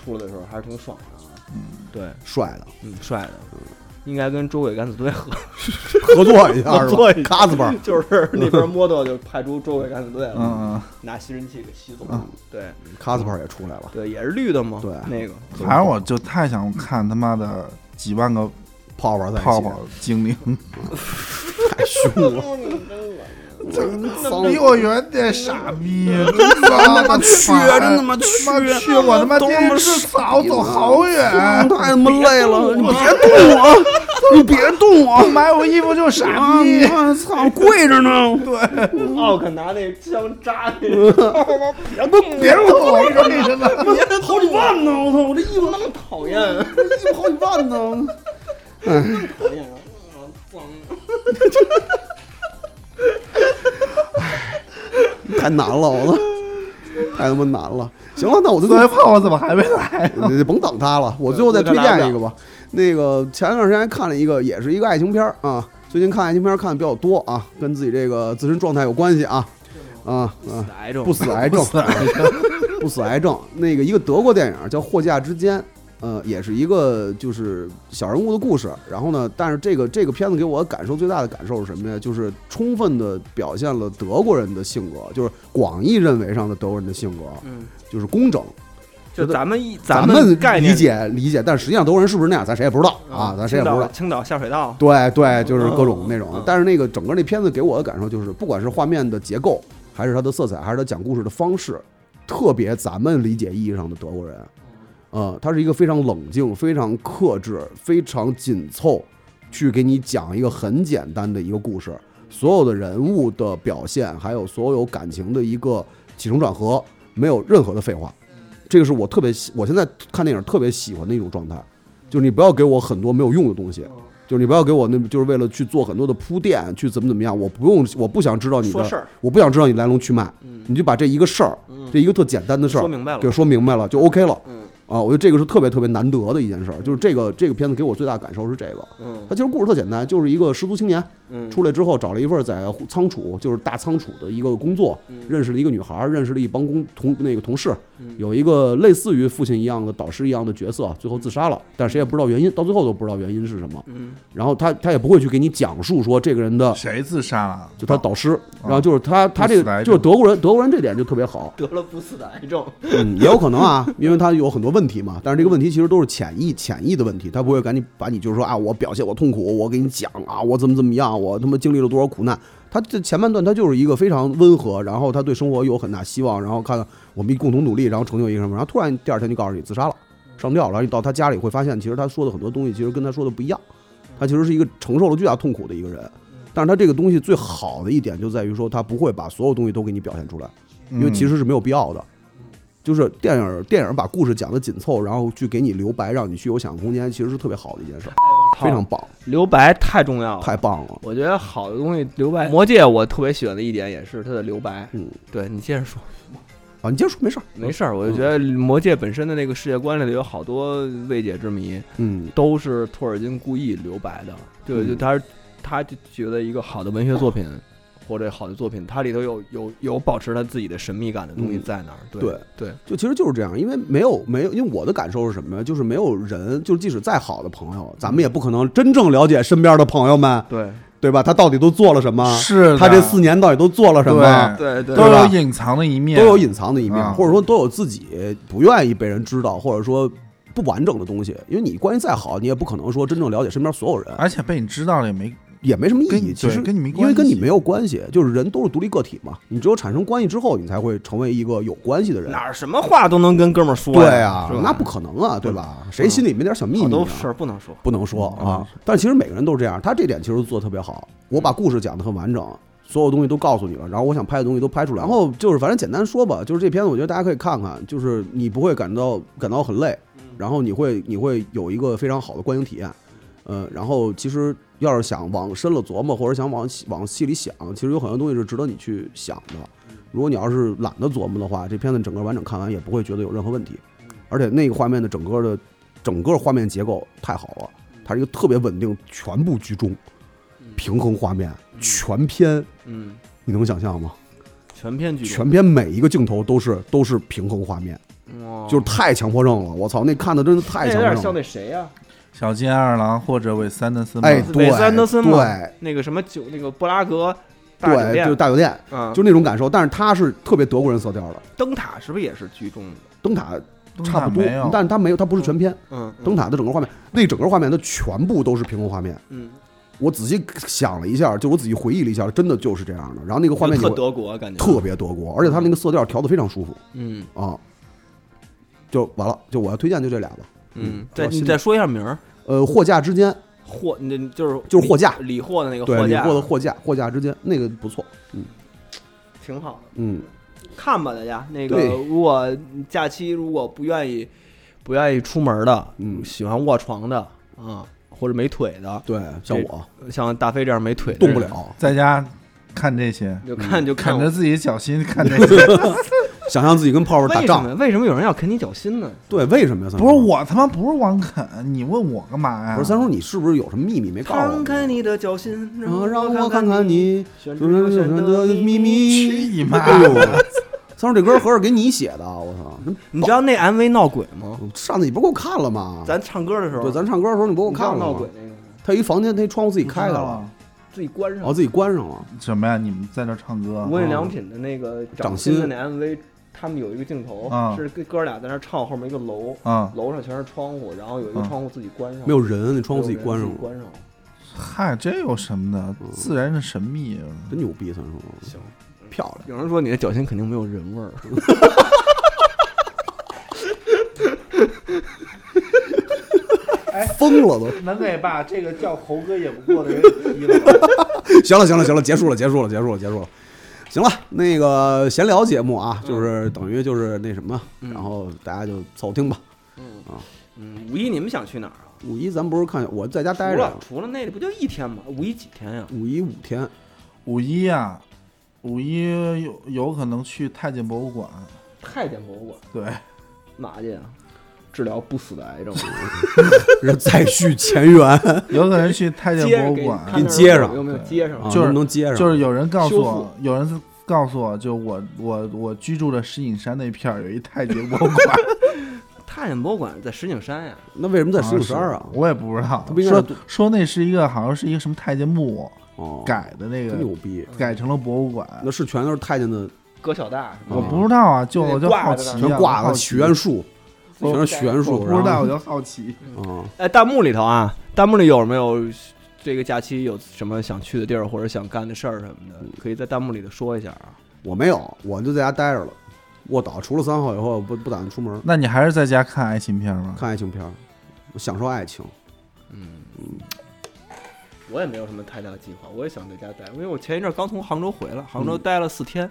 S4: 出了的时候还是挺爽的啊，对，
S1: 帅的，
S4: 嗯，帅的，
S5: 应该跟捉鬼敢死队 合
S1: 合作一下
S5: 合
S1: 是
S5: 作
S1: 吧
S5: 一？下
S1: 卡子吧，
S5: 就是那边摸到就派出捉鬼敢死队了，
S2: 嗯，
S5: 拿吸尘器给吸走。
S2: 嗯
S5: 对
S1: 卡子吧也出来了。
S5: 对，也是绿的嘛。
S1: 对
S5: 那个
S2: 嗯反正我就太想看他妈的几万个
S1: 泡泡在一起
S2: 泡泡精灵，
S1: 太哎凶 了，
S2: 离
S1: 啊
S2: 我远点，傻逼！真他妈缺，真他妈缺，缺我他妈天天吃草走好远，
S1: 太他妈累了，你别动我，你别动我，
S2: 买我衣服就傻逼。
S1: 我啊操，跪着呢。
S5: 奥克拿那枪扎 那个，别动
S2: 别动我，为什么？
S1: 好几万呢，我操，我这衣服
S5: 那么讨厌，
S1: 衣服好几万 呢。嗯
S5: 讨厌啊！脏，
S1: 太难了，我操，太他妈难了。行了，那我就
S2: 作为泡泡怎么还没来？
S1: 你甭等他了，我最后再推荐一个吧。那个前段时间看了一个，也是一个爱情片儿啊。最近看爱情片儿看的比较多啊，跟自己这个自身状态有关系啊。啊啊，
S5: 癌症
S1: 不死癌症，不死癌症。那个一个德国电影叫《货架之间》，呃，也是一个就是小人物的故事。然后呢，但是这个这个片子给我感受最大的感受是什么呀？就是充分的表现了德国人的性格，就是广义认为上的德国人的性格，
S5: 嗯，
S1: 就是工整。
S5: 就咱们一
S1: 咱
S5: 们概念
S1: 理解理解，但实际上德国人是不是那样，咱谁也不知道啊，咱谁也不知道。
S5: 青岛下水道，
S1: 对对，就是各种那
S5: 嗯
S1: 种
S5: 嗯。
S1: 但是那个整个那片子给我的感受就是，不管是画面的结构，还是它的色彩，还是它讲故事的方式，特别咱们理解意义上的德国人。呃，他是一个非常冷静、非常克制、非常紧凑，去给你讲一个很简单的一个故事，所有的人物的表现，还有所有感情的一个起承转合，没有任何的废话。这个是我特别喜，我现在看电影特别喜欢的一种状态，就是你不要给我很多没有用的东西，就是你不要给我那，就是为了去做很多的铺垫，去怎么怎么样，我不用，我不想知道你
S5: 说事
S1: 的
S5: 儿，
S1: 我不想知道你来龙去脉，
S5: 嗯
S1: 你就把这一个事儿，
S5: 嗯，
S1: 这一个特简单的事儿
S5: 说，明白了
S1: 给，说明白了就 OK 了。
S5: 嗯
S1: 啊，我觉得这个是特别特别难得的一件事儿，就是这个这个片子给我最大的感受是这个，
S5: 嗯
S1: 它其实故事特简单，就是一个失足青年
S5: 嗯，
S1: 出来之后找了一份在仓储，就是大仓储的一个工作，认识了一个女孩儿，认识了一帮工同那个同事，有一个类似于父亲一样的导师一样的角色，最后自杀了，但谁也不知道原因，到最后都不知道原因是什么。
S5: 嗯
S1: 然后他他也不会去给你讲述说这个人的
S2: 谁自杀了？
S1: 就他导师，然后就是他他这
S2: 不死
S1: 个
S2: 癌
S1: 就是
S2: 症
S1: 德国人，德国人这点就特别好，
S5: 得了不死的癌 症，
S1: 嗯，也有可能啊，因为他有很多问题嘛。但是这个问题其实都是潜意潜意的问题，他不会赶紧把你就是说啊，我表现我痛苦，我给你讲啊，我怎么怎么样，我他妈经历了多少苦难。他这前半段他就是一个非常温和，然后他对生活有很大希望，然后看看我们共同努力，然后成就一个什么，然后突然第二天就告诉你自杀了，上吊了。然后你到他家里会发现，其实他说的很多东西其实跟他说的不一样，他其实是一个承受了巨大痛苦的一个人。但是他这个东西最好的一点就在于说，他不会把所有东西都给你表现出来。因为其实是没有必要的。就是电影电影把故事讲得紧凑，然后去给你留白，让你去有想象空间，其实是特别好的一件事儿，非常棒，
S5: 留白太重要了，
S1: 太嗯棒了。
S5: 我觉得好的东西留白，《魔戒》我特别喜欢的一点也是它的留白。
S1: 嗯，
S5: 对你接着说，
S1: 啊，你接着说，没事儿。
S5: 没事儿，
S1: 嗯
S5: 我就觉得《魔戒》本身的那个世界观里头有好多未解之谜，
S1: 嗯，
S5: 都是托尔金故意留白的。对，
S1: 嗯
S5: 就他他就觉得一个好的文学作品或者好的作品，它里头有有有保持他自己的神秘感的东西
S1: 嗯
S5: 在那儿。对
S1: 对
S5: 对，
S1: 就其实就是这样，因为没有没有，因为我的感受是什么呀？就是没有人，就是即使再好的朋友，咱们也不可能真正了解身边的朋友们，
S5: 对
S1: 对吧？他到底都做了什么？
S2: 是的
S1: 他这四年到底都做了什么？
S5: 对对
S2: 都
S1: 对吧
S2: 有隐藏的一面，
S1: 都有隐藏的一面，
S2: 啊
S1: 或者说都有自己不愿意被人知道，或者说不完整的东西。因为你关系再好，你也不可能说真正了解身边所有人。
S2: 而且被你知道了也没
S1: 也没什么意
S2: 哎跟
S1: 义。
S2: 你
S1: 其实
S2: 对跟你没
S1: 因为
S2: 关
S1: 跟你
S2: 系
S1: 没有关系，就是人都是独立个体嘛。你只有产生关系之后，你才会成为一个有关系的人。
S5: 哪儿什么话都能跟哥们儿说
S1: 对
S5: 呀，
S1: 啊
S5: 是吧，
S1: 那不可能啊，对吧？
S2: 嗯
S1: 谁心里没点小秘
S5: 好
S1: 密、啊
S5: 多？事儿不能说。
S1: 不能说啊。但其实每个人都是这样，他这点其实做的特别好。我把故事讲得很完整，所有东西都告诉你了，然后我想拍的东西都拍出来。然后就是反正简单说吧，就是这片子我觉得大家可以看看，就是你不会感到感到很累，然后你会你会有一个非常好的观影体验。呃，然后其实要是想往深了琢磨，或者想往细往细里想，其实有很多东西是值得你去想的。如果你要是懒得琢磨的话，这片子整个完整看完也不会觉得有任何问题。而且那个画面的整个的整个画面结构太好了，它是一个特别稳定、全部居中、
S4: 嗯
S1: 平衡画面，全片
S5: 嗯，
S1: 你能想象吗？
S5: 全篇剧
S1: 全片每一个镜头都是都是平衡画面，
S5: 全
S4: 哦
S1: 就是太强迫症了。我操，那看的真是太
S5: 有
S1: 强
S5: 点
S1: 迫症
S5: 像
S1: 了。
S5: 那谁呀？啊
S2: 小津安二郎或者韦斯安德森嘛。
S1: 哎，
S4: 韦
S1: 对
S4: 斯安德森嘛
S1: 对
S4: 那个什么酒，那个布拉格大酒
S1: 对，
S4: 店
S1: 就，大酒店，
S4: 嗯，
S1: 就那种感受。但是它是特别德国人色调的，
S4: 灯塔是不是也是居中的？
S1: 灯塔
S2: 东塔
S1: 差不多
S2: 没有，
S1: 但是它没有，它不是全片。
S4: 嗯，嗯
S1: 灯塔的整个画面，那整个画面它全部都是平行画面。
S4: 嗯，
S1: 我仔细想了一下，就我仔细回忆了一下，真的就是这样的。然后那个画面你
S4: 就特
S1: 会
S4: 德国感觉，
S1: 特别德国，而且它那个色调调的非常舒服
S4: 嗯
S1: 啊。就完了，就我要推荐就这俩吧。
S4: 嗯
S1: 嗯，
S4: 再
S1: 我
S4: 你
S1: 心里
S4: 再说一下名儿，
S1: 呃，货架之间，
S4: 货，那就是
S1: 就是货架
S4: 理货的那个
S1: 对，
S4: 货
S1: 你
S4: 架，
S1: 货的货架，货架之间那个不错，
S4: 挺好的。
S1: 嗯，
S4: 看吧，大家那个
S1: 对
S4: 如果假期如果不愿意不愿意出门的，
S1: 嗯
S4: 喜欢卧床的啊，或者没腿的，
S1: 对，像我
S4: 像大飞这样没腿的
S1: 动不
S4: 人，
S1: 了，
S2: 在家看这些，
S4: 就看就看
S2: 啃
S4: 我。
S2: 着自己脚心看这些。
S1: 想象自己跟泡泡打
S4: 为什
S1: 仗，
S4: 么为什么有人要啃你脚心呢？
S1: 对，为什么呀？三叔
S2: 不是，我他妈不是王肯，你问我干嘛呀？
S1: 不是三叔，你是不是有什么秘密没告诉我
S4: 摊
S1: 们？
S4: 开你的脚心，
S1: 嗯，让
S4: 我
S1: 我看看
S4: 你，
S1: 你
S4: 选
S1: 有
S4: 择选择
S1: 的秘。密。
S2: 去你妈
S1: 哎呦！三叔，这歌合着给你写的，啊我操！
S4: 你知道那 MV 闹鬼吗？
S1: 上次你不是给我看了吗？
S4: 咱唱歌的时
S1: 嗯
S4: 候，
S1: 对，咱唱歌的时候你不给我
S4: 你知道
S1: 看了
S4: 闹
S1: 吗
S4: 鬼？那个吗
S1: 他一房间，他一窗户自己开开了，
S2: 了。
S4: 自己关
S1: 然
S4: 上
S1: 后。自己关上了。
S2: 什么呀？你们在这唱歌？
S4: 无印良品的那个
S1: 掌
S4: 啊心的
S1: 心
S4: 那 MV，他们有一个镜头
S2: 啊
S4: 是跟哥俩在那唱，后面一个楼，
S2: 啊，
S4: 楼上全是窗户，然后有一个
S2: 啊
S4: 窗户自己关上，
S1: 没有人，那窗户
S4: 自
S1: 自己关上了，
S4: 关上了。
S2: 嗨，这有什么的？自然的神秘。啊
S1: 真牛逼！三叔，
S4: 行，
S1: 漂亮。
S4: 有人说你的脚心肯定没有人味儿，
S1: 疯了都！
S2: 能给把这个叫猴哥也不过的人踢了？
S1: 行了，行了，行了，结束了，结束了，结束了，结束了。行了，那个闲聊节目
S2: 嗯
S1: 啊，就是等于就是那什么，
S4: 嗯
S1: 然后大家就凑合听吧。
S4: 嗯
S1: 啊
S4: 嗯，五一你们想去哪儿啊？
S1: 五一咱不是看我在家
S4: 除
S1: 待
S4: 了
S1: 着，
S4: 除了那不就一天吗？五一几天呀？
S1: 五一五天，
S2: 五一啊，五一有有可能去太监博物馆。
S4: 太监博物馆
S2: 对，
S4: 嘛去啊？治疗不死的癌 症，
S1: 是再续前 缘，
S2: 有可能去太监
S4: 接
S2: 博
S4: 着
S2: 物
S4: 给
S2: 馆。
S4: 看
S1: 给接
S4: 那儿
S1: 上
S4: 有没有
S2: 对
S4: 接上？
S1: 啊
S2: 就是
S1: 能不能接上？
S2: 就是有人告诉
S4: 修复
S2: 我，有人是告诉我，就我我我居住的石景山那片儿有一太极博物 馆，
S4: 太监博物馆在石景山呀，
S1: 那为什么在石
S2: 好像
S1: 景
S2: 是
S1: 山啊？
S2: 我也不知道
S1: 它不。应该
S2: 说
S1: 是
S2: 说那是一个好像是一个什么太监墓
S1: 哦，
S2: 改的那
S1: 真嗯
S2: 个，
S1: 牛逼！
S2: 改成了博物馆。
S1: 那是全都是太监的，
S4: 葛小大是吗？
S2: 我不知道啊，就
S4: 那
S2: 我就
S4: 挂
S2: 好
S4: 着
S2: 奇
S4: 呢
S2: 啊，
S1: 全挂
S2: 我好
S1: 了
S2: 奇
S1: 许愿树，
S2: 我
S1: 全是许愿
S2: 我
S1: 树。
S2: 不知道我
S1: 然
S2: 就好奇。
S1: 后啊，
S4: 哎，弹幕里头啊，弹幕里有没有这个假期有什么想去的地儿或者想干的事儿什么的，可以在弹幕里头说一下啊。
S1: 我没有，我就在家待着了。卧倒，除了三号以后，不不打算出门
S2: 那你还是在家看爱情片吗？
S1: 看爱情片儿，享受爱情。
S4: 我也没有什么太大计划，我也想在家待，因为我前一阵儿刚从杭州回来，杭州待了四天，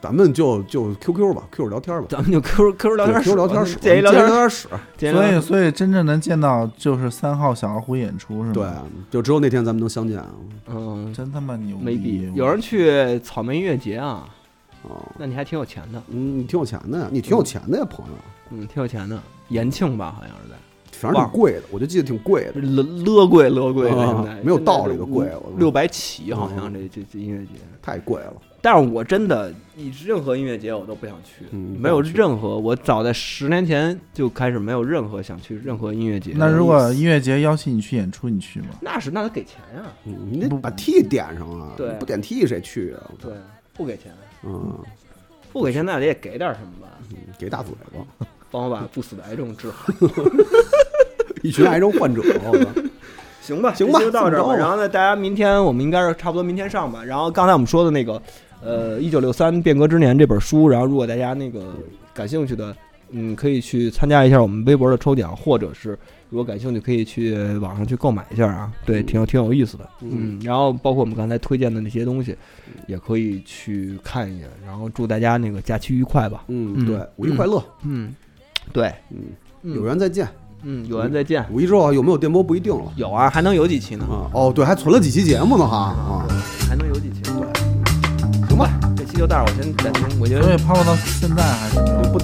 S1: 咱们就就 QQ 吧，Q 聊天吧，
S4: 咱们就 QQ QQ 聊天
S1: 对
S4: 室
S1: ，Q 聊天室，
S4: 建议聊天
S1: 建
S4: 室
S1: 议聊天室。
S4: 建议
S2: 所
S4: 聊天啊
S2: 以
S4: 室，
S2: 所以真正能见到就是三号小老虎演出是吗？
S1: 对，，啊就只有那天咱们能相见啊。
S4: 嗯，
S2: 真他妈牛
S4: 没
S2: 逼
S4: 比！有人去草莓音乐节啊，
S1: 哦
S4: 那你还挺有钱的，
S1: 嗯，你挺有钱的呀，你挺有钱的呀，朋友。
S4: 嗯，挺有钱的，延庆吧，好像是在。
S1: 反正挺贵的，我就记得挺贵的。
S4: 勒勒贵勒贵的，
S1: 啊
S4: 现在
S1: 没有道理的贵我
S4: 六百起好像
S1: 嗯
S4: 这这这音乐节。
S1: 太贵了，
S4: 但是我真的，你任何音乐节我都不想去，
S1: 嗯
S4: 没有
S1: 不想去
S4: 任何，我早在十年前就开始没有任何想去任何音乐节的意思。
S2: 那如果音乐节邀请你去演出，你去吗？
S4: 那是那得给钱啊呀、
S1: 嗯你得把 T 点上啊，
S4: 对
S1: 你不点 T 谁去啊？
S4: 对，不给钱，
S1: 嗯，
S4: 不给钱那得给点什么吧，
S1: 给大嘴巴，
S4: 帮我把不死的癌症治好，
S1: 一群癌症患者，我操
S4: 行吧？
S1: 行吧
S4: 这期就到这儿吧。
S1: 这么着吧
S4: 然后呢，大家明天我们应该是差不多明天上吧。然后刚才我们说的那个，呃，《一九六三变革之年》这本书，然后如果大家那个感兴趣的，嗯，可以去参加一下我们微博的抽奖，或者是如果感兴趣，可以去网上去购买一下啊。对，挺有挺有意思的。嗯，然后包括我们刚才推荐的那些东西，也可以去看一眼。然后祝大家那个假期愉快吧。
S1: 嗯，
S4: 嗯
S1: 对，五一快乐，
S4: 嗯，对，
S1: 嗯，
S4: 嗯
S1: 有缘再见。
S4: 嗯，有缘再见。
S1: 五一之后有没有电波不一定了
S4: 有啊，还能有几期呢？
S1: 啊。哦，对，还存了几期节目呢哈啊。
S4: 还能有几期？对，行吧，这期就到这儿，我先暂停，我觉得
S2: 所以泡泡到现在还是没有
S1: 不